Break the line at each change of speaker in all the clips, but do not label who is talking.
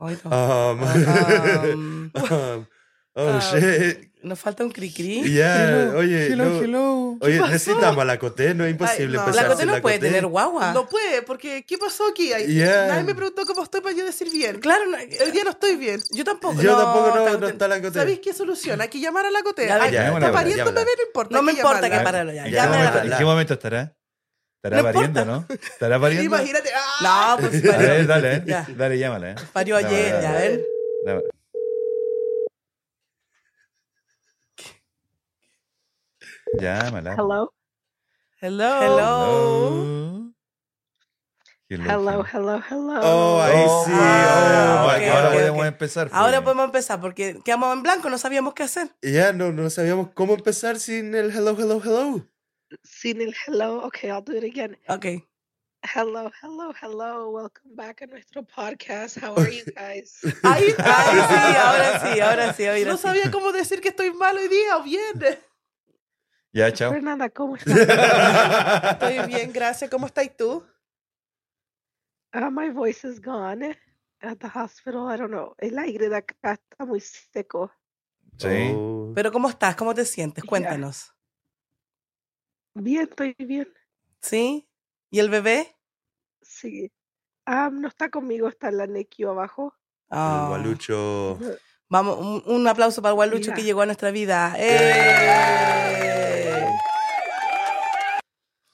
Ay, no.
Um,
Um,
um, oh,
um,
shit.
Nos falta un cri-cri.
Yeah, oye,
hello,
pues,
no,
hello.
oye,
pasó?
necesitamos a la Coté, no es imposible pues, empezar
no.
La Coté
sin
no puede
Coté.
tener guagua.
No puede, porque ¿qué pasó aquí? Ay,
Yeah.
Nadie me preguntó cómo estoy para yo decir bien.
Claro, no- eh,
Hoy día no estoy bien.
yo tampoco.
Yo tampoco no,
tan-
no está la Coté.
¿Sabéis qué solución? Hay que llamar a la
Ya,
cotea. Ay,
ya,
está
ya,
pariendo
ya,
un bebé, no importa.
No
hay
me
que
importa
llamarla.
que páralo ya.
Ah, ¿En
ya
qué,
me
Llámala.
momento,
la-
en qué momento estará? Estará
No
pariendo, ¿no? ¿Estará pariendo?
Imagínate. ¡ah!
No, pues
A ver,
parió,
dale, eh.
Ya.
Dale, llámala, eh.
parió
No,
ayer,
no,
ya
no.
ven.
Dame. Llámala.
Hello,
Hello.
Hello. Hello,
hello,
hello.
hello, hello.
Oh, ahí sí,
wow.
oh
ahora
my
Ok,
God.
ok.
podemos empezar.
Ahora
pues.
podemos empezar porque quedamos en blanco, no sabíamos qué hacer.
Ya no, no sabíamos cómo empezar sin el hello, hello, hello.
Sin el hello. Okay, I'll do it again.
Ok.
Hello, hello, hello. Welcome back on nuestro podcast. How are you guys?
Ahí está, ahí sí, ahora sí, ahora sí, ahora
No
sí.
sabía cómo decir que estoy mal hoy día o bien.
Ya, chao.
Fernanda, ¿cómo estás?
Estoy bien, gracias. ¿Cómo estáis tú?
Uh, my voice is gone at the hospital. I don't know. El aire de acá está muy seco.
Sí.
Oh.
Pero ¿cómo estás? ¿Cómo te sientes?
Ya.
Cuéntanos.
Bien, estoy bien.
¿Sí? ¿Y el bebé?
Sí. Ah, no está conmigo, está la NICU abajo.
Ah.
El Gualucho.
Vamos, un, un aplauso para Gualucho
Mira.
que llegó a nuestra vida. ¡Eh!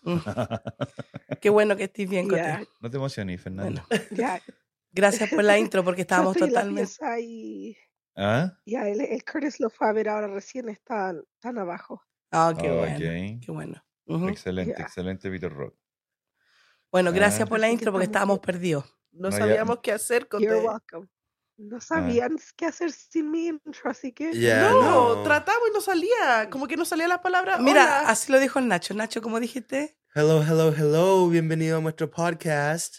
Mm. Qué bueno que estés bien, Cote.
Ya,
No te emociones, Fernando.
ya. Yo
Gracias por la intro porque estábamos
estoy en la
totalmente...
pieza y
¿Ah?
ya el, el Curtis lo fue a ver ahora recién, está tan abajo.
Ah, qué bueno.
Ok.
Qué bueno. Ujú.
Excelente,
Ya.
excelente, Peter Rock.
Bueno, gracias
Ah.
por la
Así que
intro porque
estamos-
estábamos perdidos.
No,
No, ya-
sabíamos qué hacer con
You're
te-
welcome.
Ah.
No sabían qué hacer sin mi intro, así que
Ya,
No,
no.
tratamos y no salía. Como que no salía las palabras.
Mira,
hola.
así lo dijo el Nacho. Nacho, ¿cómo dijiste?
Hello, hello, hello. Bienvenido a nuestro podcast.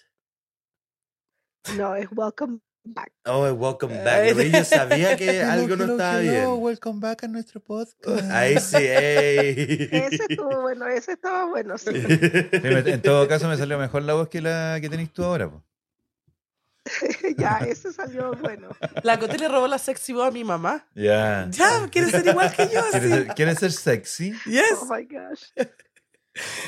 no, es welcome back.
Oh, and welcome back. Oye, Yo sabía que algo no estaba bien.
Welcome back a nuestro podcast.
Ahí sí, ey.
Ese estuvo bueno, ese estaba bueno, sí.
en todo caso, me salió mejor la voz que la que tenés tú ahora. po.
ya, ese salió bueno. Oh
La Cote le robó la sexy voz a mi mamá.
Ya.
Ya, quieres ser igual que yo,
¿Quieres
así.
ser, quieres ser sexy?
Yes.
Oh my gosh.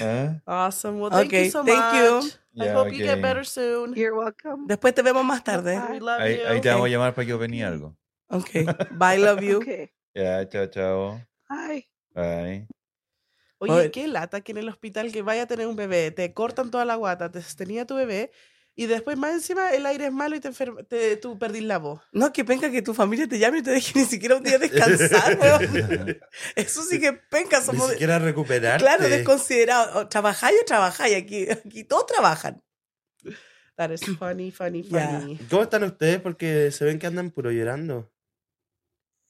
¿Ah?
Awesome. Well, thank
Okay,
you so
thank you.
much. I
Ya,
hope you get
ok.
better soon.
You're welcome.
Después te vemos más tarde.
Bye.
We love
Ahí,
you.
ahí te vamos a llamar para que opení algo.
Ok. Bye, love you.
Okay.
Ya, chao, chao.
Bye.
Bye.
Oye,
Oye.
qué lata que en el hospital que vaya a tener un bebé, te cortan toda la guata, te sostenía tu bebé y después más encima el aire es malo y te, enfer- te- tú perdís la voz.
No, que penca que tu familia te llame y te deje ni siquiera un día descansar. weón. Eso sí que penca.
Ni
Somos,
siquiera recuperarte.
claro, desconsiderados. O Trabajáis o trabajáis. Aquí, aquí todos trabajan.
That is funny, funny,
Ya.
funny.
¿Cómo están ustedes? Porque se ven que andan puro llorando.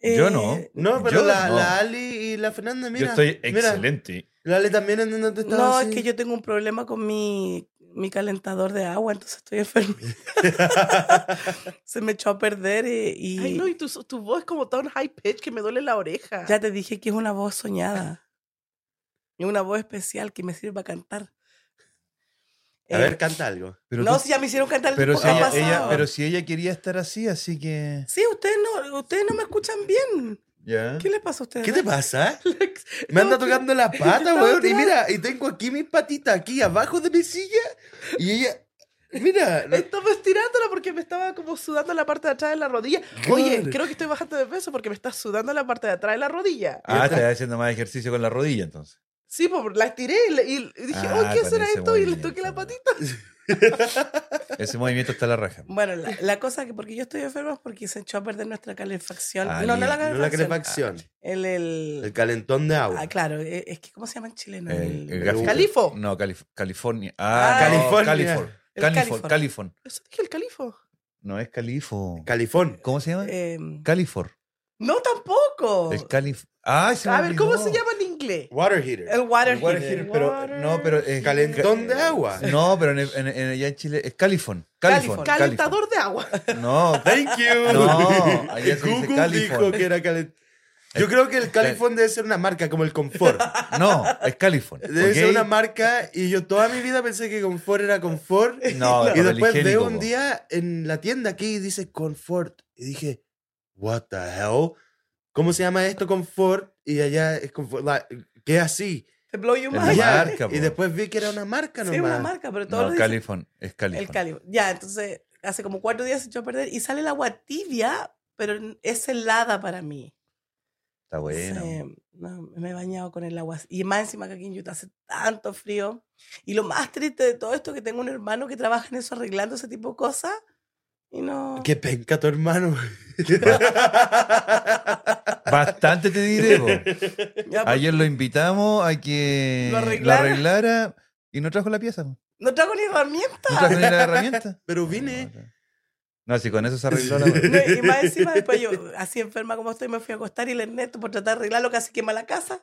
Yo no.
Eh,
No, pero
Yo
la,
no.
la Ali y la Fernanda, mira.
Yo estoy
mira,
excelente.
la Ali también andan donde estaba
No, es
así.
que yo tengo un problema con mi, mi calentador de agua, entonces estoy enferma. Se me echó a perder y, y
Ay, no, y tu, tu voz es como tan high pitch que me duele la oreja.
ya te dije que es una voz soñada. Es una voz especial que me sirve para cantar.
A
Eh,
ver, canta algo.
Pero,
no,
tú-
si ya me hicieron cantar el
pero si
podcast
ella,
pasado.
ella- pero si ella quería estar así, así que.
Sí, ustedes no, ustedes no me escuchan bien.
Ya.
¿Qué les pasa a ustedes?
¿Qué te pasa? Me anda tocando la pata,
estaba
weón. Y
tirada.
mira, y tengo aquí mis patitas, aquí abajo de mi silla. Y ella. Mira. no-
Estaba estirándola porque me estaba como sudando la parte de atrás de la rodilla. Oye,
Claro.
creo que estoy bajando de peso porque me está sudando la parte de atrás de la rodilla.
Ah, estás haciendo más ejercicio con la rodilla entonces.
Sí, pues la estiré y, le- y- y dije,
Ah,
oh, ¿qué
con
será
ese
esto? Y le toqué la
movimiento.
patita.
Ese movimiento está a la raja.
Bueno, la, la cosa que porque yo estoy enferma es porque se echó a perder nuestra calefacción.
Ah,
no, no
li-
la
No
calefacción.
la calefacción.
El, el,
El calentón de agua.
ah, claro, e- es que ¿cómo se llama en chileno?
El,
El,
el gráfico.
Califo.
No, Calif- California. Ah,
Ah,
California.
California.
El
Califor.
Califor.
Califor.
Eso dije el califo.
No es Califo.
Califón.
¿Cómo se llama?
eh,
Em,
Califor.
no tampoco.
El Calif. Ah, se me
A ver, ¿cómo
olvidó.
se llama en inglés?
Water heater.
El water,
El water
heater.
heater, pero, no, pero es
Calentón de agua.
No, pero en, en, en- allá en Chile es Califon. Califon.
Califon.
Califon.
Calentador de agua.
No,
Thank you.
No, allá se dice Eh,
Google
califón.
dijo que era calentón. Yo creo que el Califón debe ser una marca, como el Confort.
No, es Califón.
Debe ser
¿ok?
una marca y yo toda mi vida pensé que Confort era Confort.
No,
Y
papel
después
higiénico,
veo un
po.
día en la tienda aquí y dice Confort. Y dije, what the hell? ¿Cómo se llama esto Confort? Y allá es Confort. la- ¿Qué así?
Te blow your
Es
mind.
una
Ya,
marca,
y
po.
después vi que era una marca
Sí,
nomás.
es una marca, pero todos
No,
los
Califón, es
El
Califón.
Califón. Ya, entonces hace como cuatro días se echó a perder y sale el agua tibia, pero es helada para mí.
Está bueno.
Sí, no, me he bañado con el agua. Y más encima que aquí en Utah hace tanto frío. Y lo más triste de todo esto es que tengo un hermano que trabaja en eso arreglando ese tipo de cosas. Y no.
Qué penca tu hermano.
Bastante te diré. po.
Ya, pues,
Ayer lo invitamos a que
Lo
lo
arreglara.
arreglara, y no trajo la pieza. po.
No trago ni herramienta.
No trajo ni la herramienta.
Pero vine.
No, si con eso se arregló la wea.
No, y más encima después yo, así enferma como estoy, me fui a acostar y el Ernesto por tratar de arreglarlo casi quema la casa.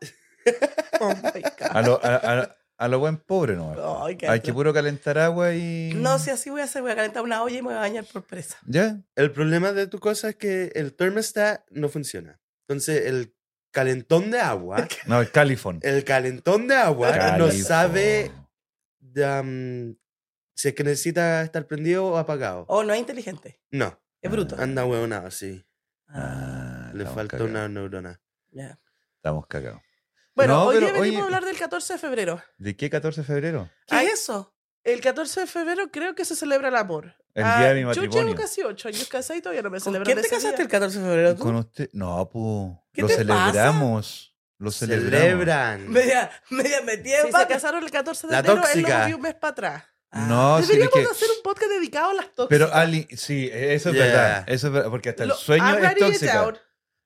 Oh my God.
A lo, a, a- a lo buen pobre no.
Ay, qué
Hay que
atroz.
puro calentar agua y.
No, si así voy a hacer, voy a calentar una olla y me voy a bañar por presa.
¿Ya?
El problema de tu cosa es que el thermostat no funciona. Entonces, el calentón de agua,
No, el califón.
el calentón de agua no
Califón.
sabe um, si es que necesita estar prendido o
Oh.
apagado.
O Oh, no es inteligente,
No,
es bruto.
anda huevonado, sí.
Ah,
Le
estamos
falta
cagados.
una neurona.
Ya.
Estamos cagados.
Bueno,
No,
hoy día
pero,
venimos a
oye-
hablar del 14 de febrero.
¿De qué 14 de febrero?
¿Qué
Ay,
es eso?
El 14 de febrero creo que se celebra el amor.
El
Ah,
día de mi
Yo
matrimonio.
llevo casi 8 años casada y todavía no me
¿Con
celebran
quién te
ese
casaste
día.
el 14 de febrero tú?
Con usted. No, po.
¿Qué
Lo
te pasa?
celebramos. Lo celebramos.
Celebran.
Media, media metida en
Si se
vaca.
casaron el 14 de
La
enero, él
tóxica.
lo movió un mes para atrás. Ah.
No, sí, es
Deberíamos
que.
hacer un podcast dedicado a las tóxicas.
Pero Ali, sí, e, eso es
Yeah.
verdad. Eso es verdad. Porque hasta el
Lo-
sueño
I'm
es
writing it
tóxica.
down.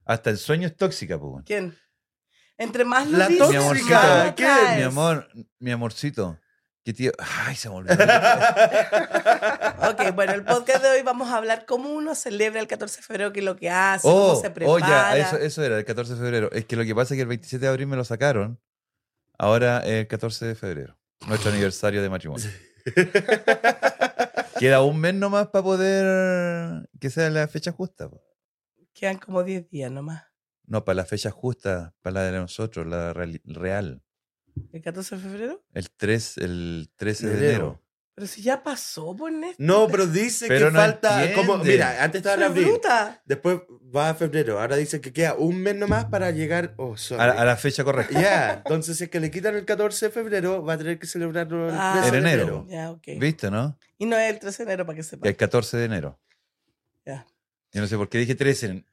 Hasta el sueño es tóxica, po.
¿Quién? Entre más lo
La
dices,
tóxica,
más lo
¿qué?
atraes.
Mi amor, mi amorcito. ¿Qué tío? Ay, se me olvidó.
Ok, bueno, el podcast de hoy vamos a hablar cómo uno celebra el 14 de febrero, qué es lo que hace, cómo
Oh,
se
oh,
prepara.
ya, eso, eso era, el 14 de febrero. Es que lo que pasa es que el 27 de abril me lo sacaron. Ahora es el 14 de febrero, nuestro aniversario de matrimonio. Queda un mes nomás para poder que sea la fecha justa. po.
Quedan como 10 días nomás.
No, para la fecha justa, para la de nosotros, la real. real.
¿El 14 de febrero?
El, 3, el 13 de
Enero.
enero.
Pero si ya pasó, pues, Ernesto.
No, pero dice
Pero
que
no
falta.
entiende.
Como, mira, antes estaba en
Soy
abril.
bruta.
Después va a febrero. Ahora dice que queda un mes nomás para llegar. Oh, sorry.
A, la- a la fecha correcta.
Ya, entonces si es que le quitan el 14 de febrero, va a tener que celebrarlo el
Ah.
13 de
En enero.
enero.
Ya, ok.
¿Viste, no?
Y no es el 13 de enero, para que sepa.
El 14 de enero.
Ya.
Yo no sé por qué dije 13.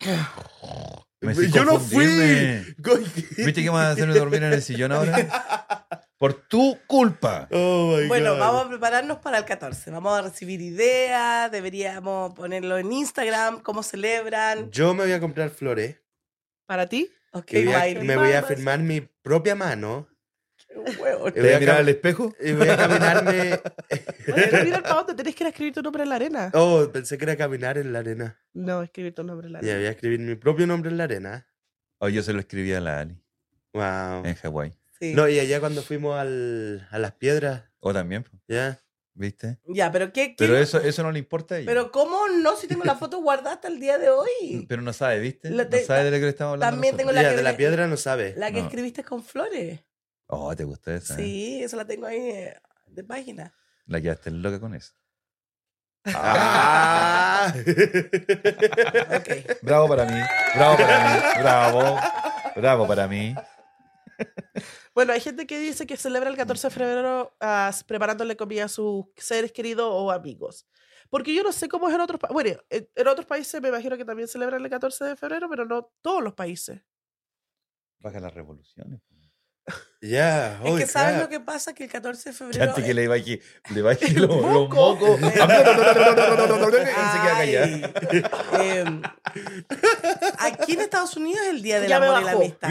Me hice
Yo no
confundirme.
fui. Go-
¿Viste que vas a hacerme dormir en el sillón ahora? Por tu culpa.
Oh my
Bueno,
God.
vamos a prepararnos para el 14. Vamos a recibir ideas, deberíamos ponerlo en Instagram, cómo celebran.
Yo me voy a comprar flores.
¿Para ti?
Ok,
y voy a-
baile.
me voy a
Vamos.
firmar mi propia mano.
Huevo.
¿Te
voy
voy
a
a mirar
cam-
al espejo?
Y voy a caminarme.
Oye, no olvidar para dónde tenés que ir a escribir tu nombre en la arena.
Oh, pensé que era caminar en la arena.
No, escribir tu nombre en la
Y
arena.
voy a escribir mi propio nombre en la arena.
Oh, yo se lo escribí a la Ali
Wow.
en Hawái.
Sí.
No, y allá cuando fuimos al, a las piedras,
O también, po,
¿ya?
¿viste?
Ya, pero ¿qué? qué-
Pero eso, eso no le importa a ella.
pero ¿cómo no si tengo la foto guardada hasta el día de hoy?
Pero no sabe, ¿viste?
La te-
no sabe de lo que le estamos hablando.
También tengo
Ya,
la que
nosotros.
de
le-
la piedra no sabe.
La que
No.
escribiste con flores.
Oh, ¿te gustó esa? eh?
Sí, eso la tengo ahí eh, de página.
La quedaste loca con eso.
Ah.
Ok.
Bravo para mí. Bravo para mí. Bravo. Bravo para mí.
Bueno, hay gente que dice que celebra el 14 de
Mm.
febrero ah, preparándole comida a sus seres queridos o amigos. Porque yo no sé cómo es en otros países. Bueno, en en otros países me imagino que también celebran el 14 de febrero, pero no todos los países.
Baja las revoluciones.
Ya,
es
holy
que sabes
crap.
lo que pasa que el 14 de febrero.
Antes que
eh,
le bajé, le bajé los, los
Moco.
mocos. y se queda
ay,
callada.
em, aquí en Estados Unidos es el día del
Ya me
amor y la
bajó.
amistad.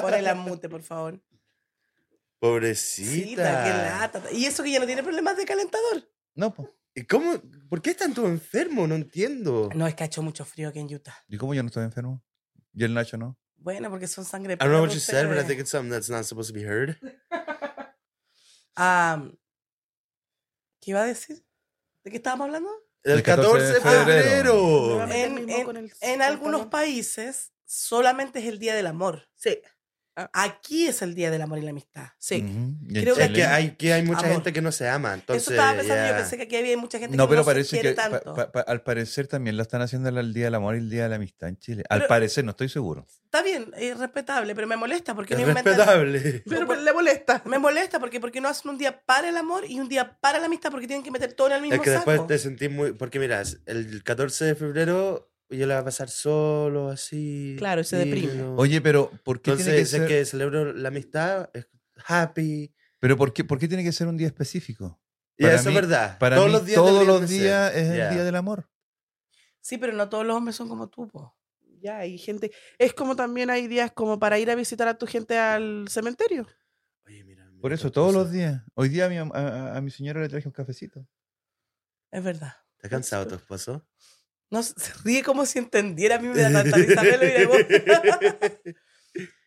Ponela en mute, por favor. Cita, qué
Pobrecita.
lata. Y eso que ya no tiene problemas de calentador.
No, po.
¿Y ¿Cómo? ¿Por qué están todos enfermos? No entiendo.
No, es que ha hecho mucho frío aquí en Utah.
¿Y cómo yo no estoy enfermo? ¿Y el Nacho no?
Bueno, porque son sangre
I don't know
pura
what you said, but I
ustedes.
think it's something that's not supposed to be heard.
Ah, ¿Qué iba a decir? ¿De qué estábamos hablando?
El 14 de
14 de
febrero.
En,
Nuevamente el mismo
en-
con el
en
pantalón.
algunos países solamente es el día del amor. Ah,
Sí,
Aquí es el día del amor y la amistad.
sí.
Ujú. Y en
Creo que
Es
Chile-
que hay, que hay mucha
Amor.
gente que no se ama, entonces.
Eso estaba pensando, yo
ya.
pensé que aquí había mucha gente
No,
que
pero
no se
parece
quiere
que pa-
tanto.
pa- pa- al parecer también la están haciendo el Día del Amor y el Día de la Amistad en Chile. Al
Pero-
parecer, no estoy seguro.
Está bien, es respetable, pero me molesta porque no
es
inventan-
respetable.
Pero me- le molesta.
Me molesta porque, porque no hacen un día para el amor y un día para la amistad porque tienen que meter todo en el mismo
Es que
saco.
después te sentís muy. Porque mira, el 14 de febrero yo la voy a pasar solo, así.
Claro, y se
tranquilo.
deprime.
Oye, pero ¿por qué tiene que
Entonces,
ser-
es que celebro la amistad, es happy.
pero por qué, por qué tiene que ser un día específico?
Y
Para
eso
mí-
es verdad.
Para mí,
días
todos
deberían
los
de ser.
días es
Ya.
el Día del Amor.
Sí, pero no todos los hombres son como tú, po.
Ya, hay gente. Es como también hay días como para ir a visitar a tu gente al cementerio.
Oye, mira, mira
Por eso,
estas
todos los
cosas.
días. Hoy día a mi, am- a- a- a mi señora le traje un cafecito.
Es verdad.
¿Está cansado tu esposo?
No, se se ríe como si entendiera a mí me da tanta risa verlo y digo-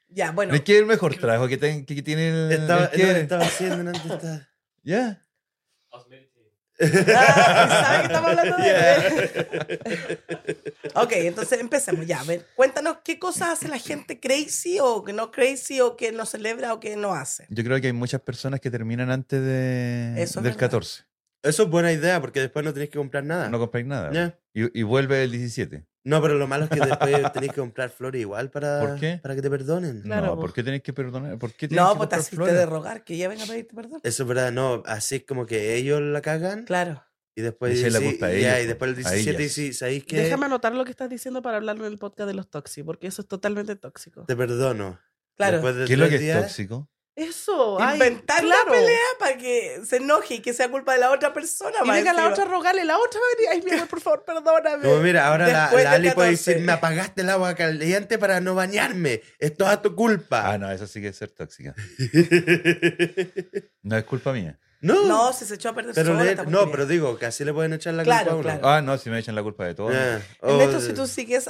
Ya, bueno.
¿De qué es el mejor trabajo que, ten- que- que tiene el,
Estaba,
el que-
no, estaba haciendo, no, está-
Ya.
Ah, ¿Sabes que estamos hablando de
Ya.
Ok, entonces empecemos ya. A ver, cuéntanos qué cosas hace la gente crazy o que no crazy o que no celebra o que no hace.
Yo creo que hay muchas personas que terminan antes de,
Eso es
del
verdad.
14.
Eso es buena idea porque después no tenés que comprar nada.
No compráis nada.
Ah. Ya.
Y, y vuelve el 17.
No, pero lo malo es que después tenés que comprar flores igual para,
¿Por qué?
para que te perdonen.
Claro,
no,
po.
¿por qué tenés que perdonar? ¿Por qué tenés
No,
que
pues te
comprar
hiciste
flores?
de rogar, que ya venga a pedirte perdón.
Eso es verdad, no, así es como que ellos la cagan
Claro.
y después
Le echan la
dice-
culpa a
ya,
ellos,
y después el
po, a
17
ellas.
dice, ¿sabéis qué?
Déjame anotar lo que estás diciendo para hablarlo en el podcast de los tóxicos, porque eso es totalmente tóxico.
Te perdono.
Claro.
Después de
¿Qué es lo
tres
que
días,
es tóxico?
Eso, ay,
Inventar la
claro.
pelea para que se enoje y que sea culpa de la otra persona.
Y
más
venga la
encima.
otra a rogarle, la otra va a venir. Ay, mi amor, por favor, perdóname.
Como mira, ahora la,
Después
la
del
Ali puede decir,
14.
me apagaste el agua caliente para no bañarme. Es toda tu culpa.
Ah, no, eso sí que es ser tóxica. No es culpa mía.
no,
No, si se echó a perder
pero
sola,
le-
esta
no,
oportunidad.
pero digo que así le pueden echar la
Claro,
culpa a uno.
claro.
Ah, oh, no, si me echan la culpa de todo.
Ah,
En
o-
esto, si tú sigues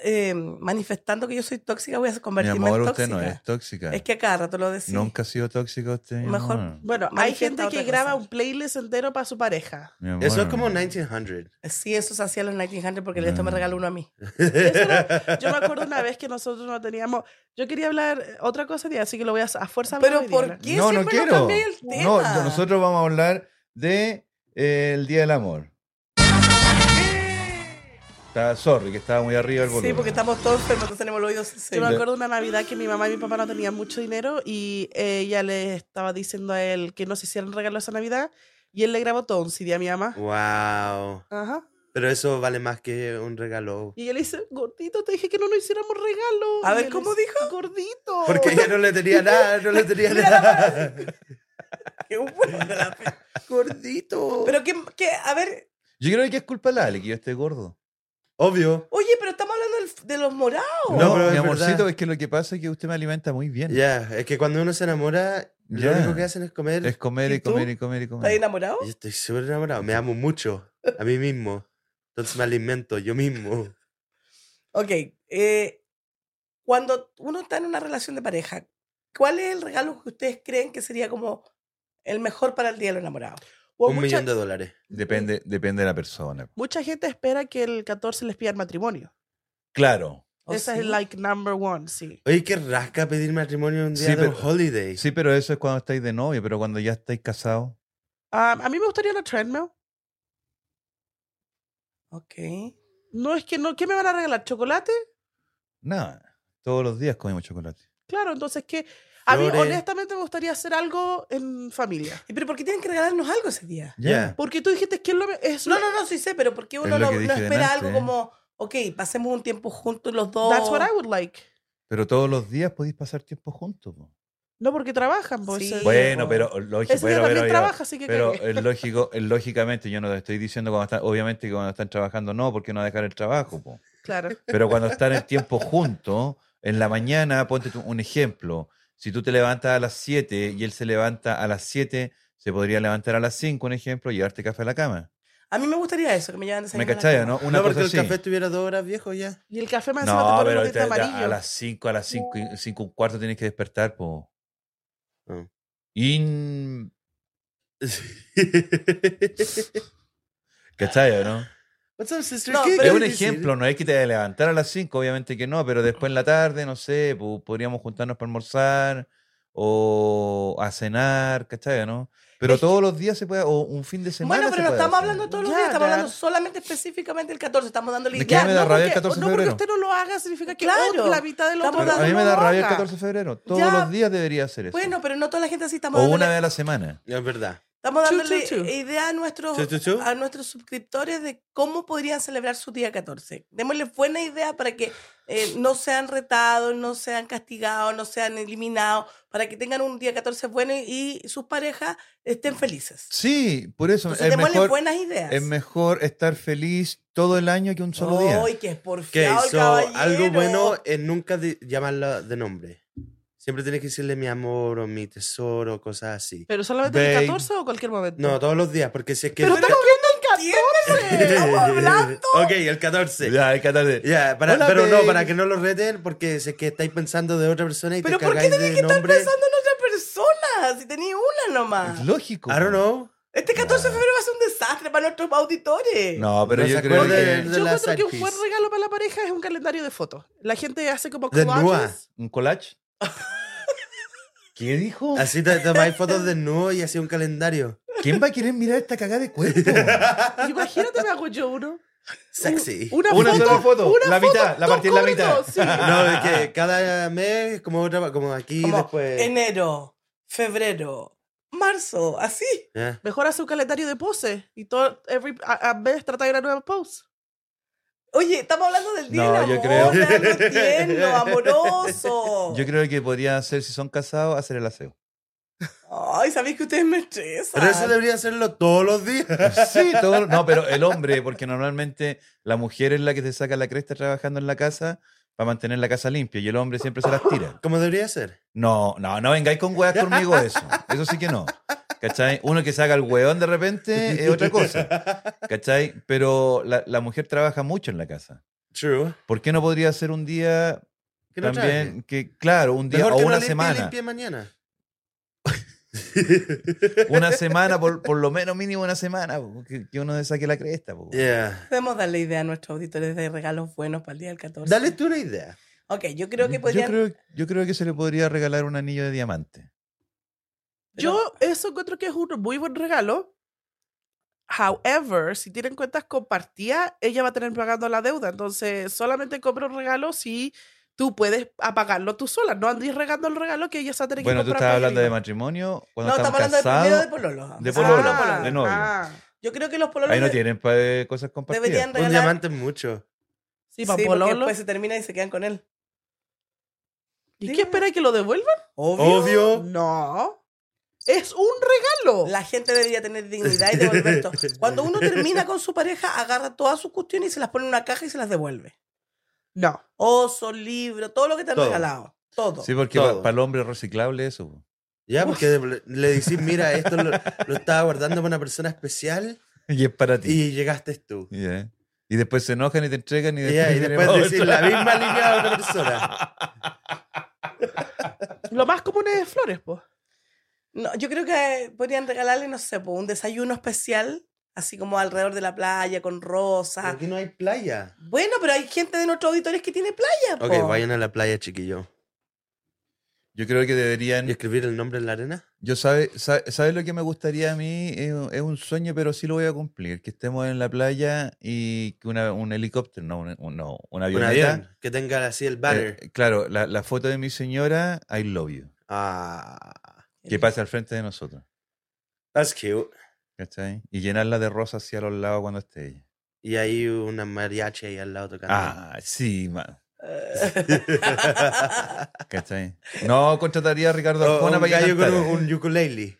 eh, manifestando que yo soy tóxica, voy a
Mi
convertirme
amor,
en
usted
tóxica.
no es tóxica.
Es que a cada rato lo decís.
Nunca ha sido tóxica usted. mi
Mejor-
amor.
Bueno, hay
Manifiesta
gente
otra
que graba
cosa.
un playlist entero para su pareja.
Mi amor.
Eso es como 1900.
Sí, eso se hacía en los 1900 porque esto me
Mm.
regaló uno a mí.
Eso era- yo me acuerdo una vez que nosotros no teníamos. Yo quería hablar eh, otra cosa, de- así que lo voy a a fuerza. hablar
Pero
hoy día,
¿por
Blanca.
qué
No, no
siempre
quiero.
cambié el tema?
No, yo- nosotros vamos a hablar de eh, el Día del Amor. Está, sorry, que estaba muy arriba el volumen.
Sí, porque estamos todos enfermos, entonces tenemos los oídos
Yo me
sinceros.
acuerdo una Navidad que mi mamá y mi papá no tenían mucho dinero y ella le estaba diciendo a él que no se hicieran regalos esa Navidad y él le grabó todo un CD a mi mamá.
Wow.
Ajá.
Pero eso vale más que un regalo.
Y ella le dice, gordito, te dije que no nos hiciéramos regalo.
A
Y
ver,
él
¿cómo
dice,
dijo?
Gordito.
Porque ella no le tenía nada, no le tenía
Oh. Mira la
nada.
Qué bueno de la fe.
Gordito.
Pero que, que, a ver,
Yo creo que es culpa de la Ale que yo esté gordo.
Obvio.
oye, pero estamos hablando del- de los morados.
No,
No,
pero es
mi amorcito,
verdad.
es que lo que pasa es que usted me alimenta muy bien.
Ya, es que cuando uno se enamora,
Ya.
lo único que hacen es comer.
Es comer
¿Y
y
tú?
comer y comer y
¿Estás
comer.
enamorado?
Yo estoy súper enamorado. Me amo mucho a mí mismo. Entonces me alimento yo mismo.
Ok. eh, cuando uno está en una relación de pareja, ¿cuál es el regalo que ustedes creen que sería como el mejor para el día de los enamorados?
O
un
mucha,
millón de dólares.
Depende, depende de la persona.
mucha gente espera que el 14 les pida el matrimonio.
Claro.
¿O
Esa
Oh, sí?
es like number one, sí.
Oye, qué rasca pedir matrimonio un día
Sí,
de un
pero-
holiday.
Sí, pero eso es cuando estáis de novio, pero cuando ya estáis casados.
Ah, a mí me gustaría la treadmill.
Ok.
No es que no, ¿qué me van a regalar? ¿Chocolate?
Nada. Todos los días comemos chocolate.
Claro, entonces que a mí
Flores.
honestamente me gustaría hacer algo en familia.
¿Y pero por qué tienen que regalarnos algo ese día?
Ya.
Ya.
Porque tú dijiste que es lo me- es
No,
lo-
no, no, sí sé, pero ¿por qué uno
lo
no,
que
no
dije
espera
delante,
algo
¿eh?
como, ok, pasemos un tiempo juntos los dos?
That's what I would like.
Pero todos los días podéis pasar tiempo juntos. po.
No porque trabajan, pues.
Sí.
ese día,
Bueno,
po.
pero lógico,
Ese día
pero,
también
pero,
trabaja, así que
pero,
cagué.
es lógico, es lógicamente yo no te estoy diciendo cuando están, obviamente que cuando están trabajando no, porque no dejar el trabajo, po.
claro.
pero cuando están el tiempo juntos, en la mañana, ponte tú un ejemplo, si tú te levantas a las 7 y él se levanta a las 7, se podría levantar a las 5, un ejemplo, y llevarte café a la cama.
A mí me gustaría eso, que me llevan a
¿Me
desayunar a la
cachai, o
cama.
no? Una
No, porque
cosa
el
así.
café estuviera dos horas viejo ya.
Y el café más encima
No,
te pone
pero
un
te-
tinte amarillo.
a las 5, a las 5 y, cinco y cuarto tienes que despertar, po.
Ah.
In... ¿Cachai, o no?
What's up, sister?
No,
¿Qué
pero-
Es
quieres
un
decir?
ejemplo, no es que te vayas a levantar a las 5, obviamente que no, pero después en la tarde, no sé, po- podríamos juntarnos para almorzar o a cenar, ¿cachai? ¿no? Pero
Es que-
todos los días se puede, o un fin de semana.
Bueno,
se
pero no
puede
estamos
hacer.
hablando todos los
Ya,
días, estamos
ya.
hablando solamente específicamente el 14, estamos dándole
¿De qué
ideas.
me da
no,
rabia el
porque-
14 de
No, porque
febrero?
usted no lo haga, significa que
Claro.
otro- la mitad de los
Estamos
Pero a mí me da rabia el 14 de febrero. Todos
Ya.
los días debería hacer eso.
Bueno, pero no toda la gente así estamos
o una
dándole,
vez a la semana.
Es verdad.
estamos
Chu,
dándole
chu, chu.
idea a nuestros,
Chu, chu, chu.
a nuestros suscriptores de cómo podrían celebrar su día 14. Démosle buena idea para que eh, no sean retados, no sean castigados, no sean eliminados, para que tengan un día 14 bueno y, y sus parejas estén felices.
Sí, por eso.
Entonces,
es,
démosle
mejor,
buenas ideas.
es mejor estar feliz todo el año que un solo día.
Ay, que es
Ok,
porfiado el
so,
caballero.
algo bueno es nunca de- llamarla de nombre. Siempre tienes que decirle mi amor o mi tesoro, cosas así.
¿Pero solamente
Babe.
el 14 o cualquier momento?
No, todos los días, porque sé que.
Pero estamos
¡Entiéndeme! Estamos hablando.
ok, el 14. Ya,
Ya, hay que tratar de-
para-
Hola,
pero no,
baby.
para que no lo reten, porque sé que estáis pensando de otra persona y
Pero
te
¿por qué
cagáis
tenés
de
que estar
nombre.
pensando en otra persona? Si tenía una nomás.
Es lógico.
I don't know.
Este 14
Ah,
de febrero va a ser un desastre para nuestros auditores.
No, pero
No
yo
se
creo
acuerda
que
de
Yo
la
encuentro que un
side
buen
piece.
regalo para la pareja es un calendario de fotos. La gente hace como
De Noah.
collages.
un collage. ¿Qué dijo?
Así te tomáis fotos de nuevo y así un calendario.
¿Quién va a querer mirar esta cagada de cuerpo?
Imagínate, me hago yo uno.
Sexy.
Una,
Una
foto.
sola foto,
una
la mitad, la
dos
partí en la
cubres,
mitad.
dos, sí.
No, es que cada mes es como otra, como aquí
Como
eh.
después.
Enero, febrero, marzo, así.
Ya.
Mejor hace un calendario de poses y todo, every, a, a vez trata de una nueva pose.
Oye, estamos hablando del día
No,
del amor,
yo creo-
de algo tierno, amoroso.
Yo creo que podría hacer, si son casados, hacer el aseo.
Ay, sabéis que ustedes me estresan.
Pero eso debería hacerlo todos los días.
Sí, todo, no, pero el hombre, porque normalmente la mujer es la que se saca la cresta trabajando en la casa para mantener la casa limpia y el hombre siempre se las tira.
Como debería ser.
No, no, no vengáis con weas conmigo de eso. Eso sí que no. ¿Cachai? Uno que se haga el weón de repente es otra cosa. ¿Cachai? Pero la, la mujer trabaja mucho en la casa.
True.
¿Por qué no podría ser un día
Que no
también
trabaje.
que, claro, un día
Mejor
o
que no
una
limpie y
semana?
limpie mañana.
Una semana, por, por lo menos mínimo una semana, po, que, que uno se saque la cresta. po.
Yeah.
Podemos darle idea a nuestros auditores de regalos buenos para el día del 14.
Dale tú una idea.
Ok, yo creo que
Yo
podrían...
creo- yo creo que se le podría regalar un anillo de diamante.
Yo eso encuentro que es un muy buen regalo. However, si tienen cuentas compartidas, ella va a tener pagando la deuda. Entonces, solamente compra un regalo si tú puedes apagarlo tú sola. No andes regando el regalo que ella se va a tener
Bueno,
que
tú
comprar.
estás
para
hablando
ella
de
misma.
matrimonio, cuando
No, estamos
están
hablando de primero
casados.
de pololo.
de
O sea,
pololo,
pololo.
de novio.
ah.
Yo creo que los pololos
Ahí no
de-
tienen pa- eh, cosas compartidas.
deberían
Un
regalar...
diamante es mucho.
Sí,
Sí,
para
porque
pololo.
después se termina y se quedan con él.
¿Y qué espera que lo devuelvan?
Obvio.
No. Es un regalo.
La gente debería tener dignidad y devolver esto. Cuando uno termina con su pareja, agarra todas sus cuestiones y se las pone en una caja y se las devuelve.
No.
Oso, libro, todo lo que te han
Todo.
regalado. Todo.
Sí, porque
Todo.
para el hombre es reciclable eso. po.
Ya, porque le- le decís, mira, esto lo, lo estaba guardando para una persona especial
Y es para ti.
y llegaste tú.
Ya. Y, después se enojan y te entregan y
Y,
después,
ya, y
tienen
después
otra.
decir la misma línea a otra persona.
Lo más común es flores, pues.
No, yo creo que podrían regalarle, no sé, po, un desayuno especial, así como alrededor de la playa, con
Pero
rosas.
Aquí no hay playa. Oh.
Bueno, pero hay gente de nuestros auditores que tiene playa.
Ok,
po.
vayan a la playa, chiquillo.
Yo creo que
¿Y
deberían.
escribir el nombre en la arena?
Yo sabe, sa- ¿Sabes lo que me gustaría a mí? Es, un- es un sueño, pero sí lo voy a cumplir. Que estemos en la playa y que una- un helicóptero, no, un, un- no, una
Un
avioneta.
avión. Que tenga así el banner.
Eh, claro, la, la foto de mi señora, I love you.
Ah.
Que pase al frente de nosotros.
That's cute.
¿Cachai? Y llenarla de rosas hacia los lados cuando esté ella.
Y ahí una mariachi ahí al lado tocando.
Ah, sí, ma-
Eh.
¿Cachai? No contrataría a Ricardo
O- o
Arjona
un
para que
gallo con
cantara.
un, un ukulele.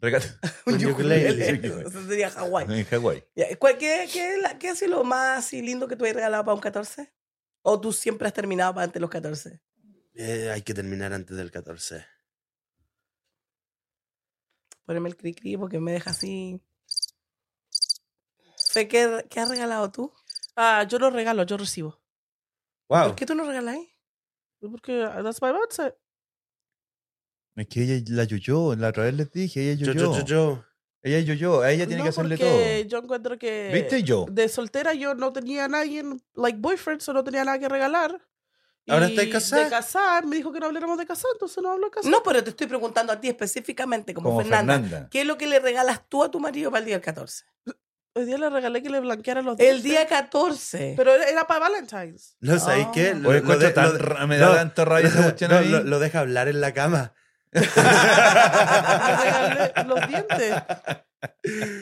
Reca-
Un ukulele.
Eso sería Hawái.
en Hawái.
Ya, ¿cuál- ¿Qué, qué, la- qué ha sido lo más así lindo que tú has regalado para un 14? ¿O tú siempre has terminado para antes de los 14?
Eh, hay que terminar antes del 14.
Poneme el cri cri porque me deja así. Fe, ¿qué, qué has regalado tú?
Ah, yo no regalo, yo recibo.
¿Por
Wow.
qué tú no regaláis?
Porque that's my mindset.
Es que ella la yuyó, la otra vez les dije, ella
Yo,
yuyó.
yo, yo, yo.
Ella es yo-yo, a ella tiene
No,
que hacerle
porque
todo.
Yo encuentro que.
¿Viste yo?
De soltera yo no tenía a nadie, like boyfriend, so no tenía nada que regalar.
Ahora está
Y
casada.
De casar, me dijo que no habláramos de casar, entonces no hablo de casar.
No, pero te estoy preguntando a ti específicamente, como,
Como
Fernanda,
Fernanda.
¿Qué es lo que le regalas tú a tu marido para el día 14?
Hoy día le regalé que le blanqueara los
El
dientes.
día 14.
Pero era, era para Valentine's.
No, ¿sabéis qué?
Ah.
Lo-
Oye,
lo
encuentro
de-
tan
lo-
ra- me da
no,
tanto rabia esa cuestión
no,
a mí.
lo, lo deja hablar en la cama.
Le regalé los dientes.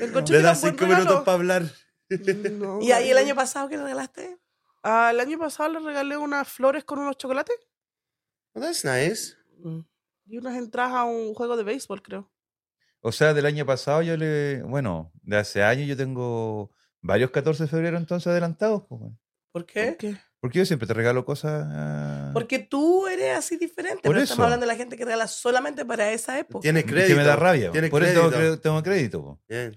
Encontré
Le
que era
da
un buen
cinco minutos
regalo.
para hablar.
No,
¿Y ahí el
no.
año pasado qué le regalaste?
Ah, el año pasado le regalé unas flores con unos chocolates
Well, Oh, that's nice.
Mm.
y unas entradas a un juego de béisbol, creo.
O sea, del año pasado yo le. Bueno, de hace años yo tengo varios 14 de febrero entonces adelantados. po, weón.
¿Por qué?
¿Qué?
Porque yo siempre te regalo cosas. ah,
Porque tú eres así diferente.
Por
pero
eso.
estamos hablando de la gente que regala solamente para esa época.
Tiene
que
crédito.
me da rabia.
Tiene
Por
crédito.
eso tengo, cre- tengo crédito. po.
Bien.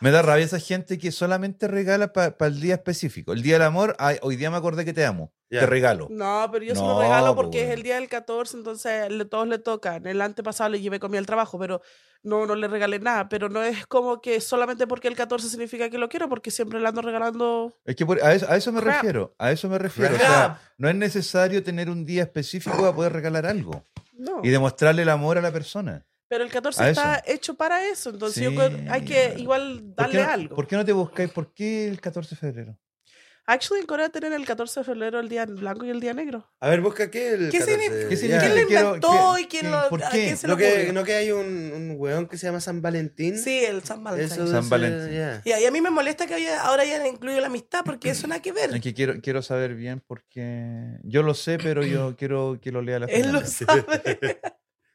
Me da rabia esa gente que solamente regala para el día específico. El día del amor, ay, hoy día me acordé que te amo.
Ya.
Te regalo.
No, pero yo se lo
No, pues
regalo
po,
porque es
weón.
el día del 14, entonces le- todos le tocan. El antepasado le llevé comida al trabajo, pero no, no le regalé nada. Pero no es como que solamente porque el 14 significa que lo quiero, porque siempre le ando regalando.
Es que por- a, eso, a eso me
Crap.
refiero. A eso me refiero. O sea, no es necesario tener un día específico para poder regalar algo
No.
y demostrarle el amor a la persona.
Pero el 14
a
está hecho para eso, entonces yo
Sí,
creo- hay que
algo.
igual
¿Por qué
darle
no-
algo.
¿Por qué no te buscáis? ¿Por qué el 14 de febrero?
Actually, en Corea tienen el 14 de febrero el día en blanco y el día negro.
A ver, busca qué. El
¿Qué
14,
significa-
Eh, ya.
¿Qué
¿Quién lo
significa? Quiero-
inventó
que-
y quién
que-
lo,
¿por
a
qué?
quién se
Lo
lo
que,
ocurrió?
¿No que hay un, un weón que se llama San Valentín?
Sí, el San Valentín.
Eso
San
es, eh,
Valentín.
ya.
Y a- y a mí me molesta que haya- ahora ya incluyo la amistad porque eso nada que ver.
Es que quiero, quiero saber bien porque yo lo sé, pero yo quiero que lo lea la
Él lo
Fernanda.
sabe.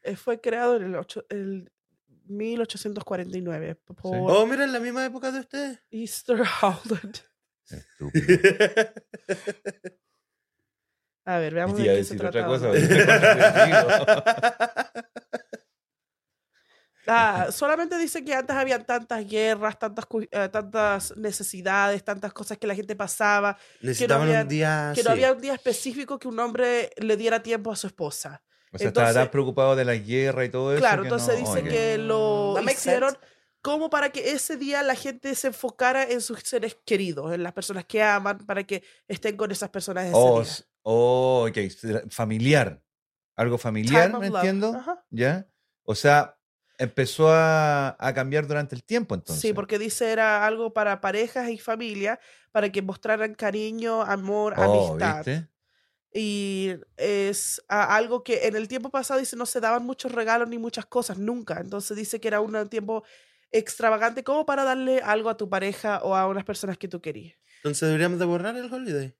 Eh, Fue creado en el, ocho- el 1849 por
Oh, mira, en la misma época de usted.
Easter Howland.
Estúpido.
A ver, veamos
te
de
iba a
qué se
decir otra
trataba.
cosa, pero me contra-
Ah, solamente dice que antes había tantas guerras, tantas, cu- eh, tantas necesidades, tantas cosas que la gente pasaba,
Necesitaban
había-
un día.
que no
así.
había un día específico que un hombre le diera tiempo a su esposa.
O sea, estaba tan
Entonces-
preocupado de la guerra y todo eso.
claro,
que
entonces
no,
dice
oye.
que lo
Mm, That makes
hicieron como para que ese día la gente se enfocara en sus seres queridos, en las personas que aman, para que estén con esas personas ese
Oh,
día.
s- oh, ok, s- familiar. Algo
Time
familiar,
of
¿me
love. Ah.
entiendo?
Ajá.
¿Ya? O sea, empezó a, a cambiar durante el tiempo entonces.
Sí, porque dice era algo para parejas y familia, para que mostraran cariño, amor,
Oh,
amistad.
¿viste?
Y es a- algo que en el tiempo pasado dice no se daban muchos regalos ni muchas cosas nunca. Entonces dice que era un tiempo extravagante como para darle algo a tu pareja o a unas personas que tú querías.
Entonces deberíamos de borrar el holiday.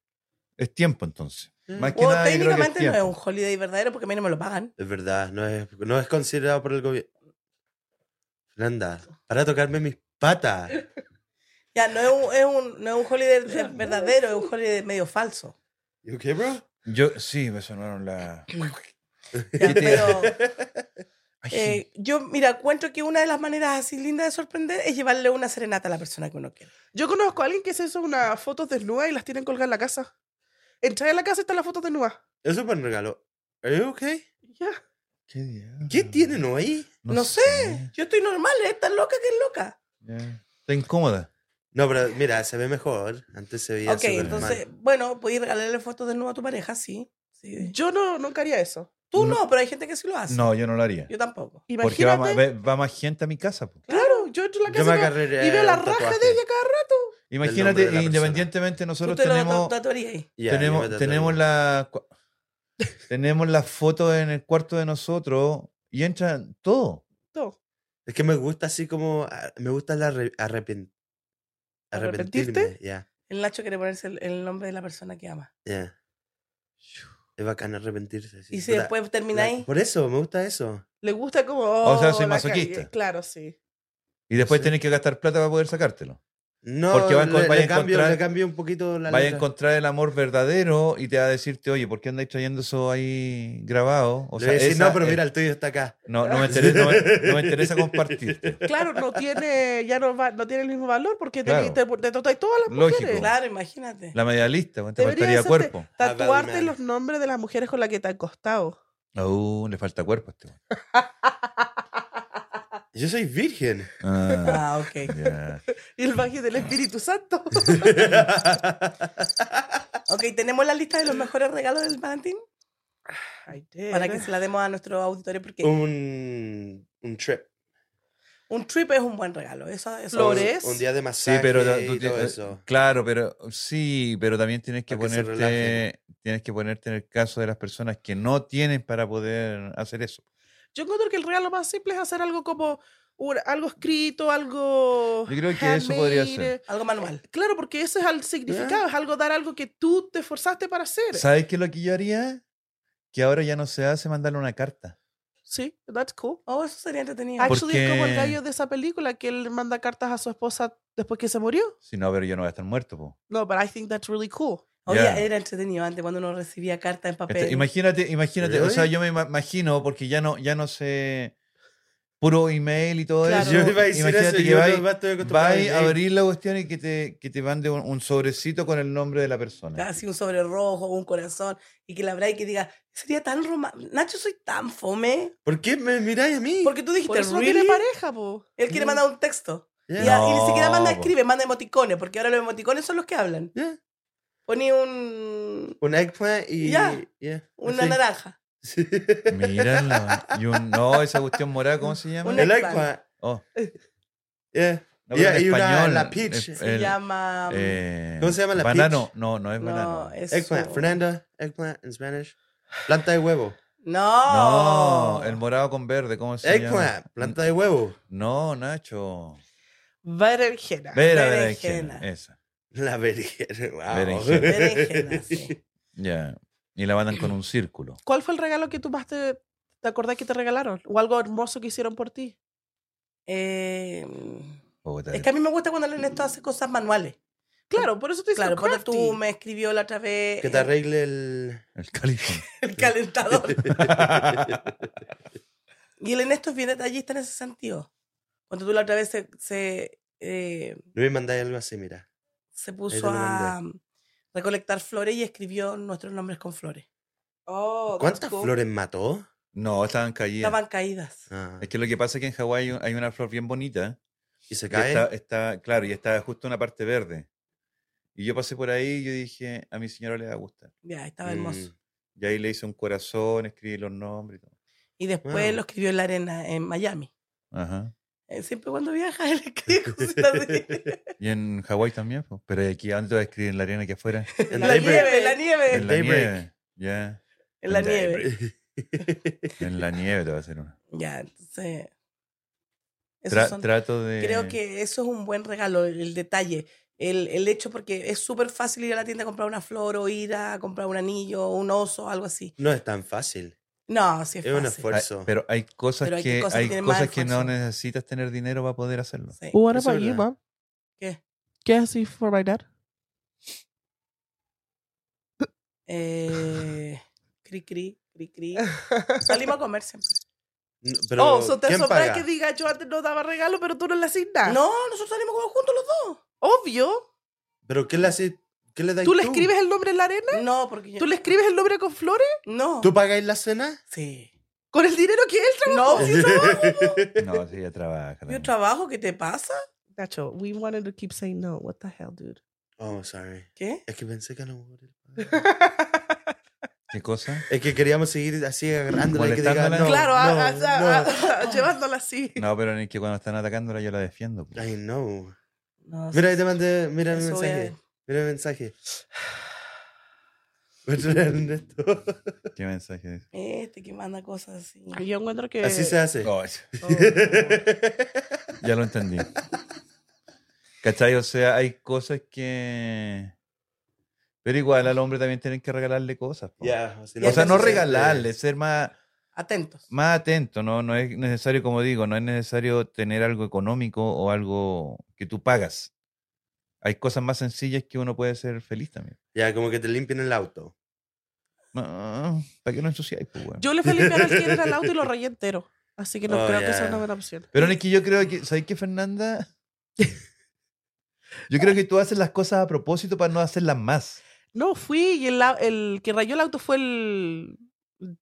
Es tiempo entonces.
Mm.
Sí.
Más que
O
nada, yo creo que es
técnicamente no es
tiempo.
un holiday verdadero porque a mí no me lo pagan.
Es verdad, no es, no es considerado por el gobierno. Fernanda, para tocarme mis patas.
Ya, no es un, es un, no es un holiday de- verdadero, es un holiday medio falso.
¿You okay, bro?
Yo, sí, me sonaron las.
Ya,
¿Qué te-
pero
Ay, sí.
eh, yo, mira, encuentro que una de las maneras así lindas de sorprender es llevarle una serenata a la persona que uno quiere.
Yo conozco a alguien que se hizo unas fotos desnudas y las tienen colgadas en la casa. Entra en la casa y están las fotos desnudas.
Eso es buen regalo. ¿Are you okay?
Ya.
¿Qué, diablo?
¿Qué tienen ahí?
No, sé. yo estoy normal, es tan loca que es loca.
Ya. Está incómoda.
No, pero mira, se ve mejor. Antes se veía
ok,
súper
entonces,
mal.
bueno, puedes regalarle fotos de nuevo a tu pareja, sí. sí.
Yo no, nunca haría eso.
Tú
No.
no, pero hay gente que sí lo hace.
No, yo no lo haría.
Yo tampoco.
Porque va, más-
Imagínate.
ve- va más gente a mi casa. po.
Claro, yo entro en la
Yo me
casa y veo-
agarré
y veo la raja de ella cada rato.
Imagínate,
de la persona.
independientemente,
Tú
nosotros
te lo
tenemos,
tatuarías ahí.
tenemos, tenemos la cua- tenemos las fotos en el cuarto de nosotros y entran todo.
No.
Es que me gusta así como. ah, Me gusta la arre- arrepen-
¿Arrepentiste?
arrepentirme. Ya,
El Nacho quiere ponerse el, el nombre de la persona que ama.
ya. Es bacán arrepentirse. así.
Y si
Puta,
después
la-
termináis.
Por eso, me gusta eso.
Le gusta como... oh,
O sea, soy
la calle.
masoquista.
Claro, sí.
Y después
Sí.
tenés que gastar plata para poder sacártelo.
No,
Porque va a
le,
encon-
le
vaya a
cambio,
encontrar-
le cambio un poquito la
Vaya a
letra.
encontrar el amor verdadero y te va a decirte, oye, ¿por qué andáis trayendo eso ahí grabado? O
Le voy a decir,
esa
no, pero
es-
mira, el tuyo está acá.
no, no me interesa, no me- no me interesa compartirte.
Claro, no tiene, ya no, va- no tiene el mismo valor porque
Claro.
te, te, te tatuáis todas las
Lógico.
mujeres.
Claro, imagínate.
La media lista, te
Debería
faltaría
hacerte
cuerpo.
Tatuarte
Avalman.
los nombres de las mujeres con las que te han costado.
Uh, le falta cuerpo a este. güey.
Yo soy virgen.
Ah,
Ah, ok.
ya.
Y el baje del Espíritu Santo.
Ok, tenemos la lista de los mejores regalos del Valentín
Ay,
¿eh?
para
Tere.
que se la demos a nuestros auditores porque
un, un trip.
un trip es un buen regalo. Eso, eso-
Flores.
Un, un día de
Sí,
masaje
pero da- tú
y
ti-
todo
eh,
eso.
claro, pero sí, pero también tienes que
Para que se
ponerte,
relajen.
tienes que ponerte en el caso de las personas que no tienen para poder hacer eso.
Yo encuentro que el regalo más simple es hacer algo como un- algo escrito, algo.
Yo creo que eso podría ser.
handmade, eh,
Algo manual.
Claro, porque ese es el significado, es algo dar algo que tú te esforzaste para hacer.
¿Sabes qué es lo que yo haría? Que ahora ya no se hace mandarle una carta.
Sí, that's cool.
Oh, eso sería entretenido.
Por-
Actually, es como el
Porque-
gallo de esa película que él manda cartas a su esposa después que se murió.
Si no, pero yo no voy a estar muerto. po.
No, but I think that's really cool.
Oye,
ya.
era entretenido antes cuando uno recibía cartas en
Este,
papel.
imagínate, imagínate. O sea, yo me ima- imagino porque ya no, ya no sé puro email y todo
Claro.
eso.
Yo iba a decir
imagínate
eso.
que
yo
vais-
no estoy acostumbrado
Vais a
eh.
email.
abrir la cuestión y que te, que te mande un, un sobrecito con el nombre de la persona.
Casi un sobre rojo, un corazón, y que la abra y que diga, sería tan romántico. Nacho, soy tan fome.
¿Por qué me miráis a mí?
Porque tú
Por
dijiste,
eso no
"Really?".
tiene pareja, po.
Él quiere
Mm.
mandar un texto.
Yeah.
Y, a- y ni siquiera
No,
manda,
po.
escribe, manda emoticones, porque ahora los emoticones son los que hablan.
Yeah.
Pone un,
Un eggplant y.
Ya.
yeah,
una
así.
naranja.
Sí.
Mira, la- y un- no, esa cuestión morada, ¿cómo se llama?
Un
El
eggplant.
eggplant.
Oh,
Yeah.
no, pero
Yeah,
en
y una-
español,
la
eh,
peach.
eh,
Se
el-
llama... mm,
eh,
¿Cómo se llama la
Banano,
peach?
no, no es banano.
no, es
Eggplant.
su-
Fernanda, eggplant en Spanish. Planta de huevo.
No.
No, el morado con verde, ¿cómo se llama?
Eggplant, planta de huevo.
No, Nacho.
Berenjena.
Ve la
Berenjena.
berenjena. eh. Esa.
La berenjena. Wow.
Berenjena.
Berenjena, sí.
Ya. Y la mandan con un círculo.
¿Cuál fue el regalo que tú más te, te acordás que te regalaron? ¿O algo hermoso que hicieron por ti?
Eh,
Bogotá.
es que a mí me gusta cuando Ernesto hace cosas manuales.
Claro, por eso te
Claro,
por
cuando tú me escribió la otra vez
Eh,
Que te
el,
arregle el.
El califa.
el calentador. y el Ernesto es bien detallista en ese sentido. Cuando tú la otra vez se, se, eh,
No me mandáis algo así, mira.
se
te
puso
lo
a um, recolectar flores y escribió nuestros nombres con flores.
Oh, that's
¿Cuántas
cool.
flores mató?
No, estaban caídas.
Estaban caídas.
Ah,
Es que lo que pasa es que en Hawái hay un- hay una flor bien bonita.
y se
que Está,
cae.
está- claro, y está justo en la parte verde. Y yo pasé por ahí y yo dije, a mi señora le va a gustar.
Ya, estaba hermoso.
Mm.
Y ahí le hice un corazón, escribí los nombres y todo.
Y después
Wow.
lo escribió en la arena, en Miami.
Ajá.
Eh, Siempre cuando viaja, él escribe cositas así.
Y en Hawái también, pues. Pero aquí antes de escribir en la arena aquí afuera.
Mm, En
la
Daybreak.
nieve, en la nieve.
En la
Daybreak.
nieve. Ya.
En la
En
nieve.
En la nieve te va a hacer una.
Ya, entonces. esos
Tra-
son-
trato de.
Creo que eso es un buen regalo, el, el detalle. El, el hecho, porque es súper fácil ir a la tienda a comprar una flor o ir a comprar un anillo, un oso, algo así.
No es tan fácil.
No, sí es,
Es un
fácil.
Hay-
esfuerzo.
pero hay cosas
Pero hay
que,
cosas que
hay
tienen más
cosas que no
esfuerzo.
necesitas tener dinero para poder hacerlo.
Sí.
What
Eso
about
es
you,
verdad.
mom?
¿Qué?
¿Qué así for my dad?
Eh, cri, cri, cri, cri. Salimos a comer siempre.
No, pero
oh, so te
¿quién
asombra
paga?
que diga yo antes no daba regalo, pero tú no le asignas.
No, nosotros salimos a comer juntos los dos.
Obvio.
¿Pero qué le hace? ¿Qué le dais
¿Tú le escribes el nombre en la arena?
No, porque yo.
¿Tú le escribes el nombre con flores?
No.
¿Tú pagáis la cena?
Sí.
¿Con el dinero que él
No,
trabajó?
sí, yo trabajo.
No, sí, ella trabaja.
Yo
también.
trabajo, ¿qué te pasa?
Nacho, we wanted to keep saying no. What the hell, dude?
Oh, sorry.
¿Qué?
Es que pensé que no.
¿Qué cosa?
Es que queríamos seguir así agarrándola y que diga,
Molestándola.
no,
claro, a-
no,
a- a-
no.
a- llevándola así.
No, pero es que cuando están atacándola yo la defiendo. pues.
I know.
No,
Mira,
sí,
ahí te mandé, mira mi
Eso voy a-
mensaje. Mira mi mensaje. Muéstrale a Ernesto.
¿Qué mensaje es?
Este que manda cosas así.
Yo encuentro que.
Así se hace.
Ay,
Oh.
ya lo entendí. ¿Cachai? O sea, hay cosas que. Pero igual al hombre también tienen que regalarle cosas. po.
Ya, si
Y
O sea, no
suficiente.
regalarle, ser más,
Atentos.
más atento, ¿no? No es necesario, como digo, no es necesario tener algo económico o algo que tú pagas. Hay cosas más sencillas que uno puede ser feliz también.
Ya, como que te limpien el auto.
No, ¿Para qué no ensuciáis? Pues, weón?
Yo le fui a limpiar el era el auto y lo rayé entero. Así que no
Oh,
creo que
yeah.
sea una buena opción.
Pero es que yo creo que, ¿sabéis qué, Fernanda? Yo creo que tú haces las cosas a propósito para no hacerlas más.
No, fui y el, au- el que rayó el auto fue el,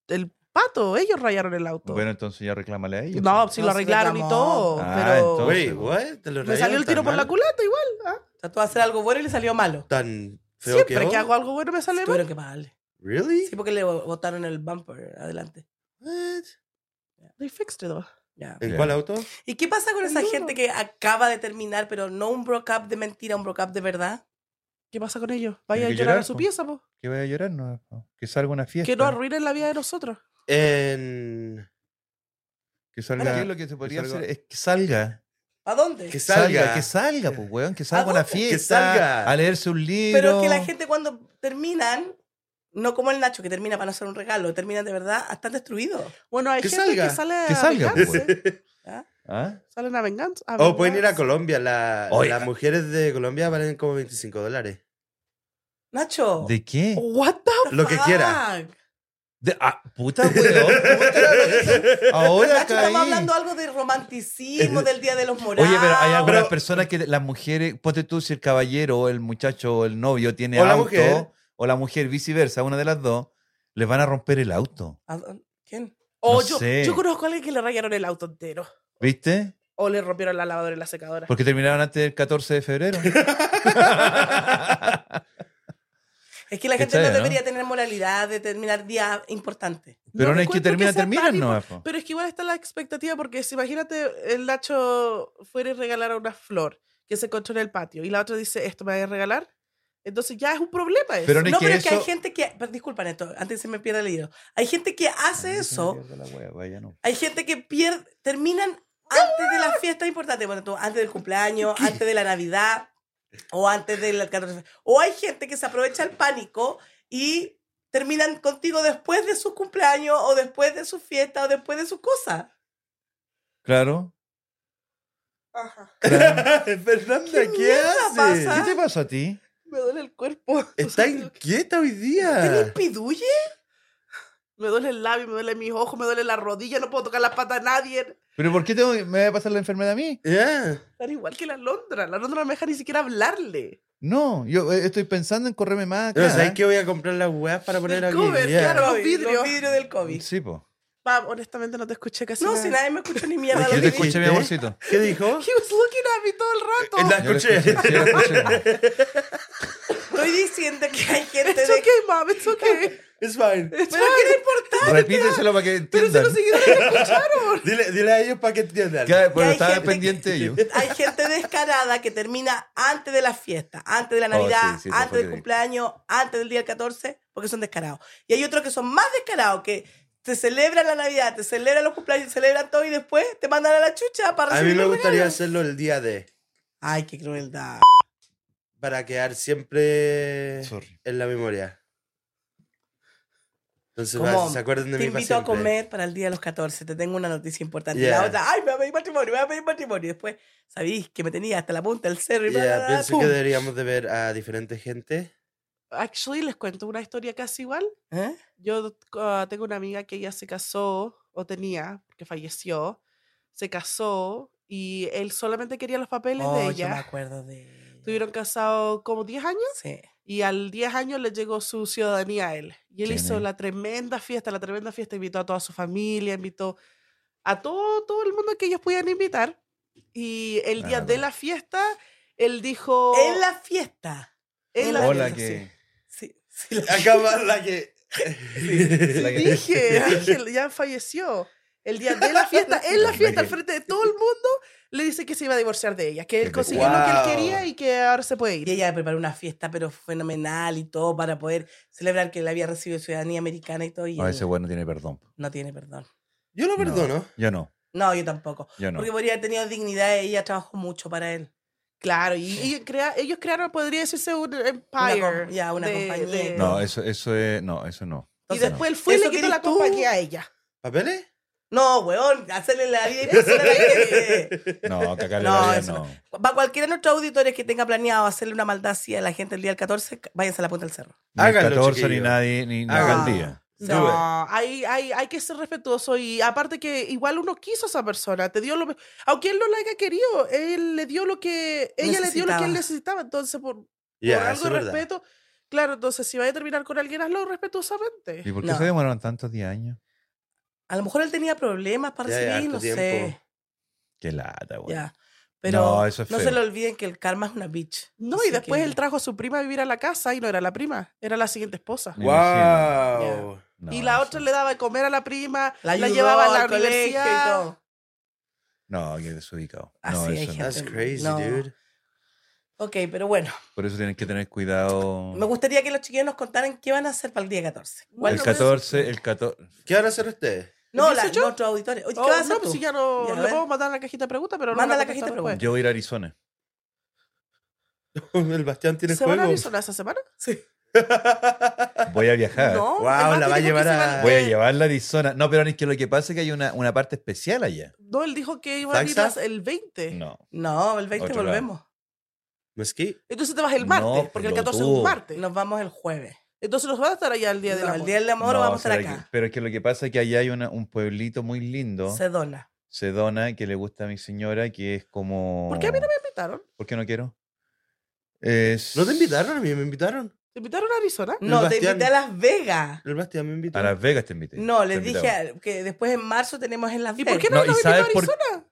el pato, ellos rayaron el auto.
Bueno, entonces ya reclámale a ellos.
no,
pues.
si lo
Nos
arreglaron y
reclamó.
todo,
Ah,
pero
Wait,
entonces-
what? ¿Te lo
me salió el
rayaron
tiro
tan
por la
mal?
culata igual. ¿ah?
Trató de hacer algo bueno y le salió malo.
Tan feo
Siempre
quedó?
que hago algo bueno me sale mal.
Tuvieron que pagarle.
Really?
Sí, porque le botaron el bumper adelante.
What?
They fixed it. though.
Ya.
¿En
Ya.
cuál auto?
¿Y qué pasa con esa
Duro.
gente que acaba de terminar, pero no un broke-up de mentira, un broke-up de verdad?
¿Qué pasa con ellos? Vaya a
que
llorar, a
llorar,
su
po.
pieza, po.
Que vaya a llorar, no. po. Que salga a una fiesta.
Que no arruinen la vida de nosotros.
En...
Que salga.
Ahora,
¿Qué es lo que se podría
que salga-
hacer es que salga.
¿A dónde?
Que
Salga,
salga.
que salga, pues, weón. Que salga a una
dónde?
fiesta.
salga.
A leerse un libro.
Pero que la gente cuando terminan, no como el Nacho que termina para no hacer un regalo, terminan de verdad, están destruidos.
Bueno, hay
Que
gente
salga,
que sale
que
a
salga, pues. po,
vengarse.
¿Ah?
Salen a venganza. a
O pueden ir a
vengarse.
Colombia. la-
Oiga.
las mujeres de Colombia valen como 25 dólares.
Nacho.
¿De qué?
Oh.
What the
what the
lo que quiera.
fuck?
De- ah, puta, weón. puta, weón. Ahora
Nacho,
caí.
estamos hablando algo de romanticismo, del Día de los Morados.
Oye, Ah. pero hay algunas
Pero-
personas que las mujeres, ponte tú si el caballero, o el muchacho, o el novio tiene
O la
auto,
mujer.
o la mujer, viceversa, una de las dos, les van a romper el auto.
¿A dónde? ¿Quién?
O
No
yo,
sé.
yo conozco a alguien que le rayaron el auto entero.
¿Viste?
O le rompieron la lavadora y la secadora.
Porque terminaron antes del 14 de febrero.
Es que la
Qué
gente no
chévere, ¿no?
debería tener moralidad de terminar días importantes.
Pero no, es que
encuentro
termina,
sea
termina,
tan
no.
impo- Pero es que igual está la expectativa, porque si imagínate el Nacho fuera y regalara una flor que se encontró en el patio y la otra dice, esto me vas a regalar. Entonces ya es un problema eso.
Pero no- es
No,
que
pero es que hay
eso-
gente que. pero disculpa, Neto, antes se me pierda el hilo. Hay gente que hace eso. Hay gente que pierde, terminan antes de las fiestas importantes. Bueno, tú, antes del cumpleaños, antes de la Navidad o antes del 14 de fe- O hay gente que se aprovecha el pánico y terminan contigo después de sus cumpleaños o después de sus fiestas o después de sus cosas.
Claro.
Ajá.
Fernanda, ¿qué,
mierda
haces?
pasa?
¿Qué te pasó a ti?
Me duele el cuerpo.
Está inquieta hoy
¿Tenés
día.
pidulle?
Me duele el labio, me duele mis ojos, me duele la rodilla, no puedo tocar la pata a nadie.
¿Pero por qué tengo, que- me va a pasar la enfermedad a mí?
Yeah.
Están igual que la Londra. La Londra no me deja ni siquiera hablarle.
No, yo eh, estoy pensando en correrme más acá. ¿eh?
Pero ¿sabes qué voy a comprar las weas para poner aquí?
cover,
Yeah.
claro. Los
COVID,
vidrios.
Los vidrios del COVID.
Sí, po.
Pam, honestamente no te escuché casi
No,
nada.
si nadie me escuchó ni mierda.
¿Qué
Yo
lo
te
que dije.
escuché, mi amorcito.
¿Qué dijo?
He was looking at me todo el rato.
La
Yo lo
escuché.
escuché, sí, lo escuché.
Estoy diciendo que hay gente
It's
de...
okay, mom, it's okay.
It's fine.
Pero ¿qué le importa?
Repíteselo para que
Pero si
entiendan.
los seguidores me escucharon.
Dile, dile a ellos para que entiendan.
Que- Bueno,
hay
estaba
gente que-
pendiente ellos.
Hay gente descarada que termina antes de la fiesta, antes de la
Oh, sí,
Navidad,
sí, eso
antes
fue
del
terrible.
cumpleaños, antes del día del 14, porque son descarados. Y hay otros que son más descarados, que te celebran la Navidad, te celebran los cumpleaños, te celebran todo y después te mandan a la chucha para
A mí
recibir
me
los
gustaría
regalos.
hacerlo el día de.
Ay, qué crueldad.
Para quedar siempre
Sorry.
en la memoria. Entonces,
Como,
va, si se acuerdan de
Te
mí para
invito a
siempre.
comer para el día de los 14. Te tengo una noticia importante.
Yeah.
La otra, ay, me va a pedir matrimonio, me va a pedir matrimonio. Y después, sabéis que me tenía hasta la punta del cerro y bla, bla,
Yeah,
bla,
pienso
pum.
que deberíamos de ver a diferente gente.
Actually, les cuento una historia casi igual.
¿Eh?
Yo ah, tengo una amiga que ella se casó, o tenía, que falleció, se casó y él solamente quería los papeles
Oh,
de
yo me
ella.
acuerdo de...
Estuvieron casados como 10 años
Sí.
y al 10 años le llegó su ciudadanía a él. Y él
¿Quién
hizo
es?
la tremenda fiesta, la tremenda fiesta, invitó a toda su familia, invitó a todo, todo el mundo que ellos podían invitar. Y el día de
Claro.
la fiesta, él dijo...
En la fiesta.
en la
Hola,
fiesta, sí.
que.
Sí, sí,
Ah.
la-
Acaba la que.
la que-
Dije, dije, ya falleció. El día de la fiesta, en la fiesta, al frente de todo el mundo, le dice que se iba a divorciar de ella, que él
Qué
consiguió lo que él
pecado.
quería y que ahora se puede
Y
ir.
ella preparó una fiesta, pero fenomenal y todo, para poder celebrar que él había recibido ciudadanía americana y todo. Y
No,
él
Ah, ese bueno tiene perdón.
no tiene perdón.
Yo lo perdono.
Yo no,
No, yo tampoco.
yo no.
Porque podría haber tenido dignidad y ella trabajó mucho para él.
Claro, y, y crea- ellos crearon, podría decirse, un
Una
empire.
com- ya, una
de-
compañía y
de-
No, eso, eso es. No, eso no.
y
Entonces,
después él fue y
¿eso
le quitó
querés
la
tú?
compañía a ella.
¿Papeles?
No, weón, hacerle la vida difícil a la gente.
No, cagarle
No,
la vida,
eso
no.
Para cualquiera de nuestros auditores que tenga planeado hacerle una maldad así a la gente el día del 14, váyanse a la punta del cerro.
Ni el
Háganlo,
14 ni
chiquillo.
nadie, ni ni
Háganlo.
alcaldía.
Do it.
No, hay, hay, hay que ser respetuoso y aparte que igual uno quiso a esa persona, te dio lo me- aunque él no la haya querido, él le dio lo que, ella le dio lo que
Necesitaba.
él necesitaba, entonces por, por
Ya,
algo
eso
de
es verdad.
respeto. Claro, entonces si vaya a terminar con alguien, hazlo respetuosamente.
¿Y por qué
No.
se demoraron tantos 10 años?
A lo mejor él tenía problemas para
Ya hay
recibir,
harto
no
tiempo.
sé.
Qué lata, güey.
Ya. Pero
No,
no,
eso es
se
feo.
le olviden que el karma es una bitch.
No,
Así
y después
que-
él trajo a su prima a vivir a la casa y no era la prima, era la siguiente esposa.
Me
¡Wow!
No,
y la
eso-
otra le daba de comer a la prima, la,
ayudó
llevaba a la
al colegio
universidad.
y todo.
No, qué desubicado.
Ah,
No,
Así hay
eso no.
gente.
That's crazy,
No.
dude.
Ok, pero bueno,
Por eso tienen que tener cuidado.
me gustaría que los chiquillos nos contaran qué van a hacer para el día 14. ¿Cuál
El
es-
14, el 14.
¿Qué van a hacer ustedes?
No, la,
18?
nuestros auditores. Oye, ¿Qué
Oh,
vas a hacer
no, pues
tú?
si ya no
Ya, a
le
ver.
podemos mandar la cajita de preguntas, pero
Manda
no
la cajita de preguntas.
Yo voy a ir a Arizona.
El Bastián tiene
¿Se van a
juego.
Arizona esa semana?
Sí.
Voy a viajar.
No.
Wow,
el Mati
la va a
dijo que
llevar
se
a-
iba-
Voy a
eh,
llevarla a Arizona. No, pero es que lo que pasa es que hay una, una parte especial allá.
No, él dijo que iba a ir
¿Flagstaff?
las- el 20.
No.
No, el 20
Otro lado.
volvemos.
Mesquite.
Entonces te vas el
No,
martes, porque el 14 es
pelotudo.
un martes.
Nos vamos el jueves.
Entonces nos van a estar allá el día de
No,
la
el día del amor
No,
vamos a estar
será que-
acá.
pero es que lo que pasa es que allá hay una- un pueblito muy lindo,
Sedona.
Sedona, que le gusta a mi señora, que es como...
¿Por qué a mí no me invitaron?
¿Por qué no quiero? Es-
¿No te invitaron a mí? ¿Me invitaron?
¿Te invitaron a Arizona?
El
No, te
Bastián.
invité a Las Vegas.
El Bastián me invitó.
A Las Vegas te invité.
No,
te
les dije
invitaba.
a- que después en marzo tenemos en Las
¿Y
Vegas.
por qué no,
No, ¿y
nos invitó a
sabes por-
Arizona?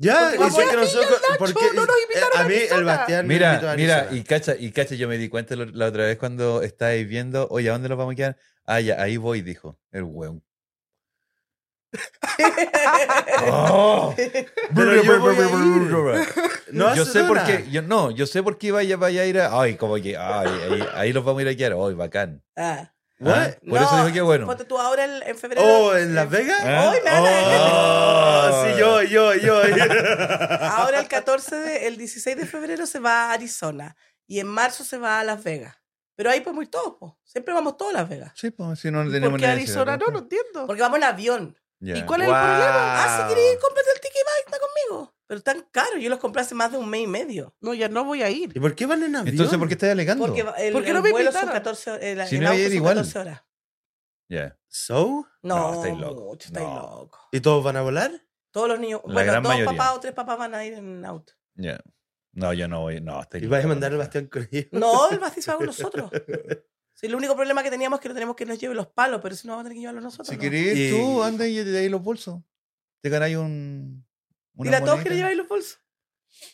Ya,
Porque
dice
vamos
que
a
nosotros.
Nacho,
porque eh,
no nos
a
invitaron a
mí, el
Arizona.
Bastián me invitó
Mira,
a
mira,
Arizona.
y cacha, y cacha, yo me di cuenta lo- la otra vez cuando estáis viendo, oye, ¿a dónde nos vamos a quedar? Ah, ya, ahí voy, dijo el weón. ¡Oh!
Pero yo voy a No,
yo sé por
Sedona.
qué, yo, no, yo sé por qué vaya, vaya a ir a, ay, como que, ay, ahí, ahí los vamos a ir a quedar, ay, bacán.
Ah,
¿Ah?
What?
Por eso
no,
digo que bueno.
Ponte tú ahora el- en febrero.
Oh, ¿en Las Vegas?
¿Ah?
Hoy me van a
Oh, sí, yo, yo, yo.
Ahora el 14 de, el 16 de febrero se va a Arizona y en marzo se va a Las Vegas. Pero ahí podemos ir todos, po. siempre vamos todos a Las Vegas.
Sí, pues si no tenemos
Porque
nada
Arizona no, no entiendo.
Porque vamos en avión.
¿Y cuál es
Wow.
el problema?
Ah, si quieres ir, cómprate el ticket y va, está conmigo. Pero tan caro, yo los compré hace más de un mes y medio.
No, ya no voy a ir.
¿Y por qué van en avión?
Entonces, ¿por qué estás alegando?
Porque va- el,
¿Por qué
el
no me
vuelo son
invitaron?
14 horas. El,
Si
el
no,
auto
ir
son
igual.
14 horas.
Ya.
¿So?
No,
estáis loco.
mucho, estáis
No.
loco.
¿Y todos van a volar?
Todos los niños,
La
bueno,
gran
dos
mayoría.
papás o tres papás van a ir en auto.
Ya. No, yo no voy. No, estoy
¿Y vas a
loco,
mandar al
no.
Bastián con ellos?
No, el bastizo va con nosotros. Si el único problema que teníamos es que no tenemos que nos lleve los palos, pero si no vamos a tener que llevarlos nosotros.
Si
¿no?
querés,
Y-
tú anda y te dais los bolsos. Te ganáis un.
Dile
unas
a todos que
moneditas.
le lleváis los bolsos.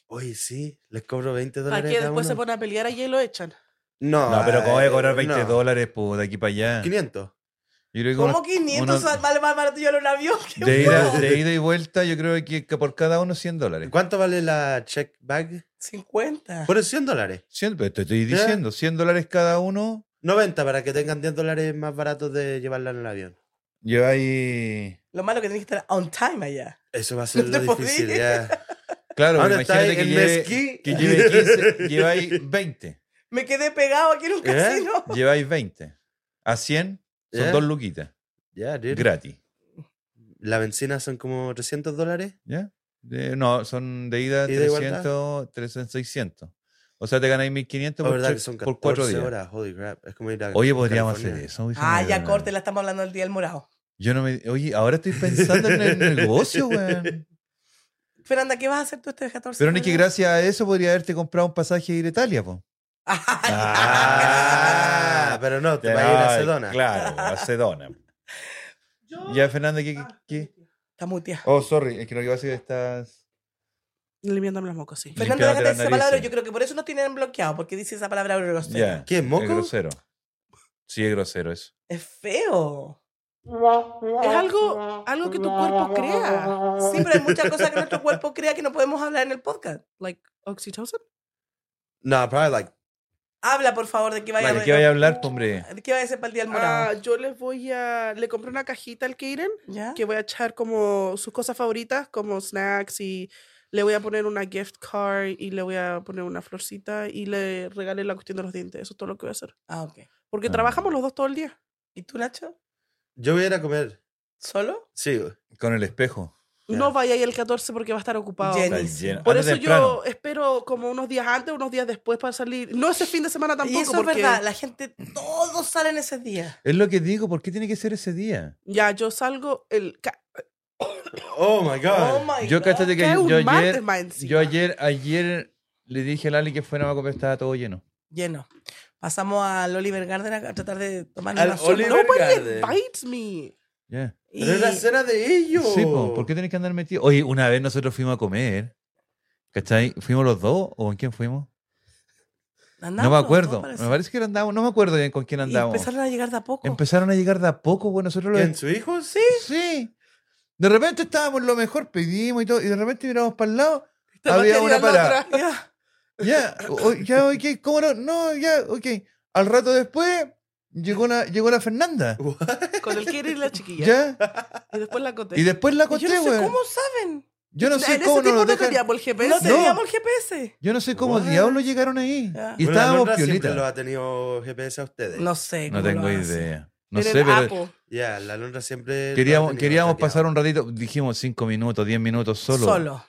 Oye, sí, les cobro 20
¿Para
dólares
qué
cada
después se
uno.
pone a pelear allí y lo echan?
No,
No, pero ¿cómo voy a cobrar
eh,
20
no.
dólares pues, de aquí para allá?
500.
Yo creo que
Como
unos-
500
unos-
vale más barato yo en un avión que
de,
un
ida,
vuelo.
de ida y vuelta, yo creo que, que por cada uno 100 dólares.
¿Cuánto vale la check bag?
50.
Por 100 dólares.
100, pero te estoy
Ya.
diciendo, 100 dólares cada uno.
90 para que tengan 10 dólares más baratos de llevarla en el avión.
Lleváis.
Lo malo que tenés que estar on time allá.
Eso va a ser
No
lo
te podí.
difícil, ya.
Claro,
Ahora
imagínate
estáis
que
en
lleve,
Mesquí.
que lleve 15, lleváis 20.
Me quedé pegado aquí en un
¿Eh?
casino.
Lleváis 20. A 100 son
Ya.
dos luquitas.
Ya, dude.
Gratis.
La benzina son como 300 dólares.
¿Ya? De- no, son de ida
¿Ida y vuelta?
300, 300, 600. O sea, te ganáis 1500
La Oh,
por,
verdad
tre-
que son
por
14
cuatro días.
horas. Holy crap. Es como ir a
Oye, podríamos hacer
California.
eso. hoy se me
Ah,
dio
ya
la-
corte, la estamos hablando del día del morado.
Yo no me. Oye, ahora estoy pensando en el negocio, weón.
Fernanda, ¿qué vas a hacer tú este 14?
Pero ni que
febrero?
gracias a eso podría haberte comprado un pasaje e ir a Italia, po.
Ah, pero no, te vas a ir a
Ay,
Sedona.
Claro, a Sedona. Ya, Fernanda, ¿qué? qué- qué?
Está mutea.
Oh, sorry, es que lo que pasa es que estás.
Limpiándome los mocos, sí.
Fernanda,
Limpiándote
déjate
las
esa palabra.
narices.
Yo creo que por eso nos tienen bloqueados, porque dice esa palabra
Ya.
grosera.
¿Qué, moco?
Es grosero. Sí, es grosero eso.
Es feo.
Es algo, algo que tu cuerpo crea.
Sí, pero hay muchas cosas que nuestro cuerpo crea que no podemos hablar en el podcast.
Like oxytocin.
No, probably like.
Habla, por favor, de qué vaya,
¿De qué vaya a hablar, tú, hombre?
de qué vaya a ser para el día del
Ah,
morado.
yo les voy a... Le compré una cajita al Kaden
¿Ya?
que voy a echar como sus cosas favoritas, como snacks y le voy a poner una gift card y le voy a poner una florcita y le regalé la cuestión de los dientes. Eso es todo lo que voy a hacer.
Ah, ok.
Porque
Ah.
trabajamos los dos todo el día.
¿Y tú, Nacho?
Yo voy a ir a comer.
¿Solo?
Sí.
Con el espejo.
Ya.
No vaya ahí el 14 porque va a estar ocupado.
Lleno.
Está
Buenísimo.
lleno.
Por
Anda
eso
temprano.
yo espero como unos días antes, unos días después para salir. No ese fin de semana tampoco.
y eso
porque
es verdad, la gente, todos salen ese día.
Es lo que digo, ¿por qué tiene que ser ese día?
Ya, yo salgo el... ca-
Oh my god.
my
Yo, cachate que
cae un
yo
martes
ayer,
más encima.
yo ayer, ayer le dije a Lali que fuera a comer, estaba todo lleno.
Lleno. Pasamos al Oliver Garden a a tratar de tomar
Al
una sopa.
Oliver-
Nobody
Garden.
invites me.
Ya.
Pero es la
Y-
cena de ellos.
Sí, po, ¿por qué tenés que andar metido? Oye, una vez nosotros fuimos a comer. ¿Cachai? ¿Fuimos los dos o en quién fuimos? No me acuerdo. Me parece que andábamos, no me acuerdo bien con quién
andamos.
andábamos.
Y empezaron a llegar de a poco.
Empezaron a llegar de a poco, bueno, nosotros los
¿Quién, su hijo? Sí.
Sí. De repente estábamos lo mejor, pedimos y todo, y de repente miramos para el lado.
Esta
había
materia
una
en la
parada.
otra. Ya.
Ya, o- ya, ok, ¿cómo no? No, ya, ok. Al rato después llegó la, llegó la Fernanda.
Con el quiere ir la chiquilla.
Ya.
Y después la conté.
Y después la
Y Yo
conté,
no sé
güey.
cómo saben.
Yo no sé
en
cómo
ese tiempo
nos
no
dejan-
teníamos el GPS.
No teníamos
No.
el GPS.
Yo no sé cómo
What?
diablos llegaron ahí.
Ya.
Bueno, la
Y estábamos
Londra siempre lo
piolitas.
ha tenido GPS a ustedes.
No sé.
No
cómo lo
tengo
hacen.
idea. No
Tienen
sé, pero
Apo.
Ya, la Londra siempre. lo ha
queríamos,
tenido
queríamos
planeado.
pasar un ratito, dijimos cinco minutos, diez minutos solo,
Solo.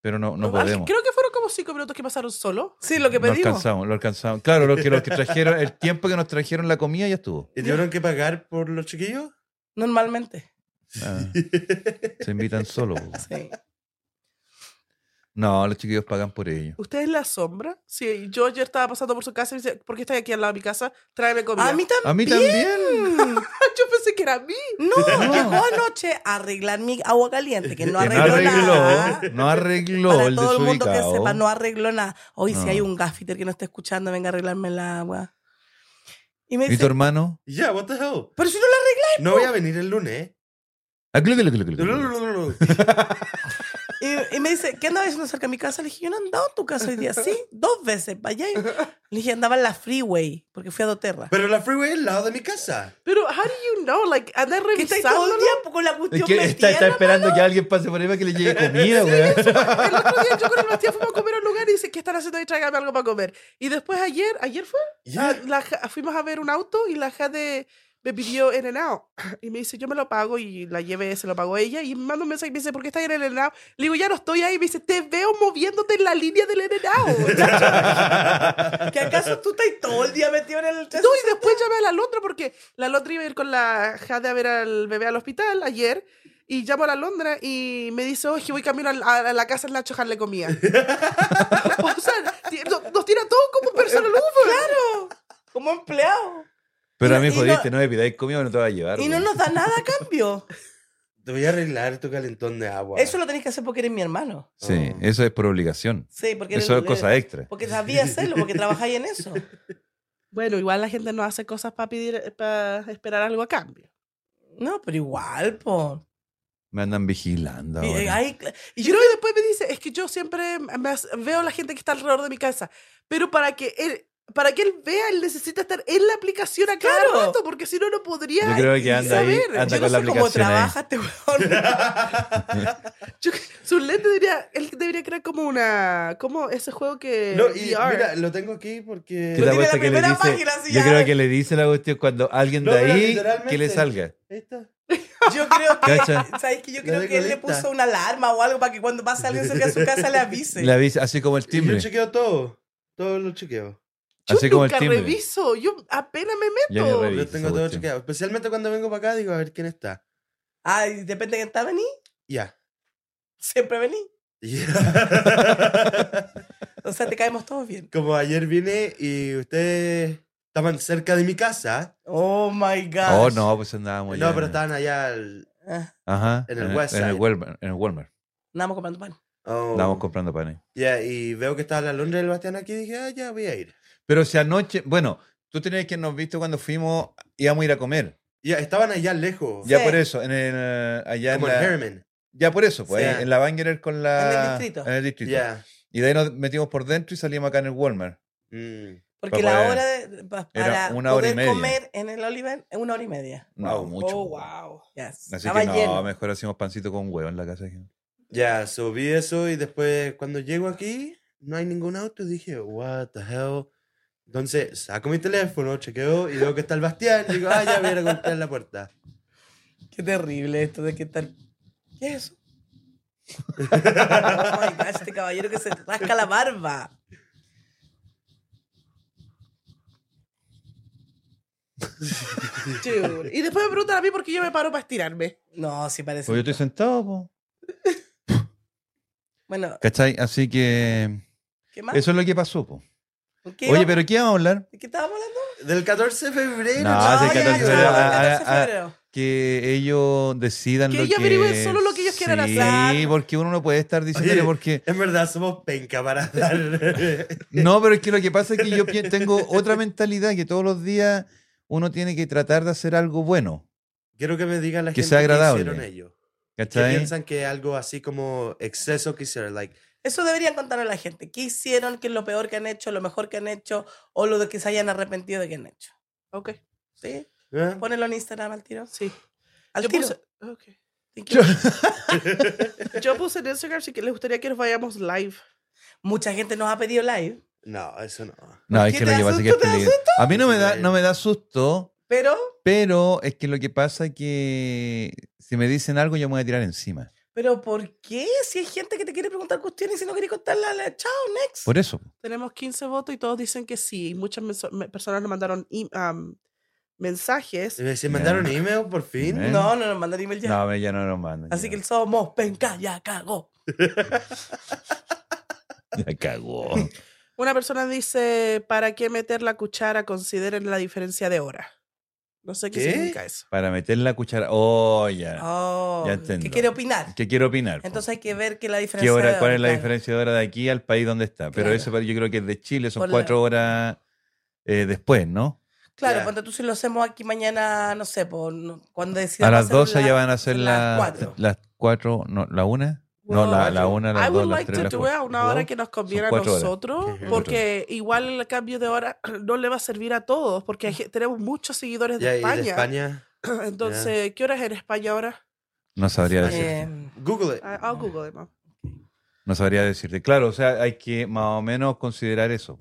pero no, no
Al-
podemos.
Creo que fueron como cinco minutos que pasaron solo.
Sí, lo que
Lo
pedimos.
alcanzamos, lo alcanzamos. Claro, lo que, lo que trajeron, el tiempo que nos trajeron la comida ya estuvo.
¿Y tuvieron que pagar por los chiquillos?
Normalmente.
Ah, se invitan solo. po.
Sí.
No, los chiquillos pagan por ello.
¿Usted es la sombra? Sí, yo ayer estaba pasando por su casa y me dice, ¿por qué estás aquí al lado de mi casa? Tráeme comida.
A mí
A mí
también.
también.
yo pensé que era a mí.
No, llegó anoche a arreglar mi agua caliente, que no
Que no
arregló nada.
arregló, no arregló
Para
el
todo el mundo que
desubicado.
sepa, no arregló nada. Hoy si
No.
hay un gaffiter que no está escuchando, venga a arreglarme el agua. Y me
¿Y tu
dice,
hermano?
Ya, what the hell.
pero si no la
No voy a venir el lunes.
Ah, glu, glu, glu, glu, glu.
¿eh?
Y, y me dice, ¿qué andabas haciendo cerca de mi casa? Le dije, yo no he andado a tu casa hoy día. Sí, dos veces, para allá. y- Le dije, andaba en la freeway, porque fui a Doterra.
Pero la freeway es al lado de mi casa.
Pero, how do you know? Like, andar
Que estáis todo el
revisando.
día con la
Es
cuestión
que está,
metida
está
en la-
esperando que alguien pase por ahí para que le llegue comida, güey.
El otro día yo con el Matías fuimos a comer a un lugar y dice, ¿qué están haciendo ahí? Tráigame algo para comer. Y después ayer, ¿ayer fue?
Ya.
Ah, la ja- fuimos a ver un auto y la Jade me pidió en el Y me dice, yo me lo pago y la llevé, se lo pagó ella. Y me manda un mensaje y me dice, ¿por qué estás en el enao? Le digo, ya no estoy ahí. Me dice, te veo moviéndote en la línea del enao.
¿Que acaso tú estás todo el día metido en el
No, y después llamé a la Londra porque la Londra iba a ir con la Jade a ver al bebé al hospital ayer. Y llamo a la Londra y me dice, oye, voy camino al- a, a la casa del Nacho a dejarle comida. o sea, ti- no- nos tira todo como personal Uber. Claro.
Como empleado.
Pero a
Y-
mí
y no-
jodiste, no me pidáis comida, no te va a llevar.
Y no
güey.
nos da nada a cambio.
Te voy a arreglar tu calentón de agua.
Eso lo tenés que hacer porque eres mi hermano.
Sí,
Oh.
eso es por obligación.
Sí, porque eres-
Eso es cosa
eres-
extra.
Porque sabía hacerlo, porque trabajáis en eso.
Bueno, igual la gente no hace cosas para pedir, para esperar algo a cambio.
No, pero igual, po.
Me andan vigilando.
Y-
ahora.
ay, cl-
Y yo no, y después me dice, es que yo siempre me as- veo a la gente que está alrededor de mi casa, pero para que él, para que él vea, él necesita estar en la aplicación a cada
Claro.
rato, porque si no, no podría
Yo creo que anda ahí,
saber.
anda
yo
con
no
la
sé cómo
aplicación ahí.
trabaja este weón.
Yo- su lente debería, él debería crear como una, como ese juego que
No, y
VR.
mira, lo tengo aquí
Yo
porque.
te
Lo tiene
apuesto
la
que le
primera
dice-
página, así
yo
ya.
creo que le dice la cuestión cuando alguien
No,
de
pero
ahí que le
literalmente.
salga.
Ahí está.
Yo creo que,
Cacha.
¿sabes qué? Yo
La
creo que él le
desconecta.
puso una alarma o algo para que cuando pase alguien cerca de su casa le avise.
Le avisa, así como el
Y Yo
timbre.
chequeo todo. Todo lo chequeo.
yo
Así como el
nunca
timbre.
reviso, yo apenas me
Ya
meto.
Yo
ni reviso. Revisa
tengo
esa
todo
cuestión.
chequeado. Especialmente cuando vengo para acá, digo a ver quién está.
Ay, depende de quién está vení.
Ya.
Siempre vení.
Ya.
O sea, te caemos todos bien.
Como ayer vine y ustedes estaban cerca de mi casa.
Oh my God.
Oh, no, pues andábamos
No,
ya.
pero estaban allá. al-
Ah,
Ajá,
en el West
En el Oh.
Side.
Walmart. En el Walmart.
andamos comprando pan.
Oh.
Andábamos comprando panes.
Ya, y veo que estaba la Londra del Bastián aquí. Dije, ah, ya voy a ir.
Pero si anoche, bueno, tú tenías que nos viste cuando fuimos, íbamos a ir a comer.
Ya, estaban allá lejos.
Ya
Sí.
por eso, en el, eh, allá en
como en
la-
Herman.
Ya por eso, pues,
Sí.
ahí en la Bangerer con la...
En el distrito.
En el distrito.
Ya.
Y de ahí nos metimos por dentro y salimos acá en el Walmart.
Mm.
Porque
Para
la
poder-
hora de, pa-
eh, era
para
una hora y
poder
media.
comer en el Oliver es una hora y media.
No,
Wow.
mucho.
Oh, wow. Yes.
Así
Estaba
que no,
lleno.
mejor hacemos pancito con huevo en la casa.
Ya, subí eso y después cuando llego aquí no hay ningún auto. Dije, what the hell. Entonces saco mi teléfono, chequeo y veo que está el Bastián. Digo, ah, ya voy a ir a golpear la puerta.
Qué terrible esto de que tal. ¿Qué es eso? oh my gosh, este caballero que se rasca la barba.
Dude. Y después me preguntan a mí por qué yo me paro para estirarme.
No, sí parece.
Pues yo estoy sentado, po.
Bueno,
¿cachai? Así que
¿qué más?
eso es lo que pasó, po.
¿Qué
Oye,
íbamos-
pero ¿qué vamos a hablar?
¿De qué estábamos hablando?
Del 14 de febrero.
No, Ah, sí,
Ay,
chiquillos.
14 de
ya,
febrero,
chao,
ah,
14 de
ah, ah.
febrero.
que ellos decidan
Que
lo
ellos
que...
averigüen solo lo que ellos quieran hacer.
Sí, porque uno no puede estar diciéndole
Oye.
porque...
En verdad, somos penca para dar.
No, pero es que lo que pasa es que yo pien- tengo otra mentalidad que todos los días uno tiene que tratar de hacer algo bueno.
Quiero que me diga la
Que
gente
sea agradable.
que hicieron ellos. Que
¿Cachai?
piensan que algo así como exceso que hicieron. Like,
Eso deberían contarle a la gente. ¿Qué hicieron? ¿Qué es lo peor que han hecho? ¿Lo mejor que han hecho? ¿O lo de que se hayan arrepentido de que han hecho?
Ok,
¿Sí?
¿eh?
Ponelo en Instagram al tiro.
sí.
Al
Yo
tiro.
puse, ok.
Thank
Yo-
you.
Yo puse en Instagram si que les gustaría que nos vayamos live.
Mucha gente nos ha pedido live,
No, eso no.
No,
¿Por
es
qué
que lo
te
que
da
pasa es que es
susto? ¿Te da
peligro- A mí no me da, no me da susto,
pero
pero es que lo que pasa es que si me dicen algo yo me voy a tirar encima.
¿pero por qué? Si hay gente que te quiere preguntar cuestiones y si no querés contarla, la- chao, next.
Por eso.
Tenemos 15 votos y todos dicen que sí. Y muchas menso- me- personas nos mandaron im- am, mensajes.
¿Se
Ya.
mandaron email por fin?
¿Eh?
No, no nos mandan email ya.
No, ya no nos mandan.
Así
ya
que
no.
el somos penca, ya cagó.
Ya cagó.
Una persona dice, ¿para qué meter la cuchara? Consideren la diferencia de hora. No sé qué,
¿Qué?
significa eso.
Para meter la cuchara. Oh,
Ah.
ya.
Oh,
ya
¿Qué
entiendo.
quiere opinar?
¿Qué quiero opinar? po?
Entonces hay que ver que la diferencia
¿Qué hora-
de
¿Cuál es la
claro.
diferencia de hora de aquí al país donde está? Pero
Claro.
eso para- yo creo que es de Chile, son
Por la-
cuatro horas eh, después, ¿no?
Claro,
Ya.
cuando tú si lo hacemos aquí mañana, no sé, por, no- cuando
A
decidamos
las
hacerlo
12
la-
ya van a ser
son
la-
las cuatro.
las cuatro, no, la una. No, la, la una, las
I
dos,
would
las
like
tres,
to
las
do it
cuatro.
a una hora
Dos.
que nos conviene a
cuatro horas.
nosotros,
Ujú.
porque igual el cambio de hora no le va a servir a todos, porque hay ge- tenemos muchos seguidores de,
Ya, y
España.
de España.
Entonces, ¿qué hora es en España ahora?
No sabría
Ah,
decirte.
Eh,
Google it.
Ah, I'll Google it, mom.
No sabría decirte. Claro, o sea, hay que más o menos considerar eso.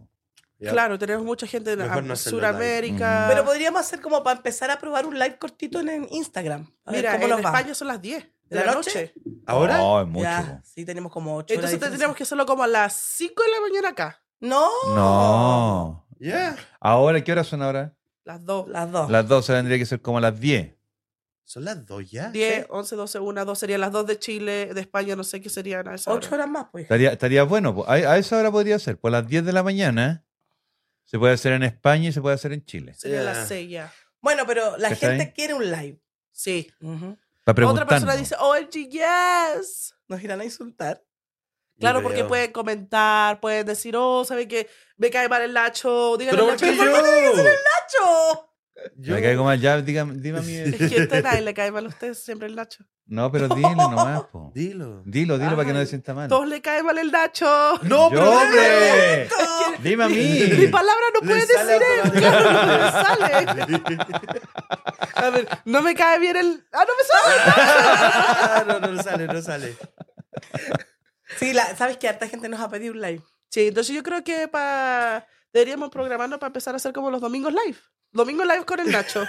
Ya.
Claro, tenemos mucha gente en
Mejor no
ah,
hacerlo live.
Sudamérica.
pero podríamos hacer como para empezar a probar un live cortito en, en Instagram. A ver
Mira,
cómo
en
nos va.
España son las 10 de
¿De
la
la
noche.
¿Ahora?
No, es mucho.
Ya, sí, tenemos como ocho.
Entonces tendríamos que hacerlo como a las 5 de la mañana acá.
que. No,
po. No.
Yeah.
Ahora, ¿qué horas son ahora?
Las 2.
las dos.
Las 12 tendría que ser como las 10.
Son las dos ya.
10, 11, 12, 1, 2 serían las 2 de Chile, de España, no sé qué serían a esa
Ocho
hora.
horas más, pues.
Estaría, estaría bueno. po. A, a esa hora podría ser. Por las 10 de la mañana se puede hacer en España y se puede hacer en Chile.
Serían
Yeah.
las 6 ya.
Bueno, pero la
¿Cachai?
gente quiere un live.
Sí.
Ujú.
Otra
Para preguntar.
persona dice, OMG, yes.
Nos irán a insultar.
Claro,
Yo
porque
creo.
pueden comentar, pueden decir, oh, ¿saben qué? Me cae mal el Nacho, díganle
Pero
al Nacho.
porque
que-
yo.
¡Nacho!
Me caigo mal. Ya, dígame, dime a mí.
Es que a usted nadie le cae mal a usted, siempre el Nacho.
No, pero dile nomás. po.
Dilo.
Dilo, dilo para que no
Ay,
se sienta mal.
Todos le cae mal el Nacho.
No,
Yo,
pero-
hombre. Dime a
Mi
mí.
palabra no
Le
puede decir
sale
él.
automático.
Claro, no me sale. A ver, no me cae bien el. ¡Ah, no me sale!
no, no sale, no sale.
Sí, la- sabes que harta gente nos ha pedido un live.
Sí, entonces yo creo que pa- deberíamos programarnos para empezar a hacer como los domingos live. Domingo live con el Nacho.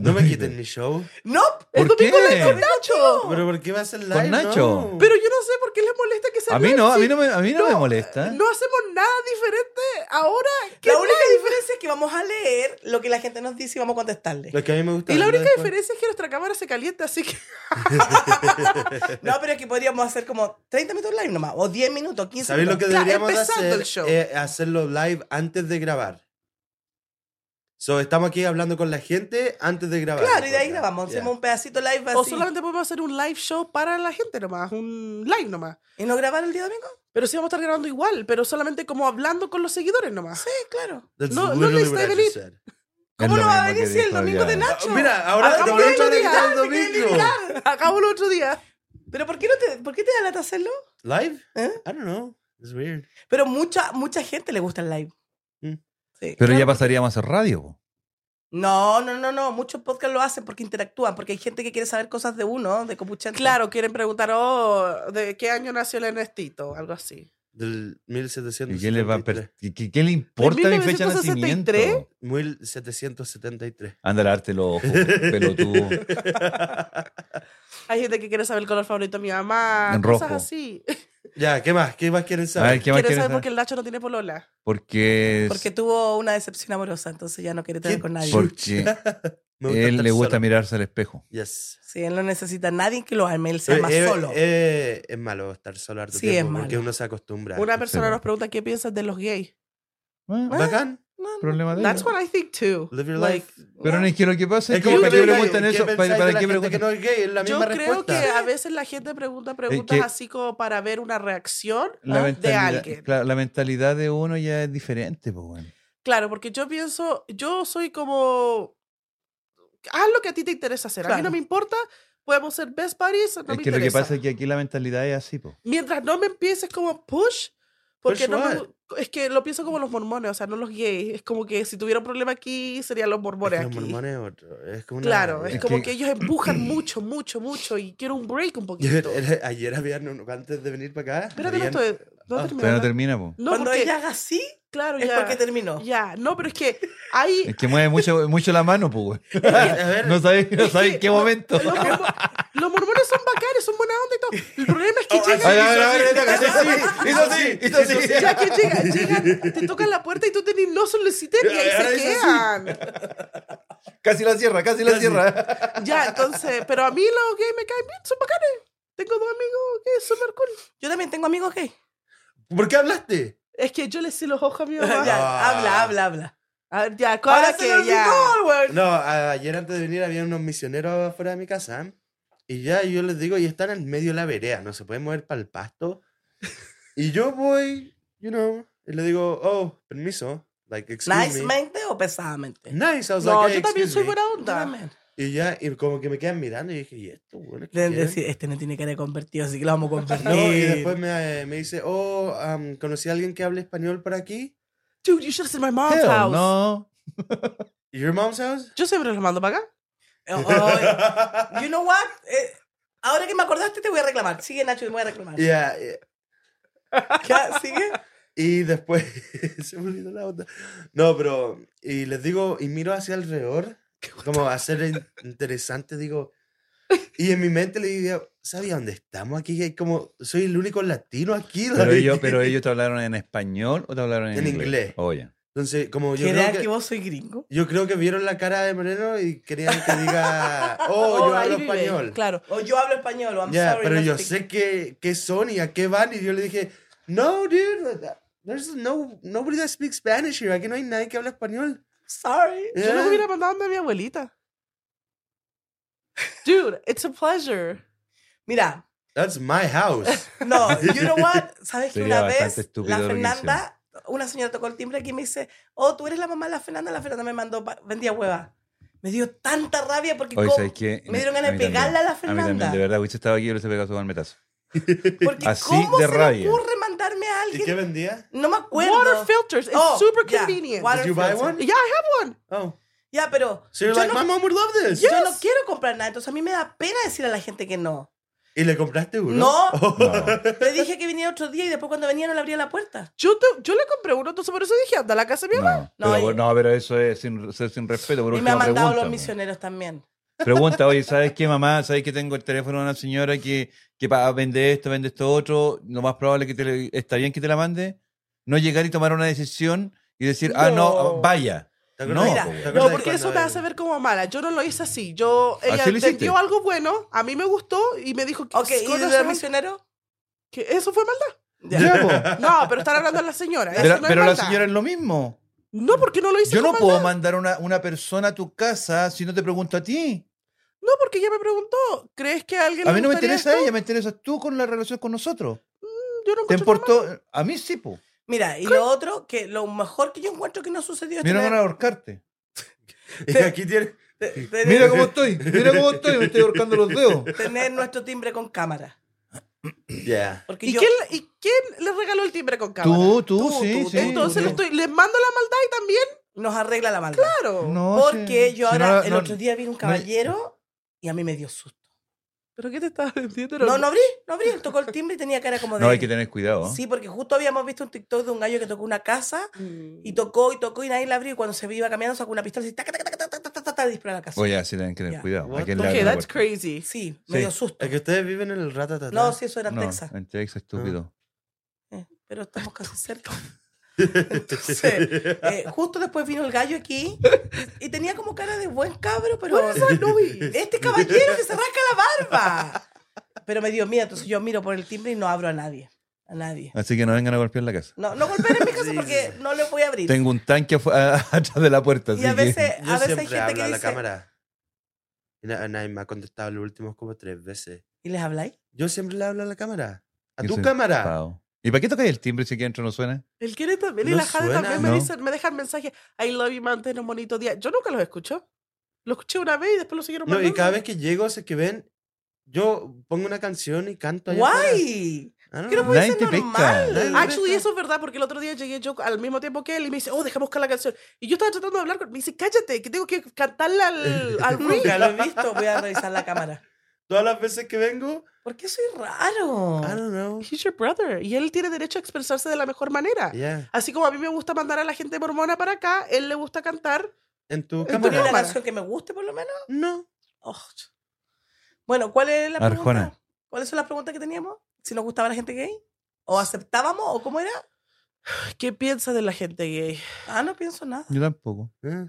No me quiten mi show.
¡No!
¡El
¿Por
domingo live
qué?
con Nacho!
¿Pero por qué va a ser live?
Nacho.
No.
Pero yo no sé por qué les molesta que sea
A mí
live,
no, a
sí.
mí no me, a mí no me
No,
molesta.
No hacemos nada diferente ahora. que
La única diferencia es que vamos a leer lo que la gente nos dice y vamos a contestarle.
Lo que a mí me gusta.
Y la
hablar
única
después.
diferencia es que nuestra cámara se calienta, así que
No, pero es que podríamos hacer como 30 minutos live nomás, o 10 minutos, 15
¿Sabéis lo
minutos.
que
Claro,
deberíamos de
empezando el
hacer?
show.
Eh, hacerlo live antes de grabar. So, estamos aquí hablando con la gente antes de grabar.
Claro, y de ahí grabamos,
Ya.
hacemos un pedacito live así.
o solamente podemos hacer un live show para la gente nomás, un live nomás.
¿Y no grabar el día domingo?
Pero sí vamos a estar grabando igual, pero solamente como hablando con los seguidores nomás.
Sí, claro.
That's
No, no
literally
necesita
what I just
venir.
said.
¿Cómo
lo
no va a
mismo
venir
que
si el
dijo
domingo
ya.
de Nacho?
Ah, Mira, ahora te voy
Hagamos
a echar
live
de
ya,
el
te quedé
domingo.
Acabamos el otro día.
Pero ¿por qué, no te, ¿por qué te da lata hacerlo?
¿Live?
¿Eh?
I don't know. It's weird.
Pero mucha mucha gente le gusta el live.
Mm.
Sí.
Pero ya pasaríamos a hacer radio. po.
No, no, no, no. Muchos podcasts lo hacen porque interactúan, porque hay gente que quiere saber cosas de uno, de Copuchento.
Claro, quieren preguntar, oh, ¿de qué año nació el Ernestito? Algo así.
Del
¿Y qué le, va a
1773.
per- ¿Y qué, qué le importa mi fecha de
1963?
nacimiento?
1773.
Anda, darte los ojos, pelotudo.
Hay gente que quiere saber el color favorito de mi mamá,
En
cosas
rojo.
así.
Ya, ¿qué más? ¿Qué más quieren
A
saber?
ver, ¿qué más
quieren
quieres
saber
saber?
por qué el Nacho no tiene polola.
Porque,
Porque tuvo una decepción amorosa, entonces ya no quiere tener
¿Qué
con nadie.
porque
Me
él
estar
le gusta
solo.
mirarse al espejo.
Yes.
Sí, él no necesita a nadie que lo arme, él se ama
Eh, eh,
solo.
eh, es malo estar solo harto
Sí,
tiempo
es
porque
malo.
uno se acostumbra.
Una persona
sí.
nos pregunta qué piensas de los gays.
Bueno,
¿Bacán?
No, no.
Ah, Problema de
That's
ellos.
what I think too.
Live your
Like,
life.
Pero es que lo que pasa es,
Es
que
como
¿para
que
qué
me digan,
preguntan eso?
pensáis
¿Para,
de la
para qué
gente que
preguntan?
no es gay? Es la
Yo
misma
creo que
respuesta.
a veces la gente pregunta preguntas
que-
así como para ver una reacción
la
¿ah? de
mentalidad,
alguien.
claro, la mentalidad de uno ya es diferente, pues, weón.
Claro, porque yo pienso, yo soy como, haz lo que a ti te interesa hacer. A mí no
Claro.
me importa, podemos ser best buddies, no
es
me
que lo que
interesa.
pasa es que aquí la mentalidad es así, pues.
Mientras no me empieces como push, porque
Push
no me
what?
gu- es que lo pienso como los mormones, o sea, no los gays. Es como que si tuviera un problema aquí, serían los mormones
Es que
aquí.
los mormones es otro. Es como una-
Claro, es
Es
como
que-
que ellos empujan mucho, mucho, mucho y quiero un break un
Yo-
poquito.
era- ayer habían, un- antes de venir para acá.
Espérate, no
habían-
estoy, no
Ah,
terminé
Pero no
de hablar.
termina, pues.
No,
Cuando
porque,
ella haga así,
claro,
es
ya,
porque terminó.
ya, no, pero es que hay,
Es que mueve mucho, mucho la mano, pues, weón.
A ver,
No sabéis no
Es
sabéis
que
en qué
lo-
momento.
Los, mormo- los mormones son bacanes, son buena onda y todo. El problema es que
Oh,
llegan,
Ay, a ver, a ver, hizo así, hizo así, hizo así.
ya que llegan, llegan, te tocan la puerta y tú tenés no solicites y ahí
Ahora
se
hizo así.
quedan.
Casi la cierra, casi la
Casi.
cierra.
Ya, entonces, pero a mí los gays me caen bien, son bacanes. Tengo dos amigos que son súper cool.
Yo también tengo amigos gay.
¿Por qué hablaste?
Es que yo les sé los ojos a mi mamá.
Ya,
Ah.
Habla, habla, habla.
A ver, ya,
Ahora
ahora
se me
que ya.
olvidó, weón.
No, a- ayer antes de venir había unos misioneros afuera de mi casa. Y ya yo les digo, y están en medio de la vereda, no se pueden mover para el pasto. Y yo voy, you know, y le digo, oh, permiso. Like, excuse
Nice
me.
mente o pesadamente.
Nice, I was
No,
like, hey,
yo también
excuse
soy
me.
buena
Yo
onda.
también.
Y ya, y como que me quedan mirando y dije, ¿y esto, bueno? ¿qué
Deben
quieren?".
decir, este no tiene cara de convertido, así que lo vamos a convertir.
No, y después me, me dice, oh, um, conocí a alguien que hable español por aquí.
Dude, you should have seen my mom's
Hell
house.
no.
Your mom's house?
Yo siempre los mando para acá.
Oh, You know what? Eh, ahora que me acordaste, te voy a reclamar. Sigue, Nacho, te voy a reclamar.
Yeah, yeah.
Ya, sigue.
eh, Y después se me olvidó la onda. No, pero y les digo y miro hacia alrededor como va a ser in- interesante, digo. Y en mi mente le digo, ¿sabía dónde estamos aquí? Hay Como soy el único latino aquí.
Pero
David".
ellos, pero ellos te hablaron en español o te hablaron en, Oh,
En inglés.
Oye.
Entonces, como yo
¿Crees
creo
que...
que,
vos soy gringo?
yo creo que vieron la cara de Moreno y querían que diga, "Oh, yo
ahí
hablo
vive,
español."
Claro.
O yo hablo español, o I'm
Ya,
sorry.
pero
no
yo
speak-
sé que, que son y a qué van. Y yo le dije, no, dude, uh, there's no, nobody that speaks Spanish here. Aquí no hay nadie que habla español.
Sorry.
Yo los
Yeah.
hubiera mandado donde mi abuelita. Dude, it's a pleasure.
Mira,
That's my house.
no, you know what? Sabes que
Sería
una
bastante
vez
estúpido
la
lo que
Fernanda, una señora tocó el timbre aquí y me dice, oh, tú eres la mamá de la Fernanda. La Fernanda me mandó, pa- vendía hueva. Me dio tanta rabia porque
Oye,
co-
¿sabes qué?
me dieron
A
ganas de
mí
pegarle a la
también. A mí también, de
Fernanda.
verdad, hubiese estado aquí y hubiese pegado todo el metazo.
Porque
Así
¿cómo
de
se
rabia.
le ocurre mandarme a
¿Y qué
alguien?
vendía?
No me acuerdo.
Water filters, it's
Oh,
super
yeah,
convenient.
water
Did you buy
filter.
one?
Yeah, I have one.
Oh.
Ya, pero
So you're
yo
like,
no
my mom would love this.
Yo no quiero comprar nada, entonces a mí me da pena decir a la gente que no.
¿Y le compraste uno?
No.
No.
Le dije que venía otro día y después cuando venía no le abría la puerta.
Yo, te- yo le compré uno, entonces por eso dije, anda a la casa de mi mamá.
No,
No,
pero,
y-
no, pero eso es sin, eso es sin respeto. Por
Y me han
último,
mandado
pregunta,
los
po.
misioneros también.
Pregunta, oye, ¿sabes qué, mamá? ¿Sabes que tengo el teléfono de una señora que, que pa- vende esto, vende esto otro? Lo más probable es que te le- está bien que te la mande. No llegar y tomar una decisión y decir, ah, no,
No.
vaya.
¿Te
No,
acuerdas?
Mira,
¿Te
po, weón.
acuerdas
No,
de
porque eso
cuando
me hace
el-
ver como mala. Yo no lo hice así. Yo, ella
Así Ah, lo hiciste.
vendió algo bueno, a mí me gustó y me dijo que,
Ok, ¿y
con
de
razón,
los misioneros?
que eso fue maldad.
Ya.
Ya, po.
No, pero están hablando a la señora. eso
Pero,
no es
pero la
maldad.
señora es lo mismo.
No, porque no lo hice.
Yo no
con
puedo
maldad.
mandar una, una persona a tu casa si no te pregunto a ti.
No, porque ella me preguntó, ¿crees que a alguien
A
le
mí no me
gustaría
interesa
esto?
ella, me interesas tú con la relación con nosotros.
Yo no
Te
encuentro nada
importó. A mí sí, po.
Mira, y lo otro, que lo mejor que yo encuentro que no sucedió es
Mira,
tener-
van a ahorcarte.
Y aquí tiene...
te- tener,
Mira cómo estoy, mira cómo estoy, me estoy ahorcando los dedos.
tener nuestro timbre con cámara.
Yeah.
Porque
¿Y
yo,
quién, ¿Y quién le regaló el timbre con cámara?
Tú, tú,
Tú,
sí,
tú,
sí.
Entonces
tú.
le estoy, les mando la maldad y también,
nos arregla la maldad.
claro.
No,
Porque
sí.
yo
Si no,
ahora, el
no-
otro día vi un caballero y a mí me dio susto.
¿Pero qué te estás vendiendo?
No, no abrí, no abrí. Tocó el timbre y tenía cara como de...
No, hay que tener cuidado. ¿eh?
Sí, porque justo habíamos visto un TikTok de un gallo que tocó una casa Y
Y
tocó y tocó y nadie la abrió. Y cuando se vio, iba caminando, sacó una pistola y taca, taca, taca, taca, taca, taca, taca, y disparó a la casa.
Oye, sí, tienen que tener
pues, Ya.
cuidado.
What
Aquí
the-
en la-
Ok,
la
that's
puerta.
crazy.
Sí,
Sí.
me dio susto.
Es que ustedes viven en el ratatata.
No, sí, eso era en
No,
Texas.
en Texas, estúpido.
Eh, pero estamos casi cerca. Entonces, eh, justo después vino el gallo aquí y tenía como cara de buen cabro, pero este caballero que se rasca la barba. Pero me dio miedo, entonces yo miro por el timbre y no abro a nadie. A nadie.
Así que no vengan a golpear la casa.
No, no golpeen en mi casa
Sí,
porque
sí.
no les voy a abrir.
Tengo un tanque afu- a- atrás de la puerta.
y
así
a
que-
veces,
Yo
Eh, a veces hay
siempre
gente
hablo
que
a la
dice,
cámara. Y na- nadie me ha contestado los últimos como tres veces.
¿y les habláis?
Yo siempre le hablo a la cámara. A
Yo
tu
soy
cámara.
pavo. ¿Y para qué tocáis el timbre si aquí adentro no suena?
El quiere también y
No
la Jade
suena,
también me
¿no?
dicen, me dejan mensajes. I love you, man, ten un bonito día. Yo nunca los escucho. Los escuché una vez y después los siguieron
No, y
mandando.
cada vez que llego, sé que ven, yo pongo una canción y canto allá afuera.
¡Guay!
I don't
Quiero
know.
muy
Nadie te
normal.
pesca.
Actually, eso es verdad, porque el otro día llegué yo al mismo tiempo que él y me dice, oh, déjame buscar la canción. Y yo estaba tratando de hablar con Me dice, cállate, que tengo que cantarla al, al reel".
Nunca lo he visto, voy a revisar la cámara.
Todas las veces que vengo,
¿Por qué soy raro?
I don't know.
He's your brother. Y él tiene derecho a expresarse de la mejor manera.
Yeah.
Así como a mí me gusta mandar a la gente mormona para acá, él le gusta cantar.
En tu
tú
¿Ponía
cámara.
una
cámara.
canción que me guste por lo menos?
No.
Oh. Bueno, ¿cuál es la
Arjona.
pregunta? ¿Cuáles son las preguntas que teníamos? Si nos gustaba la gente gay. ¿O aceptábamos? ¿O cómo era?
¿Qué piensa de la gente gay?
Ah, no pienso nada.
Yo tampoco.
Eh.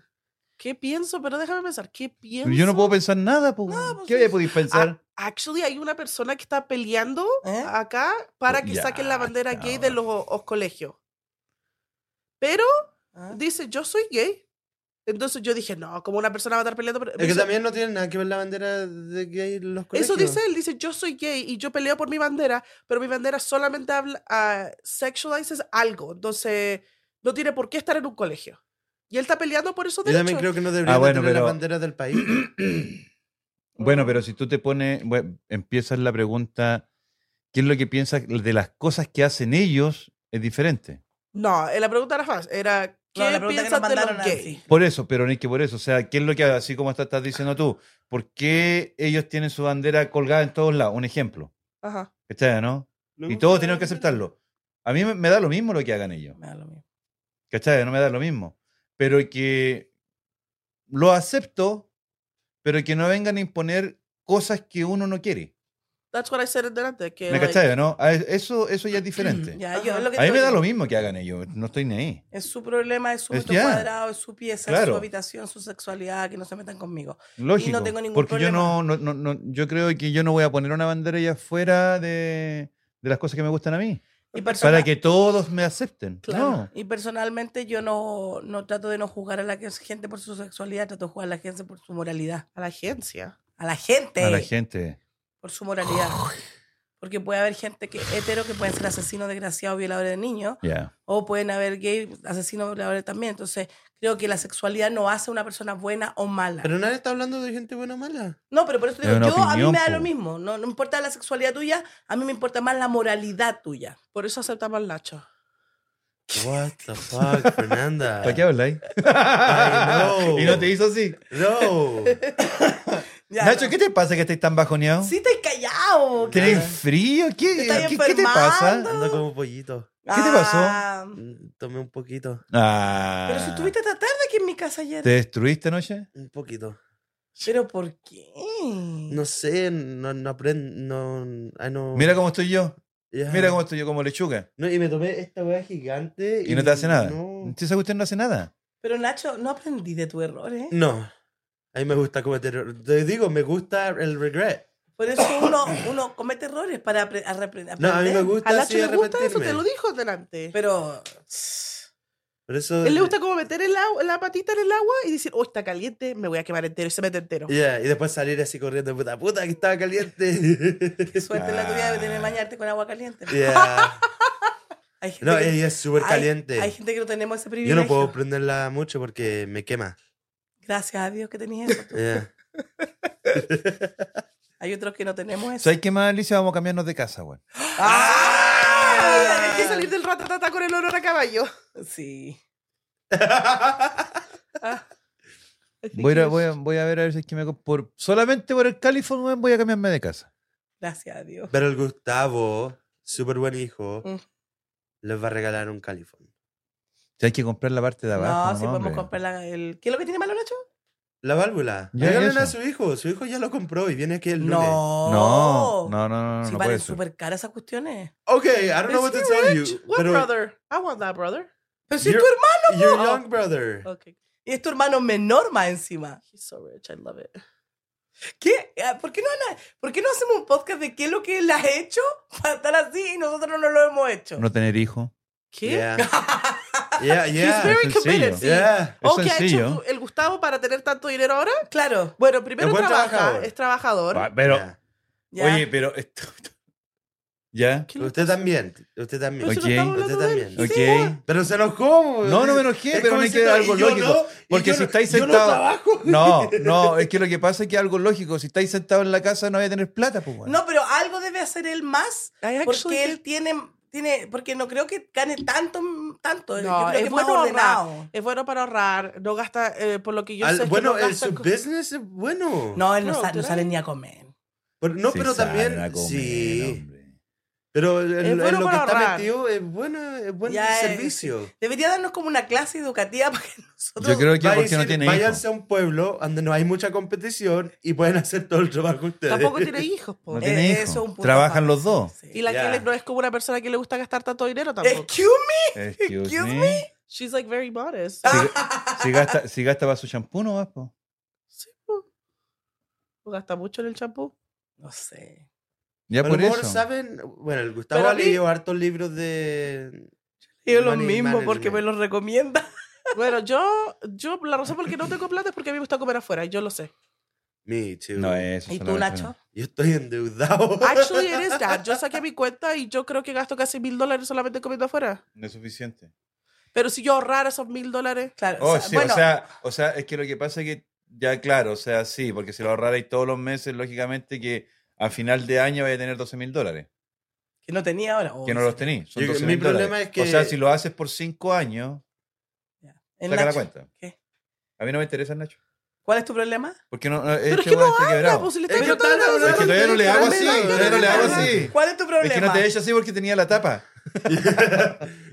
¿Qué pienso? Pero déjame pensar, ¿qué
Pero
pienso?
yo no puedo pensar nada. po.
pues
¿Qué
sí.
voy a poder pensar?
Ah, actually, hay una persona que está peleando
¿Eh?
Ah.
acá para que
Ya,
saquen la bandera gay de los, los colegios. Pero
Ah.
dice, yo soy gay. Entonces yo dije, no, como una persona va a estar peleando. por-
Es que
dice-
también no tiene nada que ver la bandera de gay en los colegios.
Eso dice él, dice, yo soy gay y yo peleo por mi bandera, pero mi bandera solamente habla, ah, sexualizes algo, entonces no tiene por qué estar en un colegio. Y él está peleando por esos
Yo también
derechos.
creo que no deberían de
Ah, bueno,
tener
pero-
las banderas del país.
Bueno, pero si tú te pones, bueno, empiezas la pregunta, ¿qué es lo que piensas de las cosas que hacen ellos? Es diferente.
No, eh, la pregunta era fácil, era, ¿qué
No, la pregunta que nos
piensas de
mandaron
los
Nancy.
gays?
Por eso, pero no es que por eso. O sea, ¿qué es lo que, así como está- estás diciendo tú, por qué ellos tienen su bandera colgada en todos lados? Un ejemplo.
Ajá.
¿Cachai, no? Y todos tenemos que aceptarlo. A mí me- me da lo mismo lo que hagan ellos.
Me da lo mismo.
¿Cachai? No me da lo mismo. Pero que lo acepto, pero que no vengan a imponer cosas que uno no quiere.
That's what I said delante. Que
¿Me
like,
cachai, no? A- e, Eso, eso ya es diferente.
Ya, yo,
Ajá.
lo que
A mí
te
me da
digo,
lo mismo que hagan ellos. No estoy ni ahí.
Es su problema, es su
Es
metro
ya.
cuadrado, es su pieza, es su
Claro.
habitación, su sexualidad, que no se metan conmigo.
Lógico.
tengo ningún
porque yo no, no, no, no- yo creo que yo no voy a poner una bandera allá afuera de, de las cosas que me gustan a mí.
Y, persona-
Para que todos me acepten.
Claro.
No.
y personalmente yo no, no trato de no juzgar a la que- gente por su sexualidad, trato de juzgar a la gente por su moralidad.
A la agencia.
A la gente,
A la gente.
por su moralidad. Porque puede haber gente que hetero que pueden ser asesinos, desgraciados, violadores de niños,
Ya.
o pueden haber gay, asesinos, violadores también. Entonces, creo que la sexualidad no hace a una persona buena o mala.
Pero nadie está hablando de gente buena o mala.
No, pero por eso te
Es
digo,
una
yo a mí
opinión,
me da
po.
lo mismo. No, no importa la sexualidad tuya, a mí me importa más la moralidad tuya.
Por eso aceptamos al Nacho.
What the fuck, Fernanda.
¿Para qué
Ah.
habláis?
Ay, no.
Y no te hizo así.
No.
Ya,
Nacho,
no.
¿qué te pasa que estés tan bajoneado?
Sí, te callado.
¿Tenés frío? ¿Qué,
Te estás
qué- qué te pasa?
enfermando. Ah.
Ando como pollito.
¿Qué te pasó?
Mm, Tomé un poquito.
Ah,
pero si estuviste esta tarde aquí en mi casa ayer.
¿Te destruiste anoche?
Un poquito.
¿Pero por qué?
No sé, no, no aprendo. No, ay, no.
Mira cómo estoy yo.
Ya.
Mira cómo estoy yo como lechuga.
No, y me tomé esta weá gigante.
Y no te hace nada.
No.
Si Esa cuestión no hace nada.
Pero Nacho, no aprendí de tu error, ¿eh?
No. A mí me gusta cometer. Te digo, me gusta el regret.
Por eso uno, uno comete errores para apre- a repre- aprender.
No, a mí me gusta
Al
así
Nacho le gusta eso,
arrepentirme.
te lo dijo delante.
Pero
Por eso.
él le gusta como meter el agua- la patita en el agua y decir, oh, está caliente, me voy a quemar entero y se mete entero.
Ya, y después salir así corriendo, puta puta, que estaba caliente.
qué suerte la tuya de
Ah.
tener bañarte con agua caliente.
Ya.
Hay gente
Eh, No,
que-
ella es súper
hay-
caliente.
Hay, gente que no tenemos ese
Yo
privilegio.
no puedo prenderla mucho porque me quema.
Gracias a Dios que tenías eso. tú.
Ya.
Hay otros que no tenemos eso.
¿Sabes qué más, Alicia? Vamos a cambiarnos de casa, güey.
¡Ay!
¡Ah!
Hay que salir del ratatata con el olor a caballo.
Sí.
Voy a, ir a- voy, a, voy a ver a ver si es que me... co- Por, solamente por el California weón, voy a cambiarme de casa.
Gracias a Dios.
Pero el Gustavo, súper buen hijo,
Mm.
les va a regalar un califón.
Si hay que comprar la parte de abajo.
no, si podemos
hombre.
comprar la- el. ¿Qué es lo que tiene malo, Nacho?
La válvula.
Ya,
Regalen a
eso.
su hijo. Su hijo ya lo compró y viene aquí el lunes.
No. Oh.
No, no, no, no, no,
si
no puede
valen
ser.
súper caras esas cuestiones.
Ok, I don't know
Is
what to
he
tell
rich?
you.
What
pero
brother? I want that brother.
Pero si es
You're-
tu hermano.
Your
Oh.
young brother.
Okay.
Y es tu hermano menor más encima.
He's so rich, I love it.
¿Qué? Ah, ¿Por qué, no, han- ¿Por qué no hacemos un podcast de qué es lo que él ha hecho para estar así y nosotros no lo hemos hecho?
No tener hijos.
¿Qué?
Yeah. Yeah, yeah.
He's very
es sencillo.
committed, sí.
Yeah.
¿O
Es
qué ha
sencillo.
hecho el Gustavo para tener tanto dinero ahora?
Claro.
Bueno, primero
buen
trabaja,
trabajador.
es trabajador.
Ah, Pero,
Yeah.
ya.
oye, pero. esto- ¿Ya?
¿Qué le
Usted
pasa?
también. Usted también.
Pero si no estamos
Ok,
hablando
usted
de él.
también.
Ok.
Sí, bueno.
Pero se enojó.
No, no me
menos
enojé, pero no hay que dar algo lógico, porque si estáis sentado- No, no, es que lo que pasa es que algo lógico. Si estáis sentado en la casa, no vais a tener plata, pues, weón.
No, pero algo debe hacer él más
I actually
porque él
did-
tiene, tiene, porque no creo que gane tanto, tanto. eh,
No,
Yo creo
es
que es más
bueno ahorrar.
ordenado.
es bueno para ahorrar, no gasta, eh, por lo que yo
Al-
sé. es que
bueno,
no
el,
gasta
su
en co-
business es bueno.
No, él no,
No,
sa- no
claro.
sale ni a comer.
Pero- no,
Sí
pero
salen
también.
a comer,
sí.
hombre.
Pero en, en
bueno
lo que
para
está
ahorrar.
metido es, bueno, es buen
Ya, eh,
servicio.
Debería darnos como una clase educativa para que nosotros...
Yo creo que
Va a
porque no
decir,
tiene
váyanse
hijos.
a un pueblo donde no hay mucha competición y pueden hacer todo el trabajo ustedes.
Tampoco tiene hijos, po.
No
Eh,
tiene
eso es un
hijos.
punto
Trabajan
aparte,
los dos.
sí.
Y la
Ya.
Kelly no es como una persona que le gusta gastar tanto dinero tampoco.
Excuse me.
Excuse
Excuse
me.
She's like very modest.
Si, si gasta, si gasta para su champú, no vas, po.
Sí, po. No Gasta mucho en el champú.
No sé.
Ya
a lo
por
mejor
eso.
saben, bueno, el Gustavo
Pero a
ha
mí-
leído hartos libros de...
Yo lo
Money
mismo porque me
management.
lo recomienda.
Bueno, yo, yo, la razón por la que no tengo plata es porque a mí me gusta comer afuera, yo lo sé.
Me too.
No eh. es.
¿Y tú, Nacho?
Yo estoy endeudado.
Actually, it is that. Yo saqué mi cuenta y yo creo que gasto casi mil dólares solamente comiendo afuera.
No es suficiente.
Pero si yo ahorrara esos mil dólares,
Claro.
Oh,
o sea,
sí,
bueno,
o, sea, o sea, es que lo que pasa es que, ya claro, o sea, sí, porque si lo ahorrarais todos los meses, lógicamente que a final de año vaya a tener 12 mil dólales,
que no tenía ahora. Oh,
que no los tenéis. Son
Yo-
12
mi
mil
problema
dólares.
es que-
O sea, si lo haces por 5 años,
ya. El
saca la
Nacho,
cuenta.
¿qué?
A mí no me interesa, Nacho.
¿Cuál es tu problema?
Porque no, no,
Pero
este
es que
weón
no
está
habla,
quebrado.
pues si le
Es
está
que
contando
está hablando-
Es que todavía no le hago así,
Literalmente,
todavía no le hago así.
¿Cuál es tu problema?
Es que no te eches así porque tenía la tapa.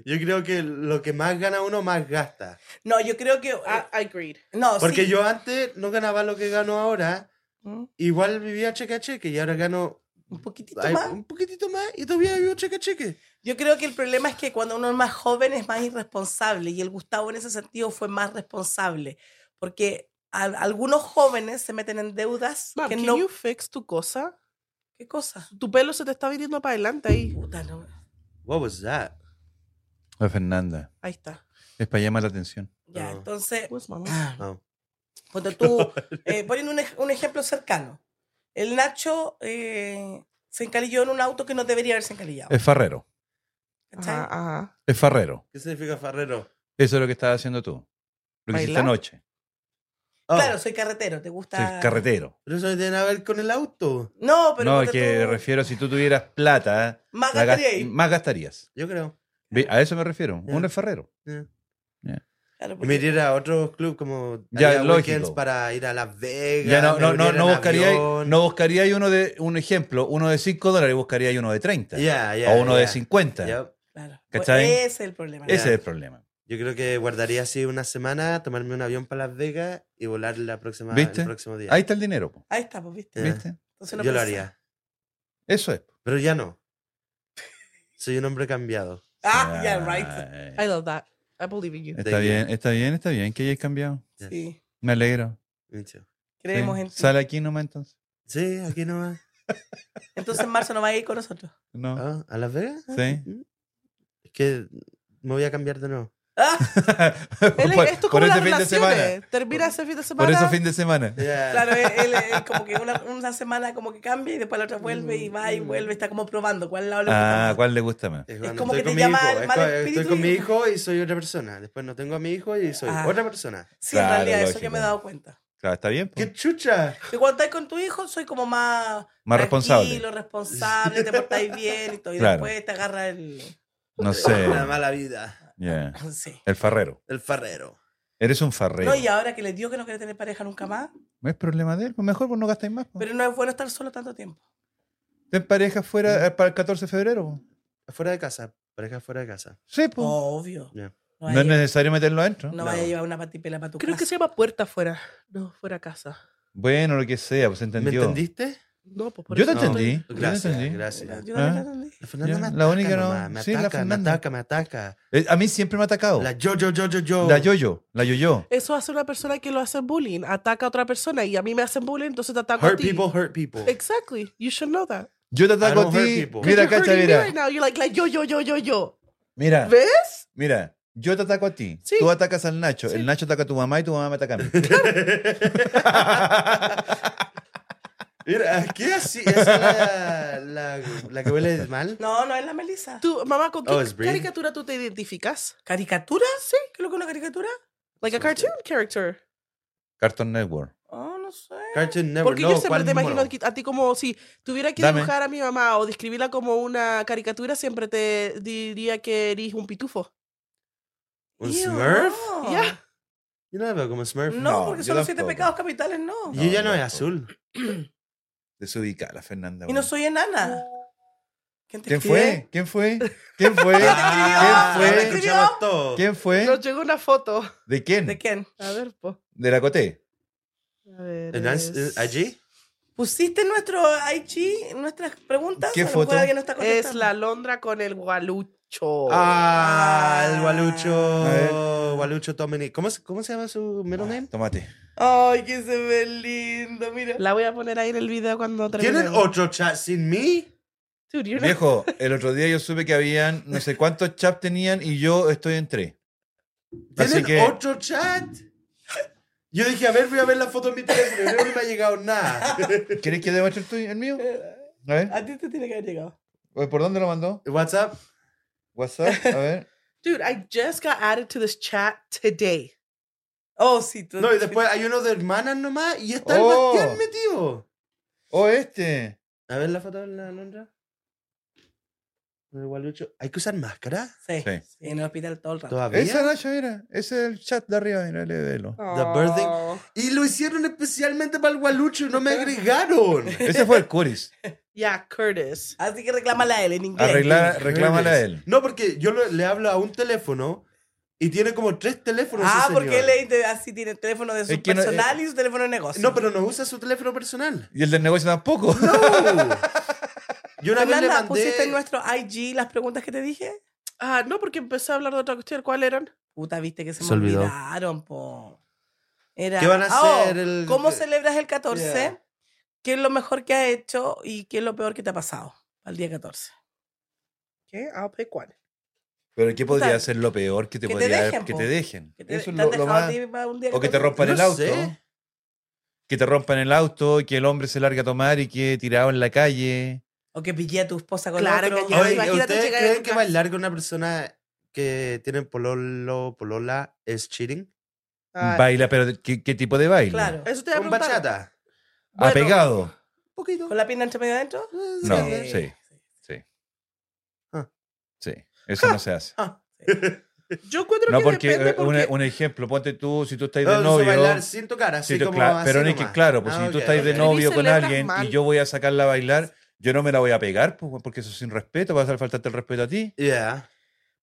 Yo creo que lo que más gana uno, más gasta.
No, yo creo que... ah,
I, Ah, I agreed.
no,
Porque
sí.
yo antes no ganaba lo que gano ahora.
Mm,
Igual vivía cheque a cheque y ahora gano
Un poquitito
ay,
más.
mm.
un poquitito más y todavía vivo cheque a cheque.
Yo creo que el problema es que cuando uno es más joven es más irresponsable y el Gustavo en ese sentido fue más responsable porque al- algunos jóvenes se meten en deudas
Mom,
que
can
no...
you fix tu cosa?
¿Qué cosa?
Tu pelo se te está viniendo para adelante ahí.
Puta, no.
What was that?
La Fernanda,
Ahí está.
es para llamar la atención.
Ya,
Ah.
entonces,
Pues, mamá.
No.
cuando tú, eh, poniendo un, ej- un ejemplo cercano, el Nacho eh, se encalilló en un auto que no debería haberse encalillado.
Es farrero,
¿cachai?
Ajá, ajá.
es farrero.
¿Qué significa farrero?
Eso es lo que estabas haciendo tú. Lo que hiciste
¿Bailar?
anoche.
Oh,
Claro, soy carretero, te gusta...
Soy carretero.
Pero eso no tiene nada que ver con el auto.
No, pero...
No, es
ponte
que
tú,
refiero si tú tuvieras plata,
Más
la gas-
gastaría ahí.
más gastarías.
Yo creo.
Ve, A eso me refiero.
Ya.
Un ferrero.
Yeah.
Claro,
Y
porque-
me iría a otros clubes como
Ya,
haría
lógico.
weekends para ir a Las Vegas.
Ya no, no,
me
no,
iría
no
en
buscaría,
avión.
no buscaría ahí uno de un ejemplo, uno de 5 dólares, buscaría ahí uno de 30.
Ya, ya,
o uno de
ya.
50.
Ya.
claro.
Pues,
¿Cachai?
Ese es el problema.
Ese
Ya.
es el problema.
Yo creo que guardaría así una semana, tomarme un avión para Las Vegas y volar la próxima,
¿Viste?
el próximo día.
Ahí está el dinero, po.
Ahí está, pues, ¿viste?
Ya.
¿viste?
Entonces no
Yo lo
pensé.
haría.
Eso es.
Pero ya no. Soy un hombre cambiado.
Ah, ya, right.
I love that. I believe in you.
Está bien, está bien, está bien que hayas cambiado.
Sí,
Me alegro.
Mucho.
creemos
Sí.
en ti.
Sale aquí nomás entonces.
Sí, aquí nomás.
Entonces marzo no va a ir con nosotros.
No.
Ah, ¿A Las Vegas?
Sí.
Es que me voy a cambiar de nuevo.
Ah,
Él es-
por
esto es
por
como
este
las
fin de semana.
relaciones. Termina ese fin de semana.
Por ese fin de semana.
claro, él, él- él como que una, una semana como que cambia y después la otra vuelve y va y vuelve, está como probando cuál lado le gusta
Ah,
más.
¿cuál le gusta más?
Es, cuando
como
estoy
que te
con mi
llama
hijo,
el
es
mal
cua-
espíritu
Estoy con
y-
mi hijo y soy otra persona. Después no tengo a mi hijo y soy
Ah.
otra persona.
Sí, en
Claro,
realidad, eso que
lógico.
me he dado cuenta.
Claro, está bien. po.
¡Qué chucha!
Que cuando estás con tu hijo, soy como más.
Más responsable.
tranquilo, responsable, te portáis bien y todo. Y
Claro.
después te agarra el.
No sé.
La mala vida.
Ya.
Sí.
El farrero.
El farrero.
Eres un farrero.
No, y ahora que le dio que no quiere tener pareja nunca más,
No es problema de él, pues mejor pues no gastáis más. Pues.
pero no es bueno estar solo tanto tiempo.
Ten pareja fuera eh, para el 14 de febrero. pues.
Afuera de casa. Pareja fuera de casa.
Sí, pues.
Obvio.
Ya.
No
no es
Oh, vaya,
necesario meterlo adentro.
no vaya a llevar una patipela para tu
Creo que
casa.
se llama puerta afuera. No, fuera casa.
Bueno, lo que sea, pues
¿Me
entendió.
entendiste?
No, pues por
Yo te
eso
No,
estoy-
entendí. yo te
Gracias,
entendí.
gracias.
Yo también
Ah.
la entendí.
La Fernanda
Ya,
me
la
ataca
única no-
nomás, me
sí, la
ataca, me
Fernanda.
ataca, me ataca.
Eh, A mí siempre me ha atacado.
La
La,
yo, yo, yo, yo, yo.
yo-yo, la yo-yo.
Eso hace una persona que lo hace bullying, ataca a otra persona y a mí me hacen bullying, entonces te ataco a
Hurt
ti.
people, hurt people.
Exactly. You should know that.
Yo te
I
ataco a
don't hurt
ti.
people.
Mira,
You're
cacha,
hurting me
mira.
right now. You're like, like, yo, yo, yo, yo, yo.
Mira,
¿Ves?
mira. Yo te ataco a ti.
Sí.
Tú atacas al Nacho.
Sí.
El Nacho ataca a tu mamá y tu mamá me ataca a mí.
Mira, ¿qué así? Esa es la, la, la que huele mal.
No, no es la Melissa.
Tú, mamá, ¿con qué
Oh, it's Brie.
caricatura tú te identificas?
¿Caricatura? Sí. ¿Qué es lo que es una caricatura?
Like a cartoon character.
Cartoon Network.
Oh, no sé.
Cartoon Network.
Porque
no,
yo siempre
¿cuál
te imagino
mono?
aquí- a ti como si tuviera que
Dame.
dibujar a mi mamá o describirla como una caricatura, siempre te diría que eres un pitufo.
¿Un
Ew,
Smurf?
No.
Ya.
Yo no la veo como Smurf.
No,
No,
porque
yo
son los siete
tampoco.
pecados capitales, no.
Y ella no
No,
es
no.
azul.
Desubicada, la Fernanda.
Y no
weón.
soy enana. ¿Quién, te
¿Quién
escribe?
fue? ¿Quién fue? ¿Quién fue?
Ah,
¿Quién
ahora
fue?
escribió?
escuchamos todo.
¿Quién fue?
Nos llegó una foto.
¿De quién?
¿De quién?
A ver, po.
¿De la Coté?
A ver.
¿El Nance-
es-
eh, ¿Allí?
¿Pusiste en nuestro IG nuestras preguntas?
¿Qué
A lo mejor
foto?
alguien no está
Es
contestando.
la alondra con el gualucho.
Ah,
Ah.
el
Oh. A
Gualucho.
ver.
Gualucho Dominic. ¿Cómo, se- ¿Cómo se llama su middle name?
Ah, Tomate.
Ay, que se ve lindo, mira.
La voy a poner ahí en el video cuando termine.
¿Tienen otro chat sin mí?
Dude, you're not-
Viejo, el otro día yo supe que habían no sé cuántos chats tenían y yo estoy en tres. Así
¿Tienen
que
otro chat? Yo dije, a ver, voy a ver la foto en mi teléfono. y No me ha llegado nada.
¿quieres que demuestre el tuyo, el mío? A ver,
A ti te tiene que haber llegado.
oye, ¿por dónde lo mandó?
WhatsApp.
WhatsApp, a ver.
Dude, I just got added to this chat today.
Oh, sí, tú.
No, y después hay uno de hermanas nomás y está el
Oh.
Bastián metido.
Oh, este.
A ver la foto de la Alondra. De Gualucho. ¿Hay que usar máscara?
Sí.
Sí.
En el hospital todo el rato.
¿Todavía?
Esa Nacho, mira, ese es el chat de arriba, mira, le velo.
The birthday-
Oh.
Y lo hicieron especialmente para el Gualucho y no me agregaron.
Ese fue el Curis.
Yeah, Curtis.
Así que reclámala a él en inglés.
Arregla, reclámala a él.
No, porque yo lo- le hablo a un teléfono y tiene como tres teléfonos.
Ah,
ese
porque
señor.
él es- así tiene el teléfono de su
Es que no-
personal y su teléfono de negocio.
No, pero no usa su teléfono personal.
Y el del negocio tampoco.
¡No! Yo una vez le
Fernanda,
mandé...
¿pusiste en nuestro IG las preguntas que te dije?
Ah, no, porque empecé a hablar de otra cuestión. ¿Cuál eran?
Puta, viste que se,
Se
me
olvidó.
olvidaron, po. Era,
¿Qué van a
Ah, oh,
hacer el-
¿Cómo
que-
celebras el 14?
Yeah.
¿Qué es lo mejor que has hecho y qué es lo peor que te ha pasado al día 14?
Okay, I'll pick one.
Pero ¿qué podría
Puta,
ser lo peor que
que
te
te
podría
dejen,
que
po.
te dejen?
¿Que te,
Eso es
te han
lo, lo
dejado a
más.
ti para un día
O que
14?
te rompan el
No
auto.
sé.
Que te rompan el auto, que el hombre se larga a tomar y que tirado en la calle.
O que pillé a tu esposa con
Claro,
otro.
que ya-
Oye,
imagínate
¿ustedes
llegar a
creen
tu
que
casa.
bailar con una persona que tiene pololo, polola, es cheating?
Ah,
Baila, pero ¿qué, qué tipo de baile?
Claro.
Eso te voy a
¿Con
preguntar.
bachata?
Bueno,
¿Apegado?
Un poquito.
¿Con la pierna entre medio adentro?
No,
Sí.
sí. Sí.
Ah.
Sí. Eso no se hace.
Yo encuentro
No,
que
porque,
depende
eh, un,
porque...
un ejemplo, ponte tú, si tú estás de
No, no sé bailar
novio.
sin tocar, así
si tú-
como
cla-
así
pero no es que,
nomás.
claro, pues
Ah,
si tú
ok,
estás de
ok.
novio con
celebras
alguien
mal.
y yo voy a sacarla a bailar, yo no me la voy a pegar, pues, weón, porque eso es sin respeto, vas a faltarte el respeto a ti.
Yeah,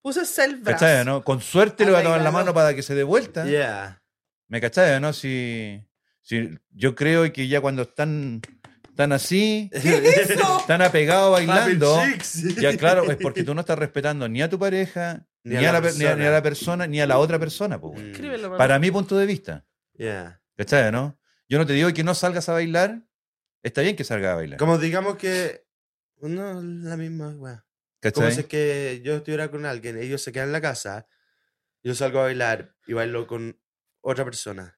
Puse self-brass.
¿Cachai, no? Con suerte le voy a tomar la
Arreglado.
mano para que se dé vuelta.
yeah.
¿Me cachai, no? Si, si yo creo que ya cuando están, están así, están apegados bailando,
Papi Chicks.
ya claro, es porque tú no estás respetando ni a tu pareja, ni, a, la, per- ni a- ni a la persona, ni a la otra persona. pues, weón.
Mm,
Escríbelo, mamá.
Para mi punto de vista.
yeah.
¿Cachai, no? Yo no te digo que no salgas a bailar. Está bien que salgas a bailar.
Como digamos que... No, la misma, weá. Como
¿Cachai?
si es que yo estuviera con alguien, ellos se quedan en la casa, yo salgo a bailar y bailo con otra persona.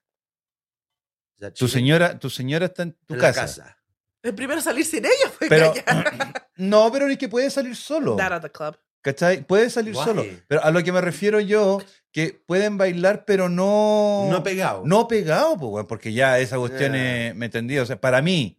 Is that
Tu
cheating?
señora, tu señora está en tu
En la
casa.
casa.
El primero salir sin ella fue
Pero
callar.
no, pero es que puede salir solo.
That at the club.
¿Cachai? Puede salir
Guay.
solo. Pero a lo que me refiero yo, que pueden bailar, pero no.
No pegado.
No pegado, pues, weón, porque ya esa cuestión
Yeah.
es- ¿me entendí? O sea, para mí,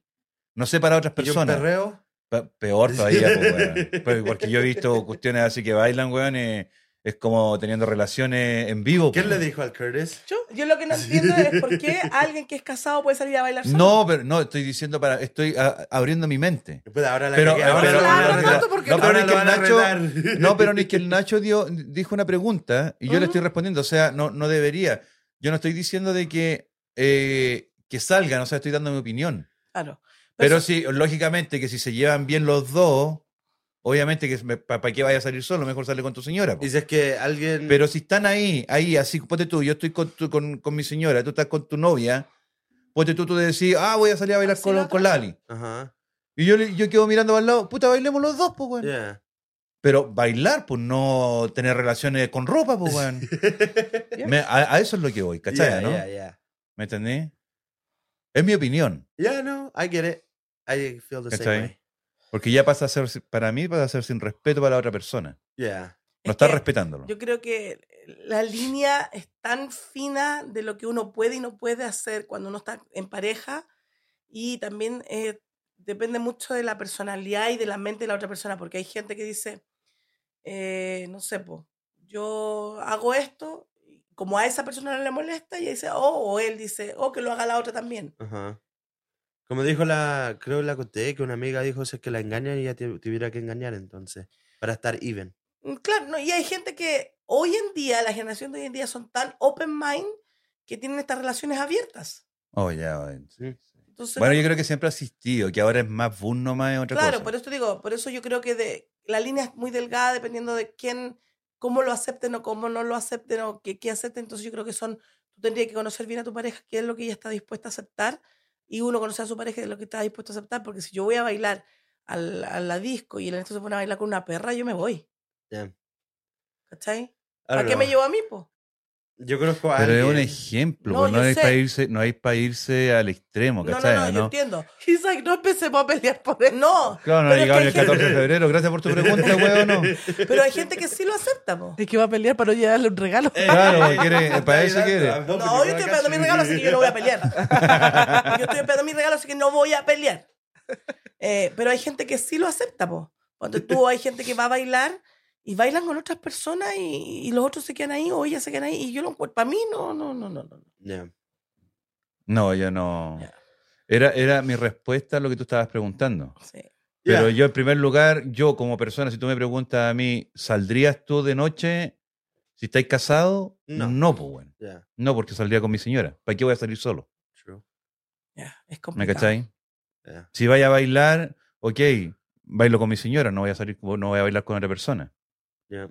no sé para otras
Y yo
personas.
perreo.
Pe- Peor todavía, pues, weón. Pues, Porque yo he visto cuestiones así que bailan, weón, eh, es como teniendo relaciones en vivo.
¿Quién le
pues, weón.
dijo al Curtis?
Yo, yo lo que no entiendo es por qué alguien que es casado puede salir a bailar solo.
No, pero no, estoy diciendo para, estoy a- abriendo mi mente.
Pues ahora la
Pero,
cagué,
pero-
ahora
pero-
la van
claro,
a
pero-
arreglar.
tanto porque
no, pero
Ahora
es
lo
que el
van a
Nacho,
arreglar.
no, pero es que el Nacho dio, dijo una pregunta y yo le estoy respondiendo, o sea, no, no debería. Yo no estoy diciendo de que, eh, que salgan, o sea, estoy dando mi opinión.
Claro.
Pero
eso-
sí, lógicamente que si se llevan bien los dos, obviamente que para qué vaya a salir solo, mejor sale con tu señora. po.
Y si es que
Mm.
alguien.
Pero si están ahí, ahí, así, ponte tú, yo estoy con, tu- con, con mi señora, tú estás con tu novia, ponte tú, tú te decís, ah, voy a salir a bailar
Así
con,
la
con
otra.
Lali.
Ajá.
Y yo, le- yo quedo mirando para el lado, puta, bailemos los dos, pues, weón.
Yeah.
Pero bailar, pues no tener relaciones con ropa, pues, weón. Me- a, a eso es lo que voy, ¿cachai?
Yeah,
¿no?
yeah, yeah.
¿Me entendí? Es mi opinión.
Yeah, no, I get it. I feel the
¿Cachai?
same way.
Porque ya pasa a ser, si- para mí, pasa a ser sin respeto para la otra persona.
Yeah.
Es
No estás
que
respetándolo.
Yo creo que la línea es tan fina de lo que uno puede y no puede hacer cuando uno está en pareja y también eh, depende mucho de la personalidad y de la mente de la otra persona, porque hay gente que dice, eh, no sé, po, yo hago esto, y como a esa persona no le molesta, y dice, oh, o él dice, oh, que lo haga la otra también.
Ajá. Como dijo la. Creo la conté que una amiga dijo: si es que la engañan, ella te, tuviera que engañar entonces. Para estar even.
Mm, Claro, no, y hay gente que hoy en día, la generación de hoy en día son tan open mind que tienen estas relaciones abiertas.
Oh, ya, weón.
Sí.
Entonces,
Bueno, yo creo que siempre ha asistido, que ahora es más boom nomás es otra
Claro,
cosa.
por eso te digo, por eso yo creo que de, la línea es muy delgada dependiendo de quién, cómo lo acepten o cómo no lo acepten o qué, qué acepten. Entonces yo creo que son, tú tendrías que conocer bien a tu pareja, qué es lo que ella está dispuesta a aceptar y uno conocer a su pareja de lo que está dispuesto a aceptar, porque si yo voy a bailar al- a la disco y el Ernesto se pone a bailar con una perra, yo me voy.
Damn.
¿Cachai?
I
¿Para
don't
qué me
know.
llevó a mí, po?
Yo conozco a
Pero es un
alguien-
ejemplo,
No,
pues, no,
yo
hay
sé.
para irse, no hay para irse al extremo,
No, no,
¿cachai?
no, yo
¿no?
entiendo.
Isaac, no empecemos a pelear por eso.
No,
Claro, no
Pero es que
llegado ni el
hay gente-
14 de febrero. Gracias por tu pregunta, weón. No.
pero hay gente que sí lo acepta, po.
Es que va a pelear para no llevarle un regalo.
Claro, quiere- eh, para eso quiere.
No, yo estoy esperando mi regalo, así que yo no voy a pelear. yo estoy esperando mi regalo, así que no voy a pelear. Eh, pero hay gente que sí lo acepta, po. Cuando tú hay gente que va a bailar y bailan con otras personas y, y los otros se quedan ahí o ellas se quedan ahí y yo lo encuentro. Para mí, no, no, no, no. no.
Yeah.
No, yo no.
Ya.
Era, era mi respuesta a lo que tú estabas preguntando.
Sí.
Pero
Yeah.
yo, en primer lugar, yo como persona, si tú me preguntas a mí, ¿saldrías tú de noche si estáis casado?
No.
No, pues, bueno.
Yeah,
No, porque saldría con mi señora. ¿Para qué voy a salir solo?
true.
Ya, es
¿Me
complicado.
cacháis?
Yeah.
Si vaya a bailar, ok, bailo con mi señora, no voy a salir, no voy a bailar con otra persona.
Yeah.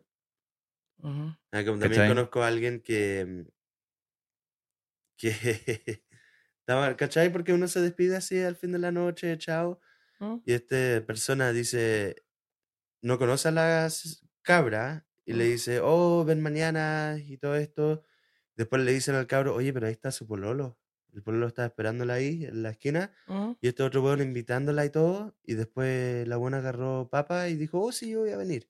Ujú.
Ah, como
¿Cachai?
también conozco a alguien que. mm, que. estaba, ¿cachai? Porque uno se despide así al fin de la noche, chao.
¿Mm?
Y esta persona dice. No conoce a las cabra y le
Mm.
dice, oh, ven mañana y todo esto. Después le dicen al cabro, oye, pero ahí está su pololo. El pololo está esperándola ahí en la esquina.
¿Mm?
Ujú.
Y este otro weón invitándola y todo. Y después la buena agarró papa y dijo, oh, sí, yo voy a venir.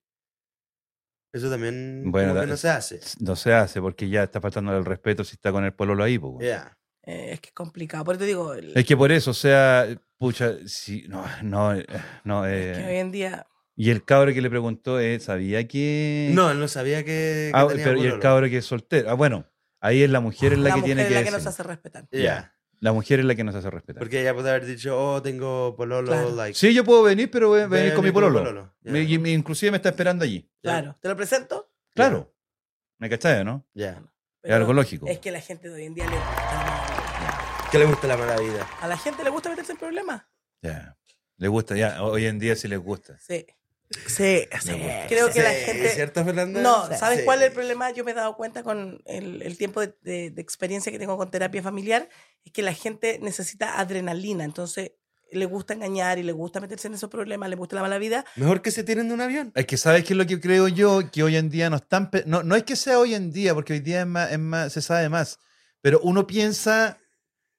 Eso también como
Bueno,
que
da-
no se hace.
No se hace porque ya está faltando el respeto si está con el pololo ahí, pues. bueno.
Yeah.
Eh, es que es complicado. Por eso te digo, el-
Es que por eso, o sea, pucha, si no, no, eh, no.
es que
eh,
hoy en día.
Y el cabro que le preguntó, eh, ¿sabía que...?
No, él no sabía que, que
Ah,
tenía
pero, y el
pololo.
cabro que es soltero. Ah, bueno, ahí es la mujer es la,
la
que
mujer
tiene
es
que
la que nos
decir.
hace respetar.
Yeah.
Ya. La mujer es la que nos hace respetar.
Porque ella puede haber dicho, oh, tengo pololo,
Claro.
like...
Sí, yo puedo venir, pero voy a
voy a
venir con mi
venir con mi
pololo.
pololo, ya.
Me- y me- inclusive me está esperando allí.
Ya.
Claro. ¿Te lo presento?
Claro. ¿Me cachai, no?
Yeah.
Pero
es algo lógico.
Es que la gente de hoy en día le gusta.
Que le gusta la mala vida.
A la gente le gusta meterse en problemas.
Ya. Le gusta, ya. Hoy en día sí les gusta.
Sí.
Sí, sí.
Creo que la
Sí,
gente.
¿Cierto, Fernanda?
No, ¿sabes
Sí.
cuál es el problema? Yo me he dado cuenta con el, el tiempo de, de- de experiencia que tengo con terapia familiar, es que la gente necesita adrenalina, entonces le gusta engañar y le gusta meterse en esos problemas, le gusta la mala vida.
Mejor que se tiren de un avión.
Es que sabes que es lo que creo yo, que hoy en día no están... pe- No, no es que sea hoy en día, porque hoy día es más, es más- se sabe más, pero uno piensa,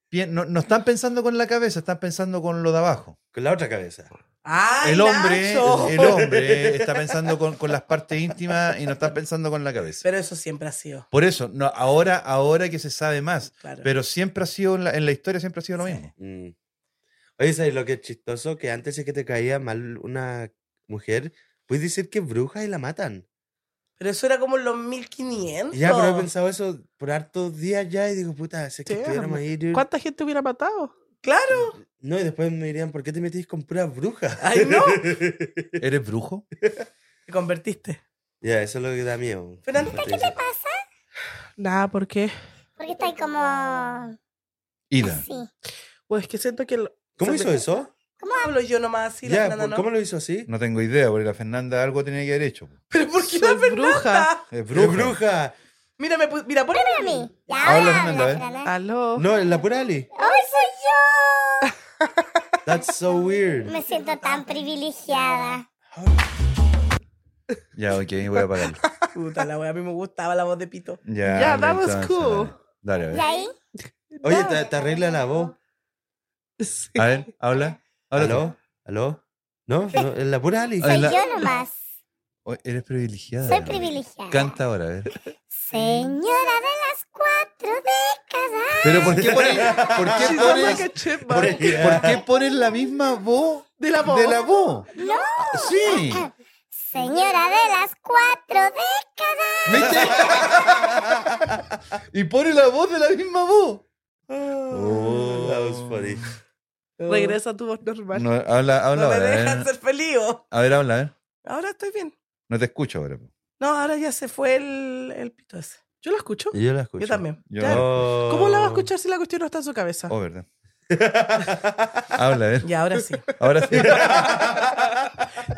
pi- no, no están pensando con la cabeza, están pensando con lo de abajo.
Con la otra cabeza.
¡Ay,
El hombre,
Nacho!
el hombre está pensando con, con las partes íntimas y no está pensando con la cabeza.
Pero eso siempre ha sido,
Por eso, no, ahora, ahora que se sabe más,
claro.
pero siempre ha sido, en la, en la historia siempre ha sido lo
Sí.
mismo.
Mm. Oye, ¿sabes lo que es chistoso? Que antes de que te caía mal una mujer, puedes decir que es bruja y la matan.
Pero eso era como en los 1500.
Ya, pero he pensado eso por hartos días ya y digo, puta, si es que
Sí,
estuviéramos ahí, dude.
¿Cuánta gente hubiera matado?
Claro.
No, y después me dirían, ¿por qué te metís con puras brujas?
Ay, no.
¿Eres brujo?
Te convertiste.
Ya, eso es lo que da miedo.
Fernanda,
Lo que dicen.
Nada, ¿por qué?
Porque está ahí como
Ida.
así.
Pues es que siento que el-
¿Cómo
se
hizo
me-
eso?
hablo yo nomás así, la
Ya,
Fernanda
¿por-
no?
¿Cómo lo hizo así?
No tengo idea, porque la Fernanda algo tenía que haber hecho.
¿Pero por qué
Soy
la Fernanda?
bruja.
Es
¡Bruja!
bruja.
bruja!
Mira, me pus- mira, ponme a mí.
Ahora la Fernanda, ¿eh?
Aló.
No, en la pura Ali.
¡Hoy soy
That's so
yo!
weird.
Me siento tan privilegiada.
Ya, ok, voy a apagarlo.
Puta la wea, a mí me gustaba la voz de Pito.
Ya,
Ya,
dale,
that was
entonces,
cool.
Dale,
¿Y
dale, a ver.
ahí?
Oye, te, te arregla la voz.
Sí.
A ver, habla. Habla tú.
¿Aló? ¿Aló? ¿No? no en la pura Ali.
Ay,
Soy
la-
yo nomás.
Oh, eres privilegiada.
Soy privilegiada.
Canta ahora, a ver.
Señora de las cuatro décadas.
Pero ¿por qué pones, por qué
She's
pones-
like a chipmunk.
por- por qué pones la misma voz
De la voz.
de la voz?
No.
Sí.
Señora de las cuatro décadas.
¿Viste? y pone la voz de la misma voz.
Oh, that was funny.
Regresa a tu voz normal.
No, ¿eh? habla, habla
No me
ahora. a ver.
dejan ser feliz. oh.
A ver, habla, a ver.
Ahora estoy bien.
No te escucho ahora. po.
No, ahora ya se fue el, el Pito ese.
Yo la escucho.
Y Yo la escucho.
Yo también.
Yo
Ya.
no.
Oh.
¿Cómo la va a escuchar si la cuestión no está en su cabeza?
Oh, verdad. habla, a ver.
Ya, ahora sí.
Ahora sí.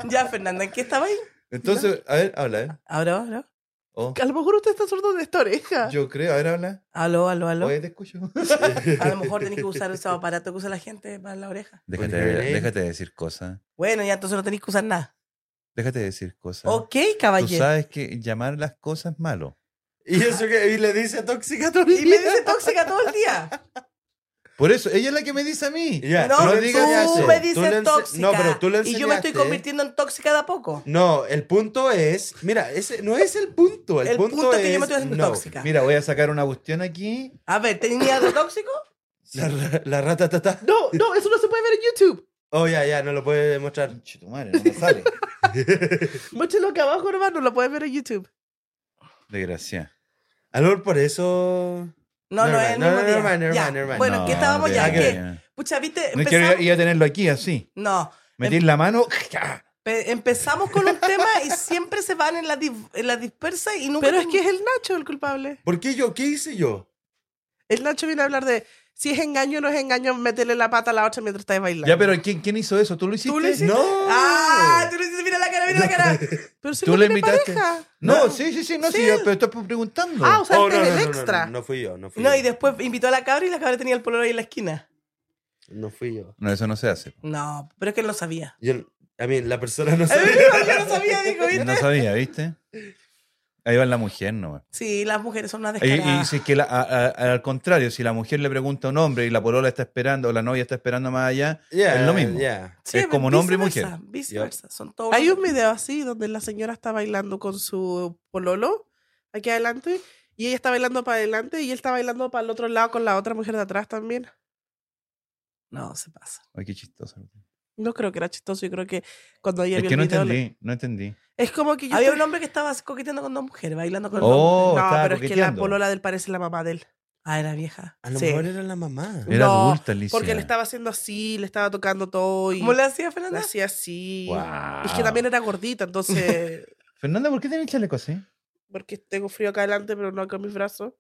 Ya, Fernanda, ¿en qué estaba ahí?
Entonces, a ver, habla, a ver.
Ahora, ahora.
Oh,
A lo mejor usted está sordo de esta oreja.
yo creo, a ver, habla.
Aló, aló, Ah. aló.
Oye, te escucho.
A lo mejor tenés que usar ese aparato que usa la gente para la oreja.
Déjate,
Oye.
déjate decir cosas.
Bueno, ya entonces no tenés que usar nada.
Déjate decir cosas.
Ok,
Tú
caballero.
sabes que llamar las cosas es malo.
Y eso que y le dice tóxica todo el
Y me
día.
dice tóxica todo el día.
Por eso, ella es la que me dice a mí.
Ya,
No,
tú
tú
le enseñaste,
me
tú le
dices
ense-
tóxica.
No, pero tú le
y yo me estoy
enseñaste. ¿eh?
convirtiendo en tóxica de a poco.
No, el punto es, mira, ese no es el punto, el,
El, punto, es que yo me estoy haciendo
no.
tóxica.
Mira, voy a sacar una cuestión aquí.
A ver, ¿tenía algo tóxico?
La, ra- la rata tata.
No, no, eso no se puede ver en YouTube.
Oh, ya, ya, no lo puede demostrar.
Che, tu madre, no me sale.
Muéchelo acá abajo, hermano, lo puedes ver en YouTube.
Desgracia.
A lo mejor por eso.
No, no,
Never
es el
mind, no,
mismo
no,
día.
never mind, never
Ya.
mind, never mind.
Bueno, ¿en ¿qué estábamos ya?
ya,
Que, pucha, viste,
No es que
empezamos,
iba a tenerlo aquí así.
no,
Metí la mano.
pe- empezamos con un tema y siempre se van en la, dis- en la dispersa y nunca...
Pero es
term-
que es el Nacho el culpable.
¿Por qué yo? ¿Qué hice yo?
El Nacho viene a hablar de si es engaño o no es engaño, métele la pata a la otra mientras estáis bailando.
Ya, pero ¿quién, quién hizo eso? ¿Tú lo hiciste?
¿Tú lo hiciste?
No. Oh.
¡Ah! Tú le dices, mira la cara, mira la cara.
Pero si
¿Tú
no
le
tiene
invitaste?
pareja.
No,
No.
sí, sí, sí, no,
Sí.
sí, yo- pero estoy preguntando.
Ah, o sea,
Oh,
este
no,
es
no,
el
no, no,
extra.
no, no fui yo, no fui
No,
yo.
y después invitó a la cabra y la cabra tenía el pololo ahí en la esquina.
No fui yo.
No, eso no se hace.
No, pero es que él no sabía.
Yo- a mí, la persona no
A ver,
sabe.
yo no sabía, dijo, ¿viste?
No sabía, ¿viste? Ahí va la mujer nomás.
Sí, las mujeres son unas
Y, y
descaradas.
si es que la- a- a- al contrario, si la mujer le pregunta a un hombre y la polola está esperando o la novia está esperando más allá,
Ya,
es lo mismo.
ya.
Sí,
es como un hombre y
viceversa,
mujer.
Viceversa, son todos.
Hay un
hombres.
video así donde la señora está bailando con su pololo aquí adelante y ella está bailando para adelante y él está bailando para el otro lado con la otra mujer de atrás también.
No, se pasa.
Ay, qué chistoso.
No creo que era chistoso, yo creo que cuando ella
Es
vio
que
el
no
video le-
entendí, no entendí.
es como que yo
Había
estoy-
un hombre que estaba coqueteando con dos mujeres, bailando con dos.
Oh,
No,
estaba
pero es que la
coqueteando.
polola del parece la mamá de él.
Ah, era vieja.
A lo
Sí.
mejor era la mamá.
Era
No,
adulta, Alicia.
Porque le estaba haciendo así, le estaba tocando todo y
¿Cómo le hacía
le
Fernanda?
hacía así.
Guau.
Es que también era gordita, entonces
Fernanda, ¿por qué tiene el chaleco así?
porque tengo frío acá adelante, pero no acá en mis brazos.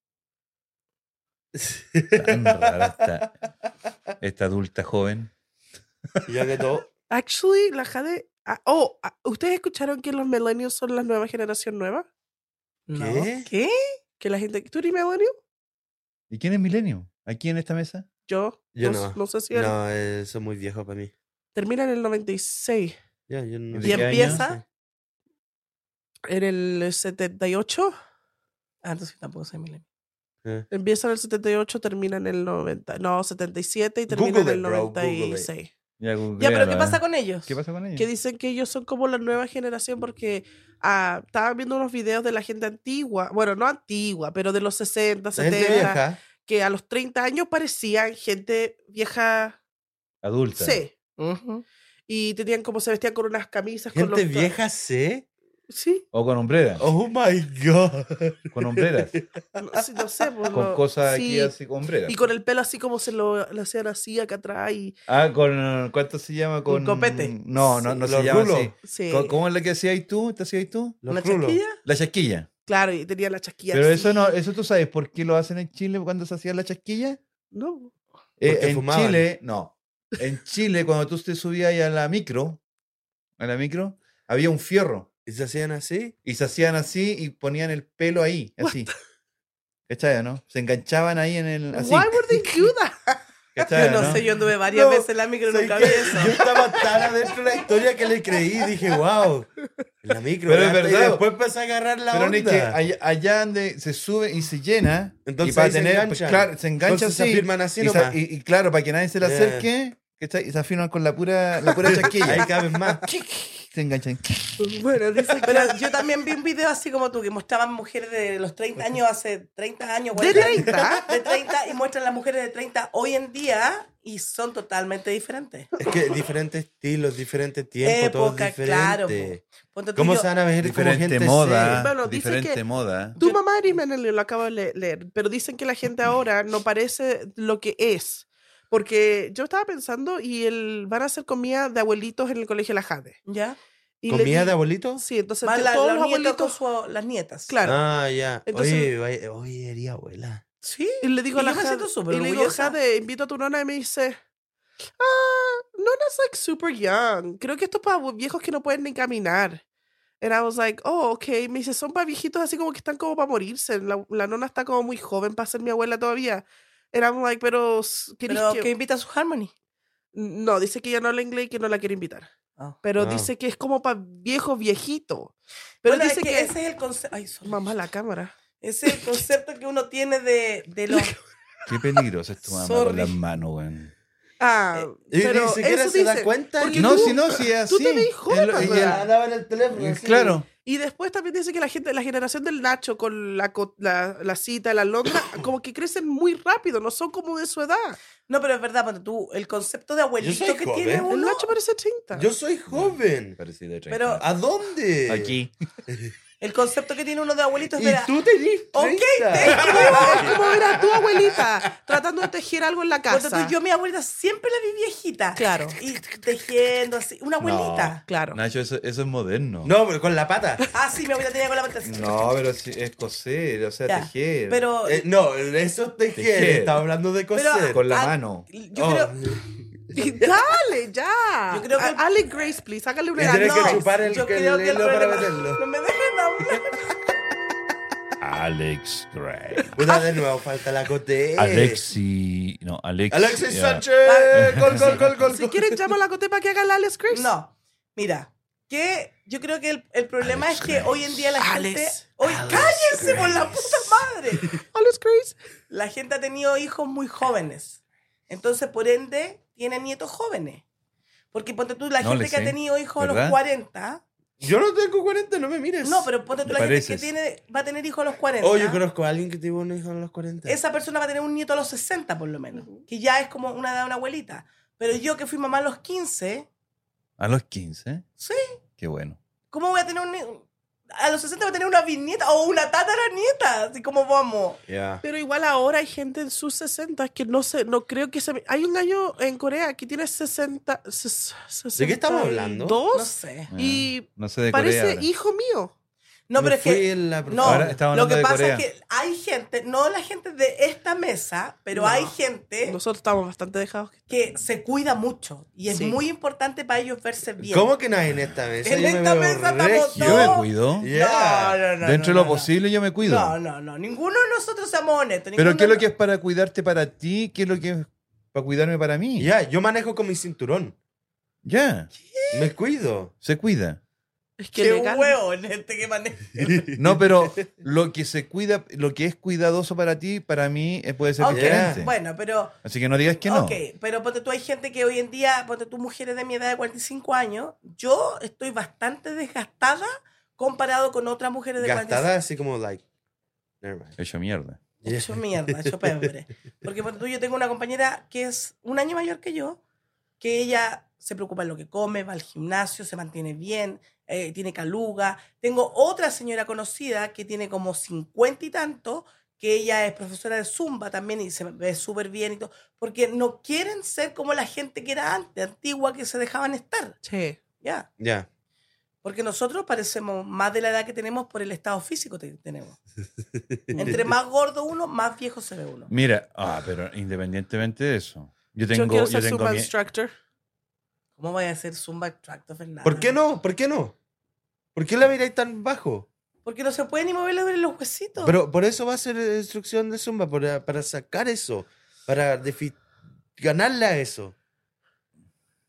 Tan rara esta, esta adulta joven.
Y yo que todo.
Actually, la Jade. ah, oh, ah, ¿ustedes escucharon que los millennials son la nueva generación nueva?
No.
¿Qué?
¿Qué?
Que la gente. ¿Tú eres millennial?
¿Y quién es Milenio? ¿Aquí en esta mesa?
Yo.
Yo
no,
no.
no sé si él-
No, eso es muy viejo para mí.
termina en el 96.
Ya, yo no
¿Y
sé.
¿Y
qué año?
empieza?
En el 78.
Ah, entonces yo tampoco soy milenio.
Eh.
Empieza en el 78, termina en el 90. No, 77 y termina
Google
en
it,
el
bro, Google it.
96.
Ya,
Ya, pero ¿qué
googlealo,
pasa
eh.
con ellos?
¿Qué pasa con ella?
que dicen que ellos son como la nueva generación porque ah, estaba viendo unos videos de la gente antigua, bueno, no antigua, pero de los 60,
La gente
70,
vieja.
que a los 30 años parecían gente vieja,
Adulta.
sí,
Ujú.
y tenían como se vestían con unas camisas con
Gente
los tra-
vieja, ¿sí?
Sí,
O con hombreras.
Oh my god.
Con hombreras.
no, sí, no sé, pues,
con
lo-
cosas
sí,
aquí así con hombreras.
Y con el pelo así como se lo, lo hacían así acá atrás y
Ah, con. ¿Cuánto se llama? Con.
Con copete.
No, no, no
Sí,
se
los
llama
rulos.
así.
sí,
Co- ¿Cómo es la que hacías tú? ¿Te hacías tú?
Los
¿Una
rulos.
chasquilla?
La chasquilla.
claro, y tenía la chasquilla
Pero eso
así.
no, eso tú sabes por qué lo hacen en Chile cuando se hacía la chasquilla.
No,
Eh,
Porque
en
fumaban.
Chile, no. En Chile, cuando tú te subías ahí a la micro, a la micro, había un fierro.
¿Y se hacían así?
Y se hacían así y ponían el pelo ahí, así. ¿Cachai, o no? Se enganchaban ahí en el. Así.
Why would they do that?
¿Cachai,
yo
o
no,
no?
sé, yo anduve varias
No,
veces en la micro y
¿Sabes
nunca
qué?
vi eso.
Yo estaba tan adentro de la historia que le creí y dije, wow, la micro.
Pero es
¿verdad?
verdad.
Y después empecé a agarrar la
Pero
onda.
ni que allá, allá donde se sube y se llena,
Entonces
y para
ahí se
tener, pues,
enganchan.
claro, se engancha
Entonces se
así.
firman así
y, sa-
nomás.
y- y claro, para que nadie se le
Ya.
acerque, ¿cachai? Y se afirman con la pura, la pura
Ahí
chasquilla.
cada vez más.
se enganchan.
Bueno, dice que...
Pero yo también vi un video así como tú, que mostraban mujeres de los 30 años, hace 30 años.
¿De
40 años,
30?
De 30, y muestran las mujeres de 30 hoy en día y son totalmente diferentes.
Es que diferentes estilos, diferentes tiempos, todo
Época,
es diferente.
claro, po. Ponte tú,
¿Cómo
yo-
se van a ver como gente
Diferente
seria?
moda.
Bueno, dice
diferente
que-
moda.
Tu mamá eres Manelio, lo acabo de le- leer, pero dicen que la gente ahora no parece lo que es. Porque yo estaba pensando y el, van a hacer comida de abuelitos en el colegio La Jade.
¿Ya?
Y le
¿Comida
di-
de abuelito?
Sí, entonces
Van
te-
la-
todos
los
los
nietos con
abuelitos.
su- las nietas.
Claro.
Ah, ya.
Entonces-
oye, vaya- oye, eres abuela.
Sí.
Y le digo a
Y
la
yo me
Jade,
siento súper
y le digo,
orgullosa.
Jade, invito a tu nona y me dice, ah, nona's like super young. Creo que esto es para abue- viejos que no pueden ni caminar. And I was like, oh, okay. Me dice, son para viejitos así como que están como para morirse. La, la nona está como muy joven para ser mi abuela todavía. And I'm like, pero... s- ¿querés
Pero
que-"
que invita a su Harmony.
No, dice que ya no habla inglés y que no la quiere invitar.
Ah.
Pero
Ah.
dice que es como para viejos viejitos. Pero
Bueno, es
dice que...
ese es el concepto. Ay, sorry.
Mamá, la cámara.
Ese es el concepto que uno tiene de, de los.
Qué peligroso es tu mamá con
Sorry.
las manos, weón.
Ah,
Eh, Y
pero
ni siquiera
eso
se da
dice.
cuenta.
porque
y-
No,
tú-
si no, si es así.
tú te ves joven,
Es lo-
pues,
ella-
Ella daba en el teléfono. así.
Mm, Claro.
Y después también dice que la gente, la generación del Nacho con la, co- la, la cita, la Londra, como que crecen muy rápido, no son como de su edad.
No, pero es verdad, porque tú, el concepto de abuelito
soy
que
joven.
tiene
El
El
uno.
Nacho parece 30.
Yo soy joven.
Parecido de
Pero-
30.
¿A dónde?
aquí.
El concepto que tiene uno de abuelito es
Y
de.
tú tenés.
Ok,
30.
Es como ver a tu abuelita tratando de tejer algo en la
Cuando
casa.
tú- yo mi abuelita siempre la vi viejita.
Claro.
Y tejiendo así. Una abuelita.
Claro.
Nacho, eso, eso es moderno.
No, pero con la pata.
Ah, sí, mi abuelita tenía con la pata así.
No, pero si es coser, o sea,
Ya,
tejer.
Pero.
Eh, no, eso es tejer.
Tejer.
Estaba hablando de
Pero-
coser.
con la
ah,
mano.
Yo
Oh,
creo.
Dale, ya.
Yo creo que-
A- Ale Grace, please, hágale
Y
una
tiene
Grace.
que chupar el,
yo
el
creo que el
hilo para
problema-
meterlo.
No me dejen hablar.
Alex Gray.
Puta, de nuevo falta la cote.
Alexi. No, Alex.
Eh. Alexis
ya.
Sánchez.
Ah,
Gol, gol, gol, gol.
Si quieren, llama a la Cote para que haga la Alex Grace.
No. Mira, que yo creo que el, el problema
Alex
es que
Grace.
hoy en día la
Alex.
gente. Hoy, ¡Cállense por la puta madre!
Alex Grace.
La gente ha tenido hijos muy jóvenes. Entonces, por ende, tiene nietos jóvenes. Porque ponte tú, la
No
gente
le
que ha
sé,
tenido hijos a los
¿verdad?
40.
Yo no tengo 40, no me mires.
No, pero ponte tú,
Me
la
pareces.
gente que tiene, va a tener hijos a los 40.
Oh, yo conozco a alguien que tuvo un hijo a los 40.
Esa persona va a tener un nieto a los 60, por lo menos. Que ya es como una edad de una abuelita. Pero yo que fui mamá a los 15,
A los 15.
Sí.
Qué bueno.
¿cómo voy a tener un ni- A los 60 voy a tener una bisnieta o una tatara-nieta. Así como vamos.
Ya.
Pero igual ahora hay gente en sus 60 que no sé, no creo que se... Hay un gallo en Corea que tiene 60... ses-
¿De qué estamos hablando?
62,
No sé.
Y
Eh, no sé de
parece
Corea. ahora.
hijo mío.
No,
Me
pero es
fui
que.
en la
No,
Ahora estamos
lo
hablando
que
de
pasa
Corea.
es que hay gente, no la gente de esta mesa, pero
No.
hay gente
Nosotros estamos bastante dejados.
que se cuida mucho y es
Sí.
muy importante para ellos verse bien.
¿Cómo que no hay en esta mesa?
En
Yo me
esta
veo
mesa estamos
regio.
Yo
no.
me cuido.
No,
Yeah.
no, no, no,
Dentro de lo
no, no.
posible yo me cuido.
No, no, no. Ninguno de nosotros somos honestos.
Pero
ninguno
¿qué es lo
no-
que es para cuidarte para ti? ¿Qué es lo que es para cuidarme para mí?
Ya, yo manejo con mi cinturón.
Ya,
Me cuido.
se cuida.
Es que
Qué
legal.
huevo en este que maneja.
No, pero lo que se cuida, lo que es cuidadoso para ti, para mí eh, puede ser
Ok,
diferente.
Bueno, pero.
Así que no digas que no.
Ok, pero ponte tú, hay gente que hoy en día, ponte tú, mujeres de mi edad de 45 años, yo estoy bastante desgastada comparado con otras mujeres de
Gastada así como like. Never mind.
Hecho mierda.
Yeah.
Hecho mierda, hecho pebre. Porque ponte tú, yo tengo una compañera que es un año mayor que yo, que ella se preocupa en lo que come, va al gimnasio, se mantiene bien, eh, tiene caluga. Tengo otra señora conocida que tiene como 50 y tanto, que ella es profesora de Zumba también y se ve súper bien y todo. Porque no quieren ser como la gente que era antes, antigua, que se dejaban estar.
Sí.
Ya.
Ya.
Porque nosotros parecemos más de la edad que tenemos por el estado físico que tenemos. Entre más gordo uno, más viejo se ve uno.
Mira, ah, pero independientemente de eso,
Yo
yo
tengo,
quiero
yo
ser
tengo
Zumba
mi-
Instructor.
¿Cómo vaya a ser Zumba Extracto, Fernanda?
¿Por qué no? ¿Por qué no? ¿Por qué la miráis tan bajo?
Porque no se puede ni mover los- los huesitos.
Pero por eso va a ser eh, instrucción de Zumba, para, para sacar eso, para defi- ganarla eso.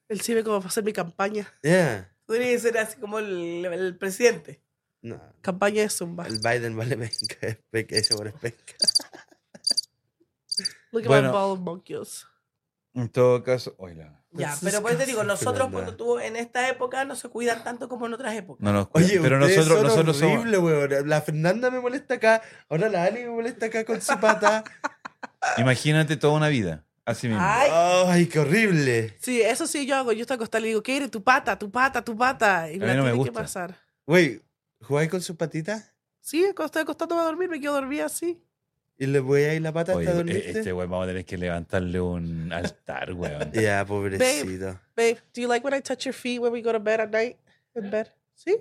Él sí ve cómo va a ser mi campaña.
Yeah.
Podría ser así como el, el presidente.
No,
Campaña de Zumba.
el Biden vale penca, es penca, ese bueno es penca.
Look at
Bueno.
my ball monkeys.
En todo caso, oíla.
Ya,
Entonces,
pero pues te digo,
casi,
nosotros
Fernanda.
cuando tú en esta época no se cuidan tanto como en otras épocas.
No nos cuida.
Oye,
pero
ustedes
nosotros,
son
nosotros somos.
horrible, weón. La Fernanda me molesta acá, ahora la Ali me molesta acá con su pata.
Imagínate toda una vida. Así mismo.
Ay,
Ay, qué horrible.
Sí, eso sí yo hago. Yo estoy acostada y le digo, ¿qué eres? Tu pata, tu pata, tu pata. Y
A mí
me la
no me
tiene que
gusta.
pasar.
Güey, ¿jugáis con su patita?
Sí, cuando estoy acostado a dormir, me quedo dormida así.
¿Y le voy a ir la pata
Oye,
hasta
e-
dormirte?
este weón vamos a tener que levantarle un altar, weón.
Ya, pobrecito.
Babe, do you like when I touch your feet when we go to bed at night? In bed. Sí.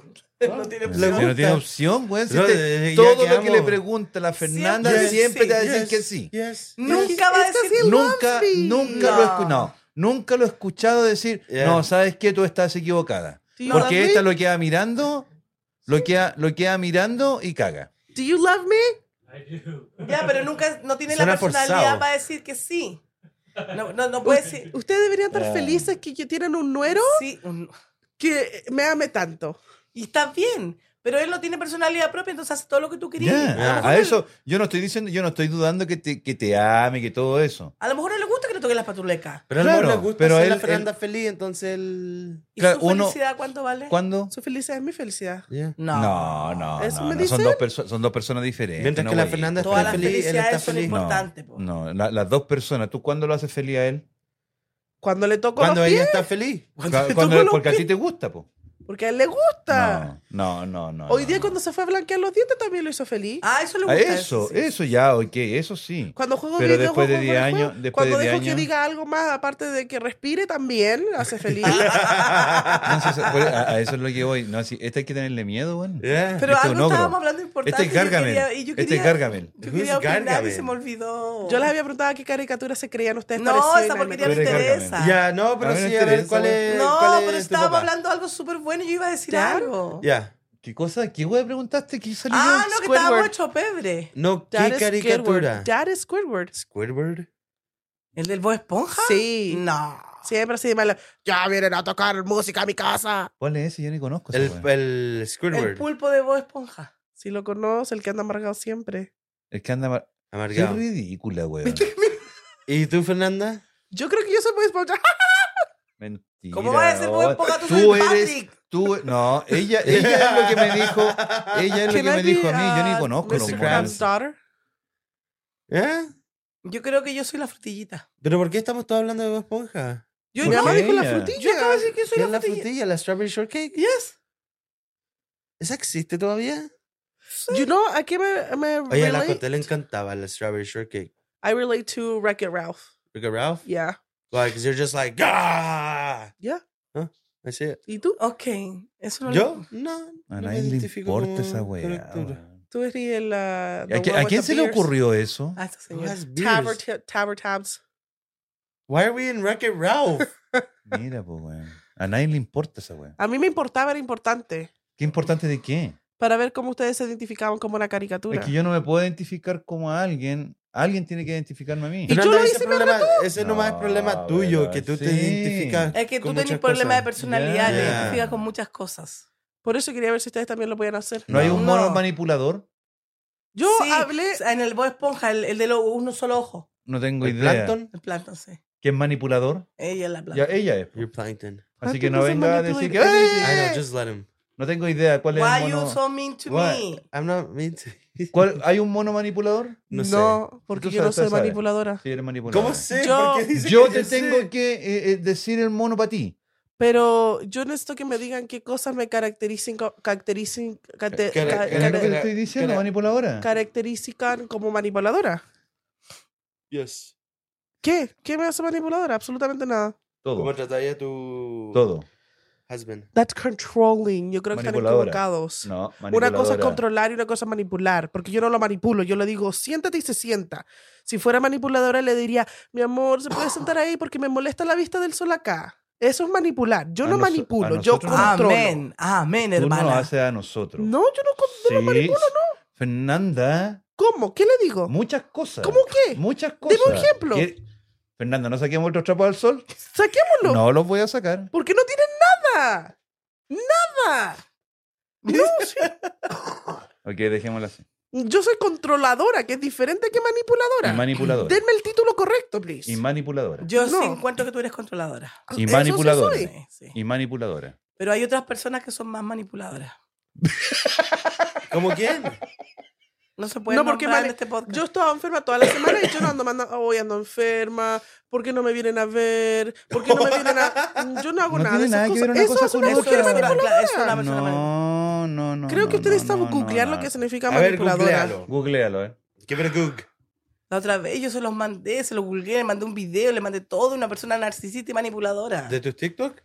no tiene
Le
Si
opción.
no
gusta.
tiene opción, weón. si
No,
te-
desde eh, ya
Todo lo que
quedamos.
le pregunta la Fernanda
Siempre
siempre,
dice sí,
te va a decir
Yes,
que sí.
yes, yes.
Nunca va a decir
Nunca, nunca lo he
No.
escu- no, nunca lo he escuchado decir,
Yeah.
no, sabes que tú estás equivocada.
Do you love
Porque esta
me?
lo queda mirando, lo queda, lo queda mirando y caga.
Do you love me?
Ya, pero nunca no tiene
Suena
la personalidad
forzado.
para decir que sí. No, no, no puede decir.
Ustedes deberían estar
Ah.
felices que, que tienen un nuero
Sí, un-
que me ame tanto.
y está bien, pero él no tiene personalidad propia, entonces hace todo lo que tú querías.
Ya,
A, lo mejor
A
no-
eso yo no estoy diciendo, yo no estoy dudando que te, que te ame, que todo eso.
a lo mejor no le gusta que le toquen las patulecas.
Pero
Claro,
no le gusta
pero
pero la
él-
Fernanda feliz, entonces él...
¿Y
Claro,
su
uno-
felicidad cuánto vale?
¿Cuándo?
Su felicidad es mi felicidad.
Ya.
No.
No, no,
¿Eso
no,
me
no, Son,
dicen?
dos perso- son dos personas diferentes.
Mientras
Eh,
no,
que la
güey.
Fernanda está
Todas las
feliz, él está
felicidades son
feliz.
No,
importantes. po.
No, la- las dos personas. ¿Tú cuándo lo haces feliz a él?
Cuando le toco
Cuando
los
ella
pies,
está feliz.
Cu-
te
cuando-
toco los
porque a ti
pies.
te gusta, po.
porque a él le gusta.
No, no, no. no
Hoy
no,
día
no.
cuando se fue a blanquear los dientes también lo hizo feliz.
Ah, eso le
Ah,
gusta.
Eso,
sí.
eso ya, ok, eso sí.
Cuando juego
Pero después
videojuegos,
de 10
juego videojuegos,
años- después
cuando
de 10
dejo que
años-
diga algo más, aparte de que respire, también lo hace feliz.
No, sí, sí, por- a, a eso es lo que voy. No, sí, este hay que tenerle miedo, weón.
Ya.
Pero
Este
algo
un ogro.
estábamos hablando importante.
Este es
y yo
Gargamel.
quería- y yo
Este es
quería-
Gargamel.
Yo
Who's
quería opinar y
Gargamel?
se me olvidó.
Yo les había preguntado qué caricatura se creían ustedes
No,
parecidas y
esa
nadie me
porquería
no
me
contestó.
Tú eres
interesa.
Gargamel.
Ya, no, pero
A mí me
sí, a ver
interesa,
cuál
güey.
es
No,
cuál es
pero
tu
estábamos
papá.
hablando algo súper bueno y yo iba a decir
Claro.
algo.
Ya.
¿Qué cosa? ¿Qué hueá preguntaste? ¿Qué salió?
Ah, no, que estábamos
Squidward.
hecho pebre.
No, ¿qué
Dad is
caricatura?
Squidward. Dad is Squidward.
¿Squidward?
¿El del Bob Esponja?
Sí.
No.
Siempre así de malo. Ya vienen a tocar música a mi casa.
¿Cuál es ese? Yo ni conozco. esa
El,
hueá.
el
El
Squidward.
pulpo de Bob Esponja.
Si lo conoce, el que anda amargado siempre.
El que anda mar- Qué
Amargado.
ridícula, weón.
¿Y tú, Fernanda?
Yo creo que yo soy Bob Esponja.
Mentira.
¿Cómo vas a ser Bob
weón.
Esponja? Tú,
oh, Tú
soy
eres.
Patrick.
Tú, e- no, ella, ella es lo que me dijo. Ella es lo que
Can I
me
be,
dijo a mí. Yo
Ah,
uh,
ni conozco los
Mr.
weones.
Krabs' daughter?
¿Eh?
Yo creo que yo soy la frutillita.
¿Pero por qué estamos todos hablando de Bob Esponja?
Yo
¿Por
mi mamá
qué
dijo la
ella?
frutilla.
Yo acabo de decir que soy
¿Qué
la
es la
frutillita.
frutilla? ¿La strawberry shortcake?
Yes.
¿Esa existe todavía?
You know, ¿a qué me, me
Oye, a la
relate?
Coté le encantaba la strawberry shortcake.
I relate to Wreck-It Ralph.
Look at Ralph.
Yeah.
Like, you're just like, ah!
Yeah.
Huh? That's it.
¿Y tú?
Ok. Eso no lo-
¿Yo? No.
A
no
nadie
me
le
identifico
importa
como
esa weá.
carácter.
weón.
Tú eres el... uh, the
¿A, qui-
one
a
with
quién
the
se le
beers.
ocurrió eso?
Ah, esta
Who
señora.
has
Tower,
beers?
t- tower tabs.
Why are we in Wreck-It Ralph?
Mira, pues, weón. A nadie le importa esa weá.
A mí me importaba, era importante.
¿Qué importante de qué?
Para ver cómo ustedes se identificaban como una
Es
caricatura.
que yo no me puedo identificar como a alguien. Alguien tiene que identificarme a mí.
Y- yo
Fernanda,
lo
ese
hice
problema, ese nomás es
No,
problema tuyo,
bueno,
que tú te
sí.
identificas.
Es que tú
con
tenés
muchas
problemas de
cosas.
personalidad, te
Ya.
identificas con muchas cosas.
Por eso quería ver si ustedes también lo podían hacer.
¿No hay un mono
No.
manipulador?
Yo
Sí,
hablé...
En el Bob Esponja, el, el de los un solo ojo.
No tengo
¿El
idea.
plankton?
El plátano, sí.
¿Quién es manipulador?
Ella es la planta.
Ya, ella es.
You're plankton.
Así
Ah,
que
tú
no
no sos
venga a decir que.
manipulador.
I know,
¡Ay!
just let him.
No tengo idea cuál es
Why
el
you
mono.
so mean to
Why?
me?
I'm not mean to
¿Cuál- ¿Hay un mono manipulador?
No
No,
sé.
porque
Tú
yo no
sabes, tú
soy
sabes.
manipuladora.
Sí, eres manipulador.
¿Cómo sé?
Yo-
¿Por qué dice
Yo
que
te
yo
tengo
sé?
que eh, eh, decir el mono para ti.
Pero yo necesito que me digan qué cosas me caracterizan, co- caracterizan, cate-
Cara-
ca-
cara-
Es lo que te
cara-
estoy diciendo,
cara-
manipuladora.
caracterizan como manipuladora.
Yes.
¿Qué? ¿Qué me hace manipuladora? Absolutamente nada.
¿Cómo
Todo.
trataría tu.
Todo.
Husband.
That's controlling. Yo creo que están
Manipuladora.
equivocados.
No,
Una cosa es
manipuladora.
controlar y una cosa es manipular, porque yo no lo manipulo, yo le digo, siéntate y se sienta. Si fuera manipuladora le diría, mi amor, se puede sentar ahí porque me molesta la vista del sol acá. Eso es manipular. Yo
A
no
noso-
manipulo,
a
yo
nosotros
controlo.
Amén, amén,
Tú no
hermana.
haces a nosotros.
No, yo no con-
Sí, Fernanda,
¿Cómo? ¿Qué le digo?
muchas cosas.
¿Cómo qué?
Muchas cosas.
Deme un ejemplo.
¿Quie- Fernanda, ¿no saquemos otros trapos al sol?
Saquémoslo.
No los voy a sacar.
Porque no tienen nada. Nada. No, sí.
Ok, dejémosla así.
Yo soy controladora, que es diferente que
Y
manipuladora.
manipuladora.
Denme el título correcto, please.
Y manipuladora.
Yo sí
No.
encuentro que tú eres controladora.
Y
Eso ¿eh? sí
manipuladora.
soy.
Sí, sí.
Y manipuladora.
Pero hay otras personas que son más manipuladoras.
¿Cómo quién?
No se puede
No, porque
porque
mani-
en este podcast.
Yo estaba enferma toda la semana y yo no ando, manda- hoy ando enferma, ¿por qué no me vienen a ver? ¿Por qué no me vienen a...? Mm, Yo no hago
No
nada
tiene
de esas
nada que
cosas.
ver una
Eso
cosa
hace
con
una
otra.
mujer
es una-
manipuladora.
claro, es una persona manipul-
No, no, no.
Creo
no,
que ustedes
no,
saben
no,
googlear
no,
lo
no.
que significa
A ver,
manipuladora.
googlealo.
Googlealo, ¿eh?
Give it a Google.
La otra vez yo se los mandé, se los vulgué, le mandé un video, le mandé todo. Una persona narcisista y manipuladora.
¿De tus TikTok?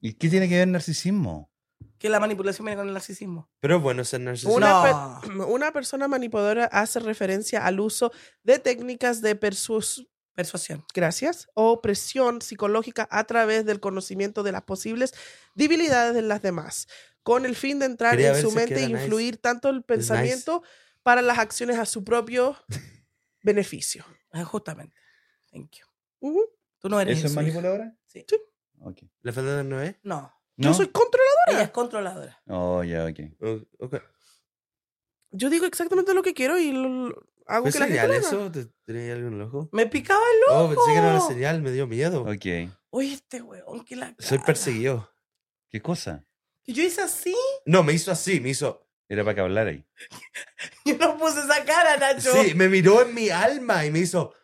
¿Y qué tiene que ver narcisismo?
Que la manipulación viene con el narcisismo.
Pero es bueno ser narcisista.
Una,
No.
per- una persona manipuladora hace referencia al uso de técnicas de persuasión
Persuasión.
gracias, o presión psicológica a través del conocimiento de las posibles debilidades de las demás, con el fin de entrar
Quería
en
ver
su
si
mente e
queda nice.
influir tanto el pensamiento para las acciones a su propio beneficio.
Ah, Justamente. Thank you.
Ujú.
Tú no eres
¿Eso es
eso, hija.
manipuladora?
Sí.
Ok.
¿La falda no es?
No.
¿No?
Yo soy controlador.
Ella es controladora.
Oh, ya, ok.
O- ok.
Yo digo exactamente lo que quiero y lo- lo- hago
¿Fue
que la gente
señal
lo haga.
Pues eso? ¿Te- ¿Tenía algo en el ojo?
Me picaba el
Oh, pensé que era una
¡Loco!
señal, me dio miedo.
Ok.
Oye, este weón, que la.
Soy
caga.
perseguido.
¿Qué cosa?
Y yo hice así.
No, me hizo así, me hizo.
Era para que hablar ahí.
Yo no puse esa cara, Nacho.
Sí, me miró en mi alma y me hizo.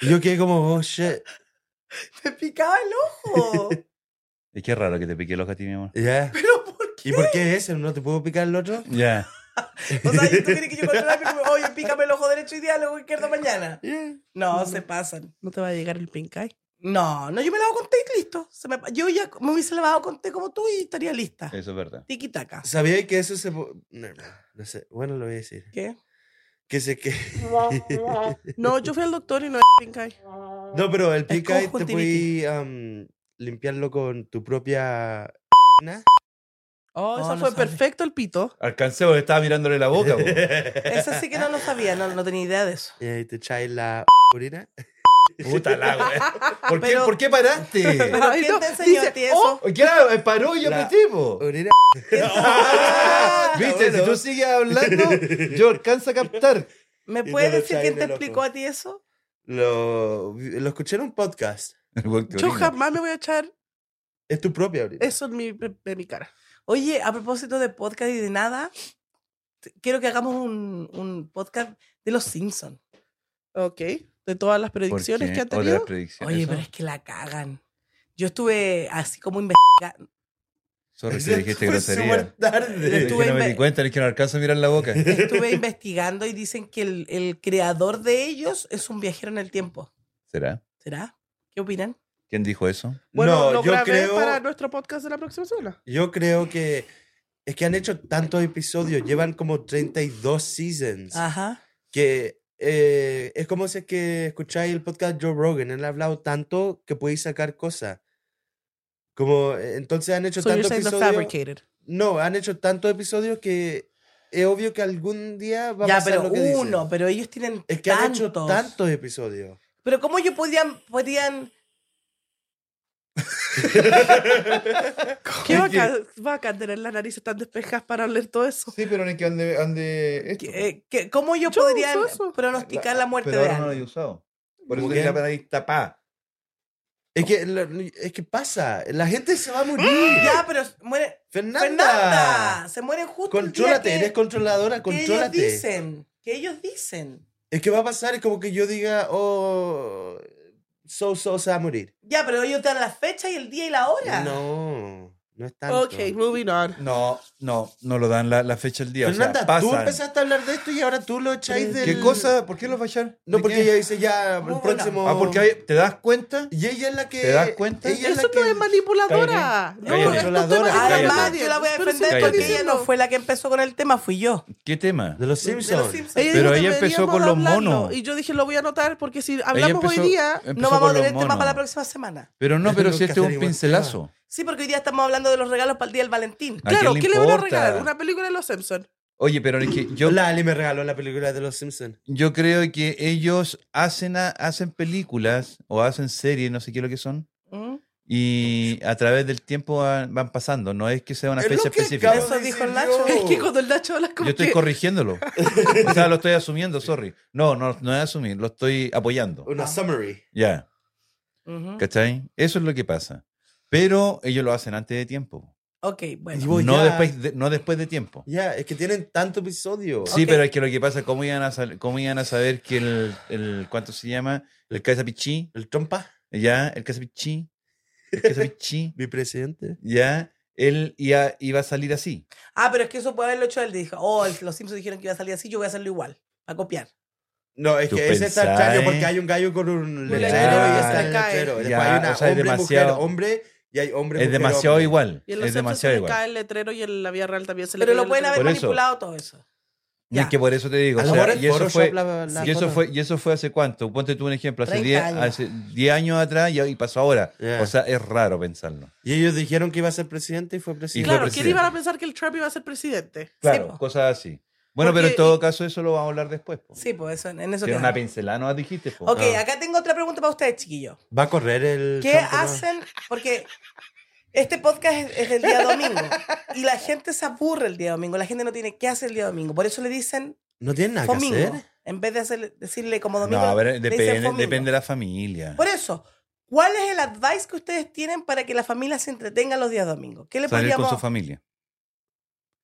Y yo quedé como, oh shit.
Me picaba el ojo.
Es que es raro que te pique el ojo a ti, mi amor.
Ya.
Pero ¿por qué?
¿Y por qué ese? ¿No te puedo picar el otro?
Ya.
O sea, ¿y tú quieres que yo controle mi cuerpo? Oye, pícame el ojo derecho y diálogo izquierdo mañana. No, se pasan.
No te va a llegar el pink eye.
No, no, yo me lavo con té y listo. Se me pa- yo ya me hubiese lavado con té como tú y estaría lista.
Eh.
Eso es verdad.
Tiki taka.
¿Sabía que eso se. po- No, no, no sé. Bueno, lo voy a decir.
¿Qué?
Que se que.
No, yo fui al doctor y no es pink eye.
No, pero el pica y te
conjuntivitis.
puedes am, limpiarlo con tu propia. ¿na?
Oh, eso
no
fue
sabe.
perfecto el pito.
Alcancé porque estaba mirándole la boca. po.
Eso sí que no lo sabía, no, no tenía idea de eso.
Y ahí eh, te echáis la orina.
Puta la wea. ¿Por, qué,
Pero-
¿Por qué paraste?
¿Pero
Ay,
quién
no,
te enseñó
dice, "Oh".
a ti eso?
Claro, eh, paró y yo
La-
metí, po.
Orina.
Ah, Viste,
bueno.
si tú sigues hablando, yo alcanzo a captar.
¿Me
no
puedes
lo
decir
echáis
quién
en
te
el ojo.
explicó a ti eso?
Lo, lo escuché en un podcast.
Yo jamás me voy a echar
Es tu propia orina.
eso en mi, en mi cara.
Oye, a propósito de podcast y de nada, t- quiero que hagamos un, un podcast de los Simpsons.
Ok. De todas las predicciones que han tenido.
Oye,
Oye,
pero es que la cagan. Yo estuve así como investigando.
Sorry si dijiste
Fue
grosería.
súper tarde.
Es que
Estuve
no me
inve-
di cuenta, es que no alcanzo a mirar la boca.
Estuve investigando y dicen que el, el creador de ellos es un viajero en el tiempo.
¿Será?
¿Será? ¿Qué opinan?
¿Quién dijo eso?
Bueno,
No,
lo
yo
grabé
creo-
para nuestro podcast de la próxima semana.
Yo creo que es que han hecho tantos episodios, llevan como 32 seasons,
Ajá.
que eh, es como si es que escucháis el podcast Joe Rogan, él ha hablado tanto que podéis sacar cosas. Como, eh, entonces han hecho
So you're
tantos
saying they're
episodios.
fabricated.
No, han hecho tantos episodios que es obvio que algún día va a
Ya,
pasar
pero
lo que dicen.
uno, pero ellos tienen
Es que han hecho
tantos.
tantos episodios.
Pero ¿cómo ellos podían, podían
¿Qué bacán, bacán tener las narices tan despejadas para oler todo eso?
Sí, pero no es que ande, ande esto.
que- eh, que- cómo ellos
Yo uso
podrían
eso.
pronosticar la muerte
pero
de
ahora no lo
alguien?
he usado. Por
Muy
eso
bien.
tenía para ahí tapá.
Oh.
Es que, lo- es que pasa, la gente se va a morir.
Mm, Ya, pero muere,
Fernanda,
Fernanda, se mueren justo
contrólate,
el día
eres
que,
controladora,
que ellos
contrólate.
dicen, que ellos dicen.
Es que va a pasar, es como que yo diga, oh, So So se va a morir.
Ya, pero ellos te dan la fecha y el día y la hora.
No. No es tanto.
Ok, moving on.
No, no, no lo dan la, la fecha del día. o sea,
Fernanda, tú
pasan.
empezaste a hablar de esto y ahora tú lo echáis del...
¿Qué cosa? ¿Por qué los va a echar?
No,
¿De
porque
qué?
ella dice ya
Muy buena.
el próximo...
Ah, porque hay- te das cuenta.
Y ella es la que...
¿Te das cuenta?
Ella es
Eso
la que...
no es manipuladora.
Cállate.
No, esto es
Manipuladora, cállate.
Además, yo la voy a
Pero si
defender
me
cállate.
porque
estás
ella no
diciendo-
fue la que empezó con el tema, fui yo.
¿Qué tema?
De los
De los
Simpsons.
Simpsons.
Ella
Pero
dijo,
ella empezó
"Deberíamos
con los
hablarlo".
monos.
Y yo dije, lo voy a anotar porque si
Ella
hablamos
empezó-
hoy día,
empezó
No vamos a
con los
tener temas
monos.
para la próxima semana.
Pero no, pero
Tengo
si
que
este es
hacer
un
igual.
pincelazo.
Sí, porque hoy día estamos hablando de los regalos para el Día del Valentín.
¿A quién
claro,
le
¿qué le van a
importa?
regalar? Una película de los Simpsons.
Oye, pero es que yo,
Lali me regaló la película de los Simpsons.
yo creo que ellos hacen, a- hacen películas o hacen series, no sé qué es lo que son,
¿Mm?
y a través del tiempo van, van pasando. No es que sea una
Es lo
fecha
que
específica.
acabo de
Eso dijo
decir
Nacho.
yo.
Es que cuando el Nacho habla como
Yo estoy
que-
corrigiéndolo. O sea, lo estoy asumiendo, sorry. No, no, no es asumir, lo estoy apoyando.
Una summary.
Ya,
Ujú.
¿cachai? Eso es lo que pasa. Pero ellos lo hacen antes de tiempo.
Ok,
Y
bueno.
vos
No
Pues ya-
después de, no después de tiempo.
Ya, es que tienen tanto episodio.
Sí,
Ok.
pero es que lo que pasa, ¿cómo iban a, sal- cómo iban a saber que el, el- ¿cuánto se llama? Ah. El Casapichí,
El trompa,
ya, el Casapichí, el Casapichí,
mi presidente.
ya, él ia- iba a salir así.
Ah, pero es que eso puede haberlo hecho él. Dijo, oh, el- los Simpsons dijeron que iba a salir así, yo voy a hacerlo igual. A copiar.
No, es
Tú
que ese es
pensá,
Tartario
¿eh?
porque hay un gallo con un
Ya,
lechero y
ya,
está el
cae.
lechero. Después
Ya,
hay una
o sea, es
hombre, mujer,
demasiado-
hombre y hay hombre,
Es
mujer,
demasiado
hombre.
igual,
Y en los
es
Simpsons
demasiado
se le
igual.
cae el letrero y en la vida real también se le
Pero
cae
lo
el
pueden
letrero.
haber
Por eso.
manipulado todo eso.
Y es
Ya.
que por eso te digo,
A
o
lo
sea,
mejor el
y eso
Photoshop
fue,
la- la
y eso
foto.
fue, y eso fue hace cuánto, ponte tú un ejemplo, hace
30
10
años.
hace 10 años atrás y, y pasó ahora.
Ya.
O sea, es raro pensarlo.
Y ellos dijeron que iba a ser presidente y fue
Y
presidente.
fue
Claro, ¿quién
presidente.
iba a pensar que el Trump iba a ser presidente?
Claro. po.
Cosas así. Bueno, pero en
Porque-
todo caso eso lo vamos a hablar después. po.
Sí, pues eso, en eso
Tiene
quedamos.
una pincelada, ¿no? dijiste. po.
Ok,
Ah.
acá tengo otra pregunta para ustedes, chiquillos.
Va a correr el.
¿Qué
Trump, ¿no?
hacen? Porque este podcast es, es el día domingo y la gente se aburre el día domingo. La gente no tiene qué hacer el día domingo. Por eso le dicen
No tienen nada que
domingo.
hacer.
En vez de hacerle- decirle como domingo.
No, a ver,
le dicen
depende,
fomingo.
depende de la familia.
Por eso, ¿cuál es el advice que ustedes tienen para que la familia se entretenga los días domingos? ¿Qué le
Salir con
podríamos
su familia.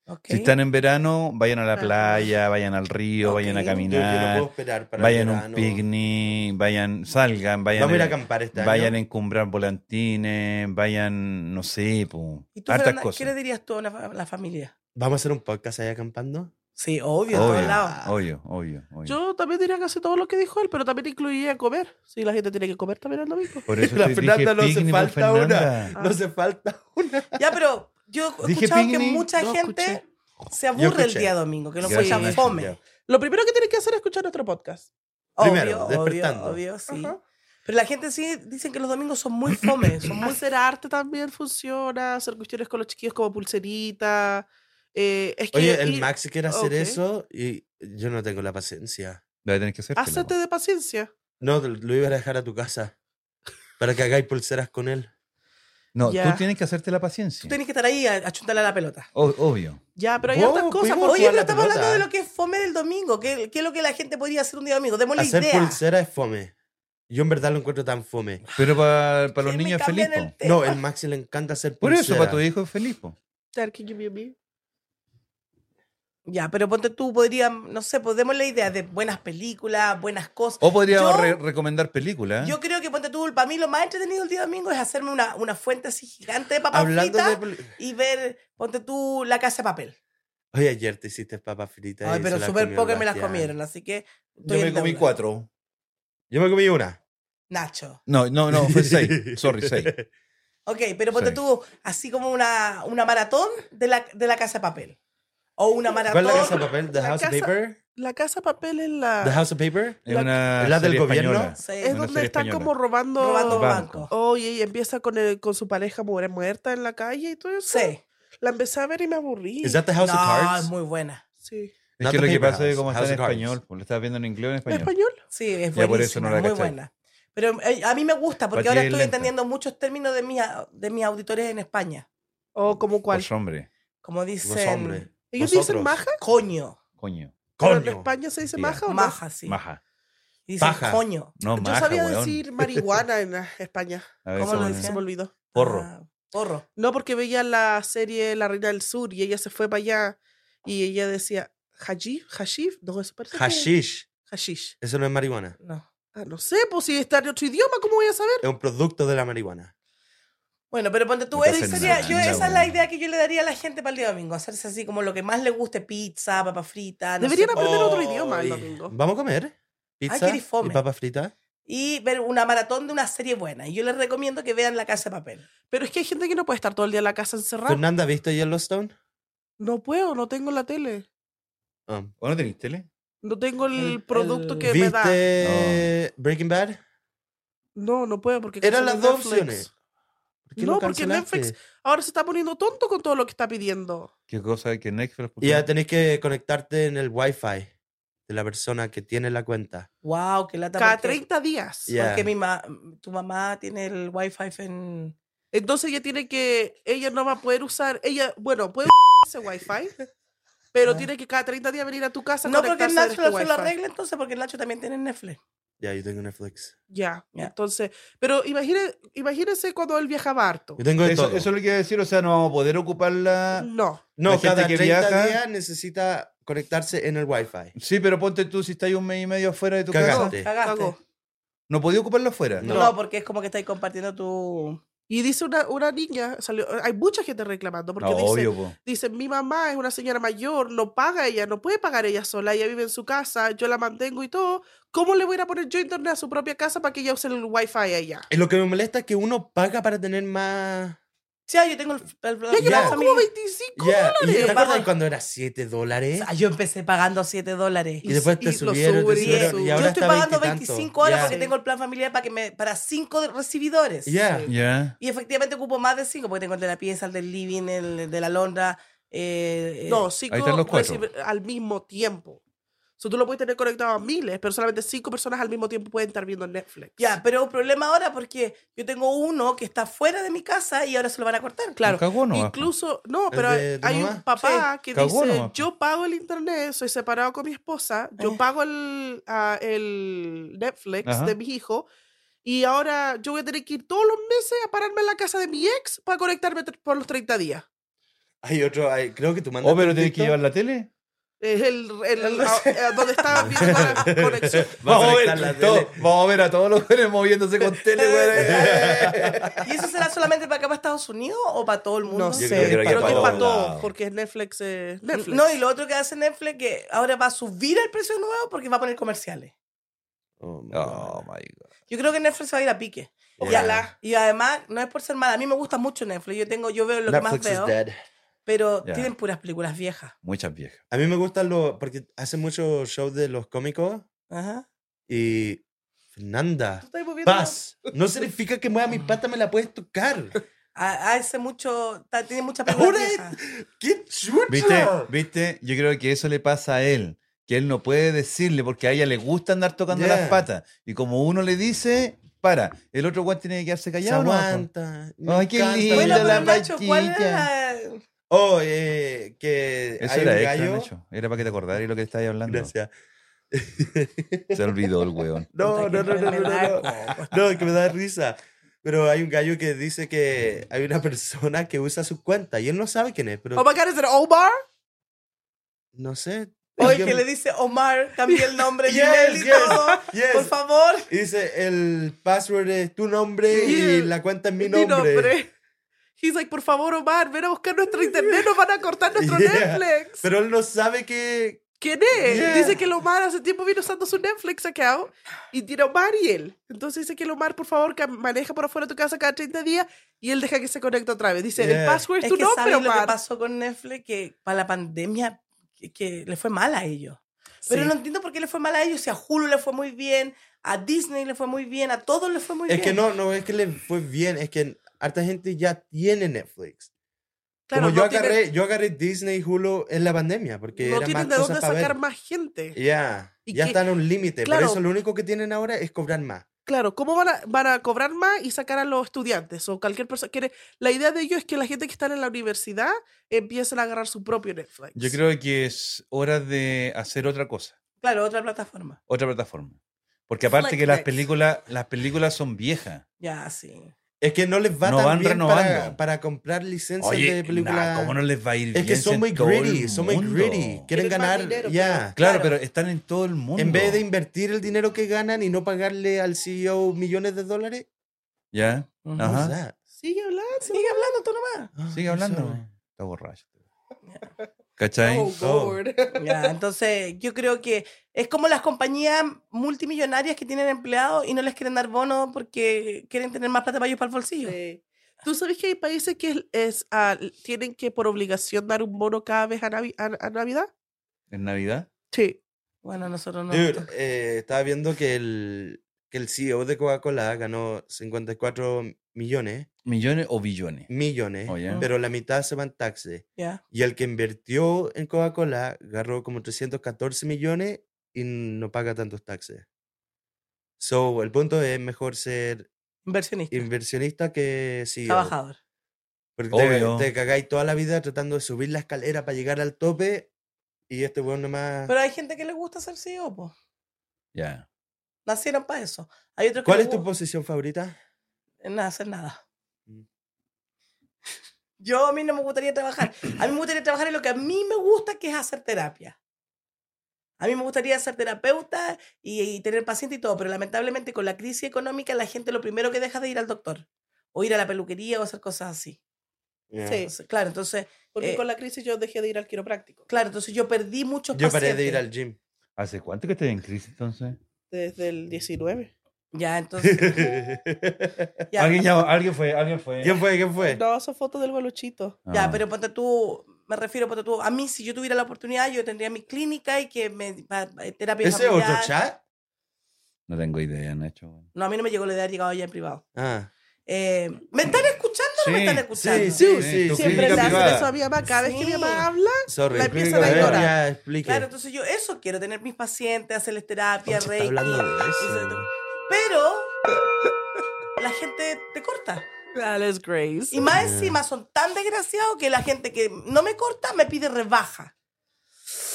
Ok.
Si están en verano, vayan a la playa, vayan al río,
Ok.
vayan a
Yo- yo no
Yo- yo no puedo
caminar,
esperar para
vayan
el
a un
verano.
picnic, vayan, salgan, vayan,
Vamos a ir a
en-
acampar este
vayan a
año.
encumbrar volantines, vayan, no sé, po,
¿Y tú,
hartas
Fernanda, qué le
cosas.
dirías tú a una fa- la familia?
Vamos a hacer un podcast ahí acampando.
Sí, obvio, en todos lados.
Obvio, Ah, obvio, obvio, obvio.
Yo también diría casi todo lo que dijo él, pero también incluía comer. Si la gente tiene que comer también el domingo.
Por eso
La
te
Fernanda
dije
no hace
picnic, po,
falta una.
Fernanda.
Ah.
No hace falta.
Ya, pero yo he
Dije
escuchado que
picnic,
mucha
no
gente se
Yo
aburre el
escuché.
día domingo, que lo
Sí.
escuchan
Sí.
fome.
Ya.
Lo primero que tienen que hacer es escuchar nuestro podcast.
Obvio,
Primero,
obvio,
despertando.
Obvio, sí.
Ajá.
Pero la gente sí dicen que los domingos son muy fome, son muy
Hacer arte también funciona, hacer cuestiones con los chiquillos como pulserita. eh, es que
Oye, el
y-
Maxi quiere hacer
ok.
eso y yo no tengo la paciencia.
Lo tenés que hacer.
Hacete de paciencia.
No, te- lo iba a dejar a tu casa para que hagáis pulseras con él.
No,
Ya.
tú tienes que hacerte la paciencia.
Tú tienes que estar ahí a, a chuntarle a la pelota.
O- obvio.
Ya, pero hay
Vos,
otras cosas.
fuimos-
po.
Oye,
jugar
pero
la
estamos hablando
pelota.
de lo que es fome del domingo. ¿Qué, qué es lo que la gente podría hacer un día domingo? Démosle
Hacer
idea.
pulseras es fome. Yo en verdad lo encuentro tan fome.
Pero para los
Que me
niños es feliz.
cambian el
po.
tema.
No, el Maxi le encanta hacer
Por
pulseras.
eso, para tu hijo es feliz. po.
Tal que yo vi a mí.
Ya, pero ponte tú, podrías, no sé, pues démosle idea de buenas películas, buenas cosas.
O podríamos
Yo-
re- recomendar ¿eh?
¿eh?
películas.
Yo creo que ponte tú, para mí lo más entretenido el día domingo es hacerme una, una fuente así gigante de papas
Hablando
fritas
de... pul-
y ver, ponte tú, la casa de papel.
Oye, ayer te hiciste papas fritas.
Ay,
y
pero
se las
súper
comió el
pocas me las
Bastián.
comieron, así que estoy
Yo me
en
comí
deuda.
cuatro.
Yo me comí una.
Nacho.
No, no, no, fue seis. Sorry, seis.
Ok, pero ponte
Sí.
tú así como una, una maratón de la, de la casa de papel. O una
¿Cuál
maratón.
es la casa de papel? ¿The
La
House of
casa-
Paper?
La casa papel es
¿The
la.
House of Paper?
Es una
¿Es la del
serie
gobierno?
española.
Sí,
Es
una
donde Oh,
serie
están
española.
como robando.
robando
Banco.
bancos.
Oye, y empieza con, el, con su pareja mu- muerta en la calle y todo eso.
Sí.
La empecé a ver y me aburrí.
¿Es that the House of
No, es
Cards?
muy buena.
Sí.
Es
Not
que
the
lo que
Paper
pasa es que como
House,
está en
House of
español, pues, lo estás viendo en inglés o en
¿En
español.
español?
Sí, es
Ya
buenísima,
por eso no la
muy
cachai.
buena. Pero eh, a mí me gusta porque
Para ti
ahora
es
estoy
lenta.
entendiendo muchos términos de, mis a- de mis auditores en España.
¿O como cuál?
Pues hombre,
Como
Los hombres.
dicen,
¿Ellos
Vosotros.
dicen maja?
coño,
coño.
Pero
Coño.
en España se dice
Sí.
maja o no?
maja, sí.
Maja.
Y dicen
Paja.
coño.
No,
Yo
maja,
sabía
weón.
decir marihuana en eh, España.
A ver,
¿Cómo lo
son-
decían?
Se me olvidó.
Porro.
Ah, porro.
No, porque veía la serie La Reina del Sur y ella se fue para allá y ella decía, ¿Hajif? ¿Hashif? No, eso parece que-
Hashish.
Hashish.
Eso no es marihuana.
No.
Ah, no sé, pues si está en otro idioma, ¿cómo voy a saber?
Es un producto de la marihuana.
Bueno, pero ponte tú,
Puta,
Eric
Fernanda,
sería- yo- esa es la
weón.
idea que yo le daría a la gente para el día domingo, hacerse así como lo que más le guste, pizza, papa frita, no sé,
Deberían
po-
aprender otro idioma el
Oy.
domingo.
Vamos a comer pizza
qué
y
difome.
papas fritas.
y ver una maratón de una serie buena. Y yo les recomiendo que vean La Casa de Papel.
Pero es que hay gente que no puede estar todo el día en la casa encerrada.
Fernanda, ¿viste Yellowstone?
No puedo, no tengo la tele.
Ah.
¿O no tenéis tele?
No tengo el,
El-
producto
el-
que me da.
¿Viste Breaking Bad?
No, no puedo porque
Eran
canceló
las dos
Netflix.
opciones. ¿Por qué
No,
lo
porque
cancelaste?
Netflix- Ahora se está poniendo tonto con todo lo que está pidiendo.
¿Qué cosa que Netflix? por
Y ya
ejemplo?
tenés que conectarte en el Wi-Fi de la persona que tiene la cuenta.
Wow, qué lata.
Cada
porque-
30 días.
Ya.
Porque mi ma- tu mamá tiene el wifi en...
Entonces ella tiene que, ella no va a poder usar, ella, bueno, puede usar ese wifi, pero
Ah.
tiene que cada 30 días venir a tu casa. a
No porque
conectarse
el
a
Nacho
este
lo- se lo
wifi.
arregle entonces, porque el Nacho también tiene Netflix.
Ya, yo tengo Netflix.
Ya,
Ya.
entonces, pero imagine, imagínense cuando él viajaba harto.
Yo tengo de
Eso,
todo.
eso es lo que iba a decir, o sea, no vamos a poder ocuparla.
No,
No,
La gente
cada
que
30
viaja-
días necesita conectarse en el Wi-Fi.
Sí, pero ponte tú si estás un mes y medio afuera de tu casa.
Cagaste.
Cagaste.
cagó.
No podía ocuparlo afuera.
No.
No.
porque es como que estáis compartiendo tu...
Y dice una, una niña, salió, hay mucha gente reclamando, porque
No,
dice,
Ah, obvio, po.
dice, mi mamá es una señora mayor, no paga ella, no puede pagar ella sola, ella vive en su casa, yo la mantengo y todo. ¿Cómo le voy a ir a poner yo internet a su propia casa para que ella use el wifi allá?
Eh,
Y lo que me molesta es que uno paga para tener más...
Sí, ah, yo tengo el... el-
Ya
el-
llevamos
la
como
familia.
25
Ya, ¿y
dólares.
¿Te acuerdas cuando era 7 dólares?
Ah, yo empecé pagando 7 dólares.
Y, después te
y lo
subieron, te
suben,
Oye,
subieron,
suben.
y ahora
yo estoy
está
pagando
20 y tanto.
25 horas
Ya,
porque
Sí.
tengo el plan familiar para que me para 5 recibidores.
Ya.
Sí.
Ya.
Y efectivamente ocupo más de 5 porque tengo el de la pieza, el del living, el de la londra. eh, eh,
No, cinco
están los cuatro.
recibe- al mismo tiempo. So, tú lo puedes tener conectado a miles, pero solamente cinco personas al mismo tiempo pueden estar viendo Netflix.
Ya, pero un problema ahora porque yo tengo uno que está fuera de mi casa y ahora se lo van a cortar.
claro.
Cagó nomás, po.
Incluso,
¿El
no, pero hay,
de tu
hay un
mamá?
papá que
Cagó
dice,
nomás, pues.
yo pago el internet, soy separado con mi esposa, yo
Eh.
pago el, ah, el Netflix
Ajá.
de mis hijos y ahora yo voy a tener que ir todos los meses a pararme en la casa de mi ex para conectarme tr- por los 30 días.
Hay otro, hay- creo que tú mandas.
Oh, pero tenés que llevar la tele.
Es el, el- a- a donde está viendo la conexión.
Vamos a,
conectar la
ver, todo-
tele.
vamos a ver a todos los jóvenes moviéndose con tele, güey.
¿Y eso será solamente para acá, para Estados Unidos o para todo el mundo?
No
Yo
sé,
creo que
pero
para
que es para
todos
todos,
lados.
porque Netflix es Netflix.
No, y lo otro que hace Netflix que ahora va a subir el precio nuevo porque va a poner comerciales.
Oh, my
Oh,
God.
my God.
Yo creo que Netflix se va a ir a pique.
Ojalá.
Y además, no es por ser mala, a mí me gusta mucho Netflix. Yo tengo, yo veo lo
Netflix
que
is
más veo,
dead.
pero
Ya.
tienen puras películas viejas.
Muchas viejas.
A mí me gustan los. Porque hace muchos shows de los cómicos
Ajá.
y. Fernanda.
Tú estás moviendo-
Paz. No significa que mueva mi pata, me la puedes tocar.
A- Hace mucho, ta- tiene muchas
Ahora
películas viejas.
¡Qué chucha!
¿Viste? ¿Viste? Yo creo que eso le pasa a él. Que él no puede decirle porque a ella le gusta andar tocando
Ya.
las patas. Y como uno le dice, para. El otro güey tiene que quedarse
Se
callado. ¿no?
aguanta. me
Ay, qué
encanta.
lindo.
Bueno,
Mira
pero
la
Nacho, ¿cuál es
patita.
la...?
Oh, eh, que
Eso
hay
era
un
extra,
gallo.
Nacho. Era para que te acordaras lo que estabas hablando.
Gracias.
Se olvidó el weón.
No,
Puta,
no,
qué
no, no, no, no, no.
pendejo.
No, que me da risa. Pero hay un gallo que dice que hay una persona que usa su cuenta y él no sabe quién es,
Oh
pero
my God, ¿es el Omar?
no sé.
Hoy
Yo-
que le dice Omar, cambié el nombre de
Yes,
email y
yes,
todo.
yes.
Por favor.
Y dice, el password es tu nombre
Y
y
el-
la cuenta es mi nombre.
He's like, por favor, Omar, ven a buscar nuestro internet, nos van a cortar nuestro
Yeah.
Netflix.
Pero él no sabe que...
¿Quién es?
Yeah.
Dice que el Omar hace tiempo viene usando su Netflix account y tiene Omar y él. Entonces dice que el Omar, por favor, que maneja por afuera de tu casa cada 30 días y él deja que se conecte otra vez. Dice, el
Yeah.
password es
Es
tu
que
nombre,
sabes lo que
Omar.
pasó con Netflix, que para la pandemia que, que le fue mal a ellos. Pero
Sí.
no entiendo por qué le fue mal a ellos. Si a Hulu le fue muy bien, a Disney le fue muy bien, a todos le fue
Pues
muy
Es
bien.
que no, no, es que le fue bien. Es que harta gente ya tiene Netflix.
Claro,
Como yo,
no tienen-
agarré, yo agarré Disney y Hulu en la pandemia porque
no
eran
tienen de
más
dónde
cosas para
sacar
ver.
más gente.
Ya,
Y
ya
que-
están a un límite.
claro.
Por eso lo único que tienen ahora es cobrar más.
Claro, ¿cómo van a, van a cobrar más y sacar a los estudiantes o cualquier persona? Quiere, la idea de ellos es que la gente que está en la universidad empiecen a agarrar su propio Netflix.
Yo creo que es hora de hacer otra cosa.
Claro, otra plataforma.
otra plataforma. Porque aparte que las
Netflix.
películas, las películas son viejas.
Ya, sí.
Es que no les va
No
tan
van
bien
renovando.
para, para comprar licencias de
Oye, nah,
películas.
¿cómo no les va a ir
es
bien?
que
si en
son muy
todo el
greedy, son muy
mundo?
greedy. Quieren
Quieren más
ganar,
dinero,
ya.
Claro,
Claro.
pero están en todo el mundo.
En vez de invertir el dinero que ganan y no pagarle al CEO E millones de dólares,
¿Ya?
Ujú.
Ajá.
what's that?
Sigue hablando.
Sigue hablando tú nomás.
Sigue hablando. Está borracho.
Oh,
¿Cachai?
Lord.
Ya, entonces yo creo que es como las compañías multimillonarias que tienen empleados y no les quieren dar bono porque quieren tener más plata para ellos para el bolsillo.
Sí. Tú sabes que hay países que es, es, ah, tienen que por obligación dar un bono cada vez a, Navi- a- a Navidad.
¿En Navidad?
Sí.
Bueno, nosotros no.
Dude, eh, estaba viendo que el, que el CEO de Coca-Cola ganó 54 millones,
¿Millones o billones?
millones,
Oh,
Oye.
pero la mitad se va en taxes.
Ya.
Y el que invirtió en Coca-Cola agarró como 314 millones y no paga tantos taxes. So, el punto es mejor ser
Inversionista.
inversionista que CEO.
Trabajador.
Porque te,
Obvio.
te cagáis toda la vida tratando de subir la escalera para llegar al tope y este weón nomás...
Pero hay gente que le gusta ser
E
CEO, po.
Ya.
Nacieron para eso. Hay otros que
¿Cuál
les
es tu
gusta
posición favorita?
eh,
no hacer nada.
Mm.
Yo a mí no me gustaría trabajar. A mí me gustaría trabajar en lo que a mí me gusta, que es hacer terapia. A mí me gustaría ser terapeuta y, y tener paciente y todo, pero lamentablemente con la crisis económica la gente lo primero que deja es de ir al doctor o ir a la peluquería o hacer cosas así.
Ya.
Sí.
Entonces, claro, entonces,
Porque
Eh,
con la crisis yo dejé de ir al quiropráctico.
claro, entonces yo perdí muchos
Yo paré de ir
pacientes.
al gym.
¿Hace cuánto que estás en crisis entonces?
Desde el 19.
Ya, entonces, ya,
¿Alguien, ya- alguien fue, alguien fue.
¿Quién fue? ¿Quién fue?
No, son fotos del boluchito.
Ah.
Ya, pero ponte tú, me refiero, ponte tú, a mí si yo tuviera la oportunidad, yo tendría mi clínica y que me pa- pa- terapia
¿Ese es otro
familiar.
chat?
No tengo idea, Nacho.
No, a mí no me llegó la idea, ha llegado ya en privado.
Ah.
Eh, ¿Me están escuchando o no me
Sí,
están
sí,
escuchando?
sí, sí,
tu
sí,
Siempre
clínica
le hacen
privada.
eso a mi mamá. Cada vez que mi
Sí.
mamá habla,
Sorry.
La empiezan
Explica,
a
ver,
ignorar.
Ya, explique.
Claro, entonces yo eso quiero, tener mis pacientes, hacerles terapia,
Concha, está
reiki.
hablando de
y-
eso.
Pero la gente te corta.
Alice Grace.
Y más
Ya.
encima son tan desgraciados que la gente que no me corta me pide rebaja.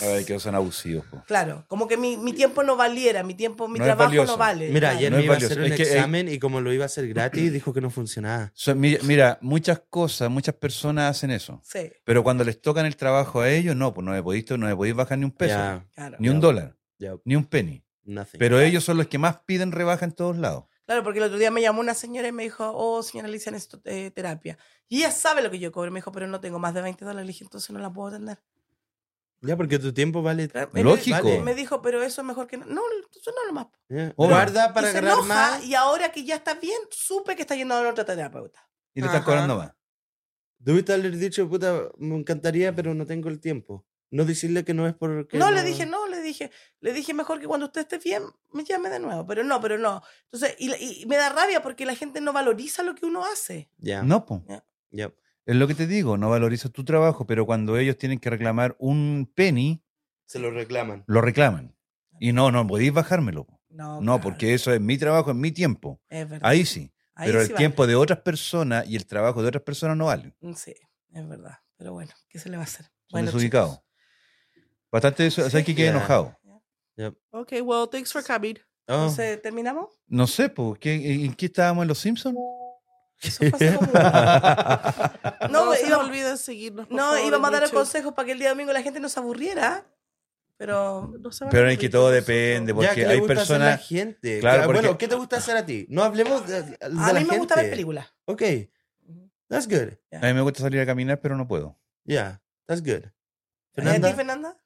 A ver, que son abusivos. po.
Claro, como que mi, mi tiempo no valiera, mi tiempo, mi
No es
trabajo no
valioso.
vale.
Mira,
claro.
ayer
No
me
es
iba a
valioso,
hacer un
es que, eh,
examen y como lo iba a hacer gratis, dijo que no funcionaba.
Son- mira, mira, muchas cosas, muchas personas hacen eso.
Sí,
Pero cuando les tocan el trabajo a ellos, no, pues no me podéis, no me podéis bajar ni un peso,
Ya,
claro.
ni un
ya.
dólar,
ya,
ni un penny.
nothing.
Pero ellos son los que más piden rebaja en todos lados.
Claro, porque el otro día me llamó una señora y me dijo, oh, señora Alicia, necesito eh, terapia. Y ella sabe lo que yo cobro. Me dijo, pero no tengo más de 20 dólares. Le dije, entonces no la puedo atender.
ya, porque tu tiempo vale.
Claro,
vale.
Lógico.
Me, me dijo, pero eso es mejor que no. No, eso no es lo más.
Ya,
Obvio.
Guarda para
y se
agarrar
enoja
más.
y ahora que ya está bien, supe que está yendo a otra terapeuta.
Y te están
Ajá.
cobrando más.
Debiste haber dicho, puta, me encantaría, pero no tengo el tiempo. No decirle que no es porque.
No, le dije, no, le dije, le dije mejor que cuando usted esté bien, me llame de nuevo. Pero no, pero no. Entonces, y, la- y me da rabia porque la gente no valoriza lo que uno hace.
Ya,
No, po.
ya.
Es lo que te digo, no valorizas tu trabajo, pero cuando ellos tienen que reclamar un penny,
Se lo reclaman.
lo reclaman. Y no, no podéis bajármelo. po.
No,
No,
claro,
porque eso es mi trabajo, es mi tiempo.
es verdad.
Ahí sí.
Ahí
Pero
sí
el
vale.
tiempo de otras personas y el trabajo de otras personas no valen.
Mm, Sí, es verdad. Pero bueno, ¿qué se le va a hacer?
Son
Bueno,
desubicados. Bastante eso, ¿sabes que
Ya.
queda enojado?
Ok, well, thanks for coming.
Oh.
Ah.
Entonces, ¿terminamos?
No sé, po, ¿qué- ¿en qué estábamos en Los Simpsons?
Eso fue así como- No,
No, se
íbamos-
nos olviden seguirnos. por
no
favor,
íbamos a dar
en YouTube.
consejos para que el día domingo la gente no se aburriera, pero
No se van a
Pero es
reír
que
con
todo
nosotros.
depende,
Ya,
porque
¿qué le
hay
gusta hacer a la
personas...
gente.
Claro,
Ya, Bueno,
porque-
¿qué te gusta hacer a ti? No hablemos de, de la
a mí me gusta ver
gente.
películas.
Ok. That's good.
A mí me gusta salir a caminar, pero no puedo.
Yeah, that's good.
Eh, ¿Y a ti,
Fernanda,
Fernanda?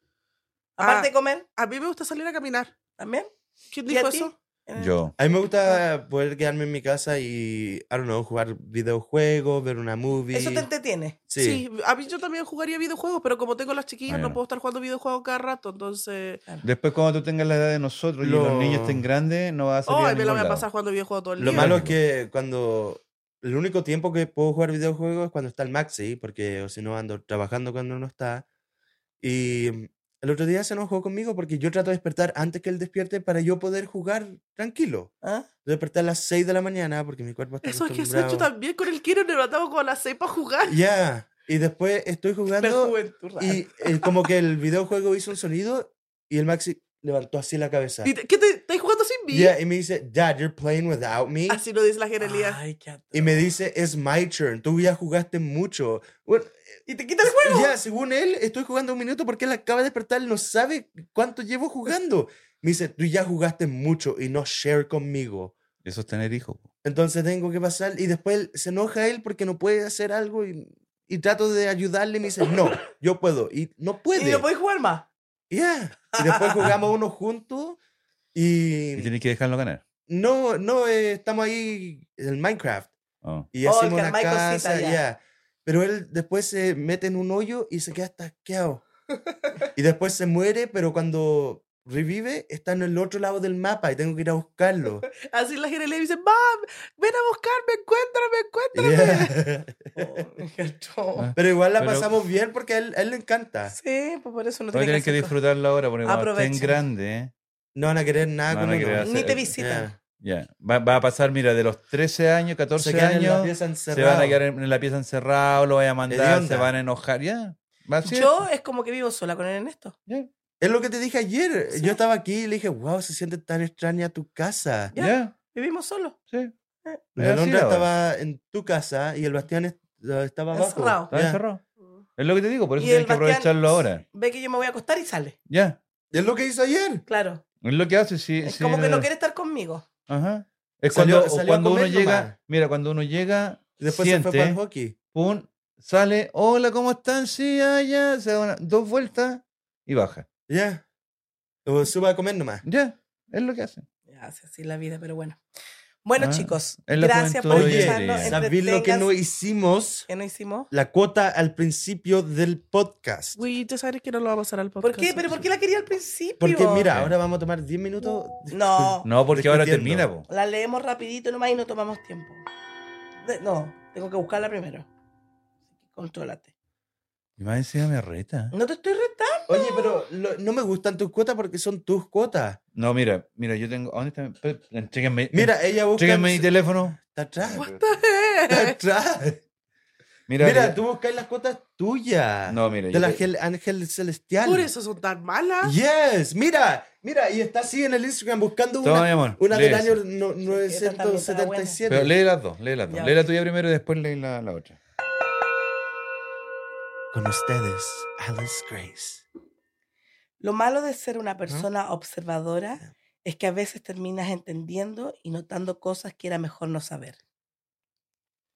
Aparte de comer,
A mí me gusta salir a caminar.
también.
¿Quién
¿Y a
dijo
ti?
eso?
Eh,
Yo.
a mí me gusta poder quedarme en mi casa y, I don't know, jugar videojuegos, ver una movie.
Eso te entretiene.
sí.
a mí yo también jugaría videojuegos, pero como tengo las chiquillas,
Ah, ya Ah,
no
no.
puedo estar jugando videojuegos cada rato, entonces...
Después, cuando tú tengas la edad de nosotros y
Lo-
los niños estén grandes, no vas a salir
Oh,
a
me la
ningún
voy a
lado.
pasar jugando videojuegos todo el
Lo
día.
malo es que cuando... El único tiempo que puedo jugar videojuegos es cuando está el Maxi, porque o si no ando trabajando cuando no está. Y mm, el otro día se enojó conmigo porque yo trato de despertar antes que él despierte para yo poder jugar tranquilo.
¿Ah?
Yo desperté a las 6 de la mañana porque mi cuerpo está
Eso es que eso
acostumbrado.
hecho también con el Kiro, nos levantamos como a las seis para jugar.
Ya. Y después estoy
La
jugando
juventud rara.
Y el- como que el videojuego hizo un sonido y el Maxi levantó así la cabeza.
Y te- ¿Qué te estáis jugando sin mí?
Yeah, y me dice, Dad, you're playing without me.
Así lo dice la generalidad.
Ay, qué atroz.
Y me dice, it's my turn. Tú ya jugaste mucho. Bueno,
Y te quita el juego.
ya, según él, estoy jugando un minuto porque él acaba de despertar. Él no sabe cuánto llevo jugando. Me dice, tú ya jugaste mucho y no share conmigo.
Eso es tener hijos. po.
Entonces tengo que pasar. Y después él- se enoja él porque no puede hacer algo y, y trato de ayudarle y me dice, no, yo puedo. Y no puede.
Y no podéis jugar más.
Yeah. Y después jugamos uno juntos y...
Y tienes que dejarlo ganar.
No, no, eh, estamos ahí en el Minecraft.
Oh.
Y
Oh, el
hacemos
que
una
armáis cositas,
casa,
ya.
ya. Pero él después se mete en un hoyo y se queda tasqueado. y después se muere, pero cuando revive está en el otro lado del mapa y tengo que ir a buscarlo.
Así la gente le dice, mam, ven a buscarme, encuéntrame, encuéntrame.
Yeah.
Oh, qué
Ah.
choro.
Pero igual la
Pero-
pasamos bien porque a él, a él le encanta.
sí, pues por eso no
Pero
tiene
tienes que
hacer cosas.
disfrutarlo ahora porque cuando estén
Aprovechen.
grande, ¿eh?
No van a querer nada
No
con
van a
uno.
querer hacer-
Ah, Ni te
eh,
visitan.
Yeah.
Ya. Va, va a pasar, mira, de los 13 años,
Se
14
quedan en la
años,
pieza
se van a
encerrados.
quedar en, en la pieza encerrado, lo vaya a mandar, se
Hedionda.
van a enojar. Ya. Va a ser.
Yo es como que vivo sola con el Ernesto.
Es lo que te dije ayer. Yo estaba aquí y le dije, wow, se siente tan extraña tu casa.
Ya.
Ya.
Vivimos solos.
Sí.
La
Es así
Londra
ahora.
estaba en tu casa y el Bastián est- eh, estaba abajo.
Encerrado.
Está
Ya.
encerrado. Es lo que te digo, por eso
Y el
tienes que
Bastián
aprovecharlo ahora.
Ve que yo me voy a acostar y sale.
Ya.
Es lo que hizo ayer.
Claro.
Es lo que hace, sí.
Es
sí,
como que no
eh,
quiere estar conmigo.
Ajá. Es
Salió-
cuando, o
salió a
cuando uno
comer
llega.
nomás.
Mira, cuando uno llega,
Después se
siente,
fue para el hockey.
pum, sale, hola, ¿cómo están? Sí, ah, ya, se da una- dos vueltas y baja.
Ya. O suba a comer nomás.
Ya, es lo que hace.
Hace así la vida, pero bueno. Bueno,
Ah,
chicos,
es la
gracias por
juventud hoy en
escucharnos.
día.
¿Sabéis lo que no
Entretengas-
hicimos?
¿Qué no hicimos?
La cuota al principio del podcast.
Uy, tú sabes que no lo vamos a pasar al
¿Por
podcast.
qué? ¿Pero por qué la quería al principio?
Porque mira,
Ok.
ahora vamos a tomar 10 minutos.
No,
No, porque ahora
Discutiendo.
termina, po.
la leemos rapidito nomás y no tomamos tiempo. De- no, tengo que buscarla primero. Contrólate.
Y más encima me reta.
No te estoy retando.
Oye, pero lo- no me gustan tus cuotas porque son tus cuotas.
No, mira, mira, yo tengo. ¿Dónde está? mi- pe- Entréguenme,
Mira, ella busca.
entréguenme mi
Está
teléfono.
atrás. Está
qué?
atrás.
Mira,
Mira,
mira.
tú buscas las cuotas tuyas.
No, mira.
De
yo
la
te-
ángel, ángel celestial.
Por eso ¿ah? son tan malas.
Yes, mira, mira, y está así en el Instagram buscando
Toma, mi
una,
amor.
una
lee
del
esa.
año no-
esa también está buena.
977.
Pero lee las dos, lee las dos.
Ya.
Lee la tuya primero y después lee la, la otra.
Con ustedes, Alice Grace.
Lo malo de ser una persona observadora es que a veces terminas entendiendo y notando cosas que era mejor no saber.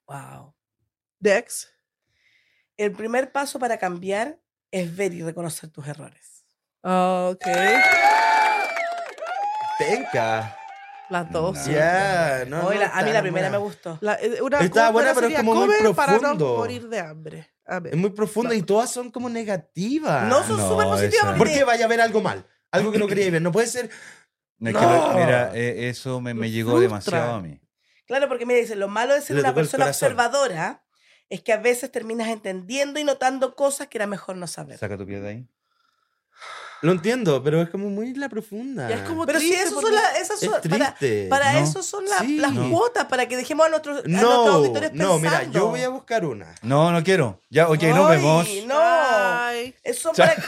Wow.
Dex.
El primer paso para cambiar es ver y reconocer tus errores.
Ok.
Penca.
Las dos.
Nah.
Ya, no, no,
Hoy la- a mí la
está
primera
buena.
me gustó.
La- eh, una
Estaba
cuarta
buena, pero es
sería
como muy
comer para no
profundo.
morir de hambre.
Es
Amén.
muy profunda y todas son como negativas.
No, son
no,
súper positivas.
esa-
porque
¿Por
tiene-
qué vaya a haber algo mal? Algo que no quería ver. No puede ser.
No, es
No.
que lo- mira, eh, eso me, me
Me
llegó
frustra.
demasiado a mí.
Claro, porque me dicen, lo malo de ser
Le
una
tocó el
persona
corazón.
observadora es que a veces terminas entendiendo y notando cosas que era mejor no saber.
Saca tu pie de ahí.
Lo entiendo, pero es como muy la profunda.
Ya es como
Pero si
triste
eso
porque-
son la- esas
Es
son- para,
triste.
para
no.
eso son la-
Sí.
las
No.
cuotas, para que dejemos a nuestros, a nuestros
no,
auditores pensando.
no, mira, yo voy a buscar una.
No, no quiero. Ya, ok, nos
Ay,
vemos.
No,
Ay.
eso para que-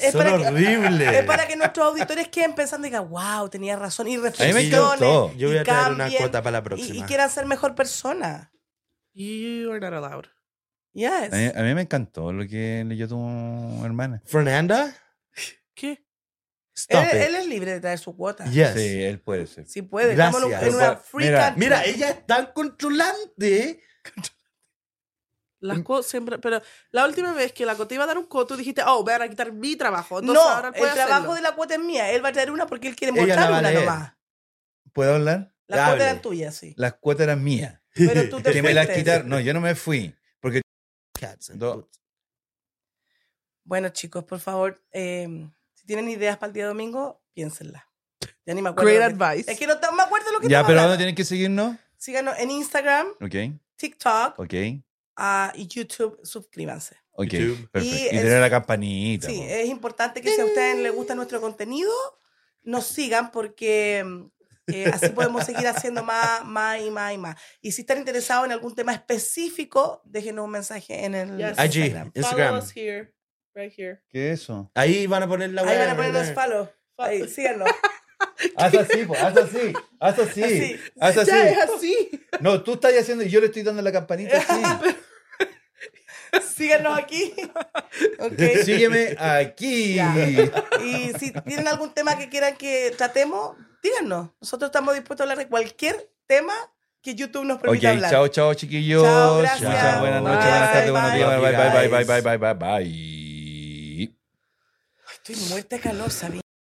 es,
son
para que,
horribles.
es para que nuestros auditores queden pensando y digan, wow, tenía razón, y
A mí me
reflexionen,
encantó.
Yo voy
y
a traer una
cambien,
cuota para la
y,
próxima.
y quieran ser mejor persona.
You are not allowed.
Yes.
A mí, a mí me encantó lo que leyó tu hermana.
Fernanda,
¿Qué?
stop
Él,
it.
él es libre de traer su cuota.
Yes.
Sí, él puede ser.
Si puede, estamos en, un-
Gracias.
en una
Pero,
free
mira,
country.
Mira, ella es tan controlante. Mm.
Las cosas siempre. Pero la última vez que la Coti iba a dar un coto, dijiste, oh, me van a quitar mi trabajo. Entonces
no,
ahora
el
él puede
trabajo
hacerlo.
de la cuota es mía. Él va a traer una porque él quiere
Ella la
mostrar
va a
una
leer.
nomás.
¿Puedo hablar?
La
Hable.
cuota era tuya, sí.
Las cuotas eran mías.
Pero tú te
Que me las
fuiste.
quitaron. No, yo no me fui. Porque
Cats and
Do-
boots.
Bueno, chicos, por favor, eh, si tienen ideas para el día domingo, piénsenlas. Ya ni me acuerdo.
Great
lo que-
advice.
Es que no te- me acuerdo lo que
ya,
estaba
pero ¿dónde
hablando.
tienen que seguirnos?
Síganos en Instagram,
Ok,
TikTok
ok,
ah, y YouTube. Suscríbanse.
ok.
YouTube.
Perfecto.
Y
Y,
es-
tener la campanita.
Sí, eh.
po.
es importante que si a ustedes les gusta nuestro contenido, nos sigan porque eh, así podemos seguir haciendo más, más y más y más. Y si están interesados en algún tema específico, déjenos un mensaje en el
Yes.
IG,
Instagram.
Instagram.
here. Right here.
¿Qué es eso?
Ahí van a poner la
Ahí
wea,
van a poner los
¿verdad?
palos. Ahí, síganlo.
Haz así, po, haz así, haz así,
Así.
haz así.
Ya es así.
No, tú estás haciendo y yo le estoy dando la campanita así.
Síganos aquí. Ok.
Sígueme aquí.
Ya. Y si tienen algún tema que quieran que tratemos, díganos. Nosotros estamos dispuestos a hablar de cualquier tema que YouTube nos
Ok,
permita hablar.
chao, chao, chiquillos.
Chao, gracias.
Muchas Buenas noches, buenas
Bye,
tardes, buenos
bye.
días. Bye, bye, bye, bye,
Guys.
bye, bye, bye. bye.
Estoy muerta de calor, ¿sabes?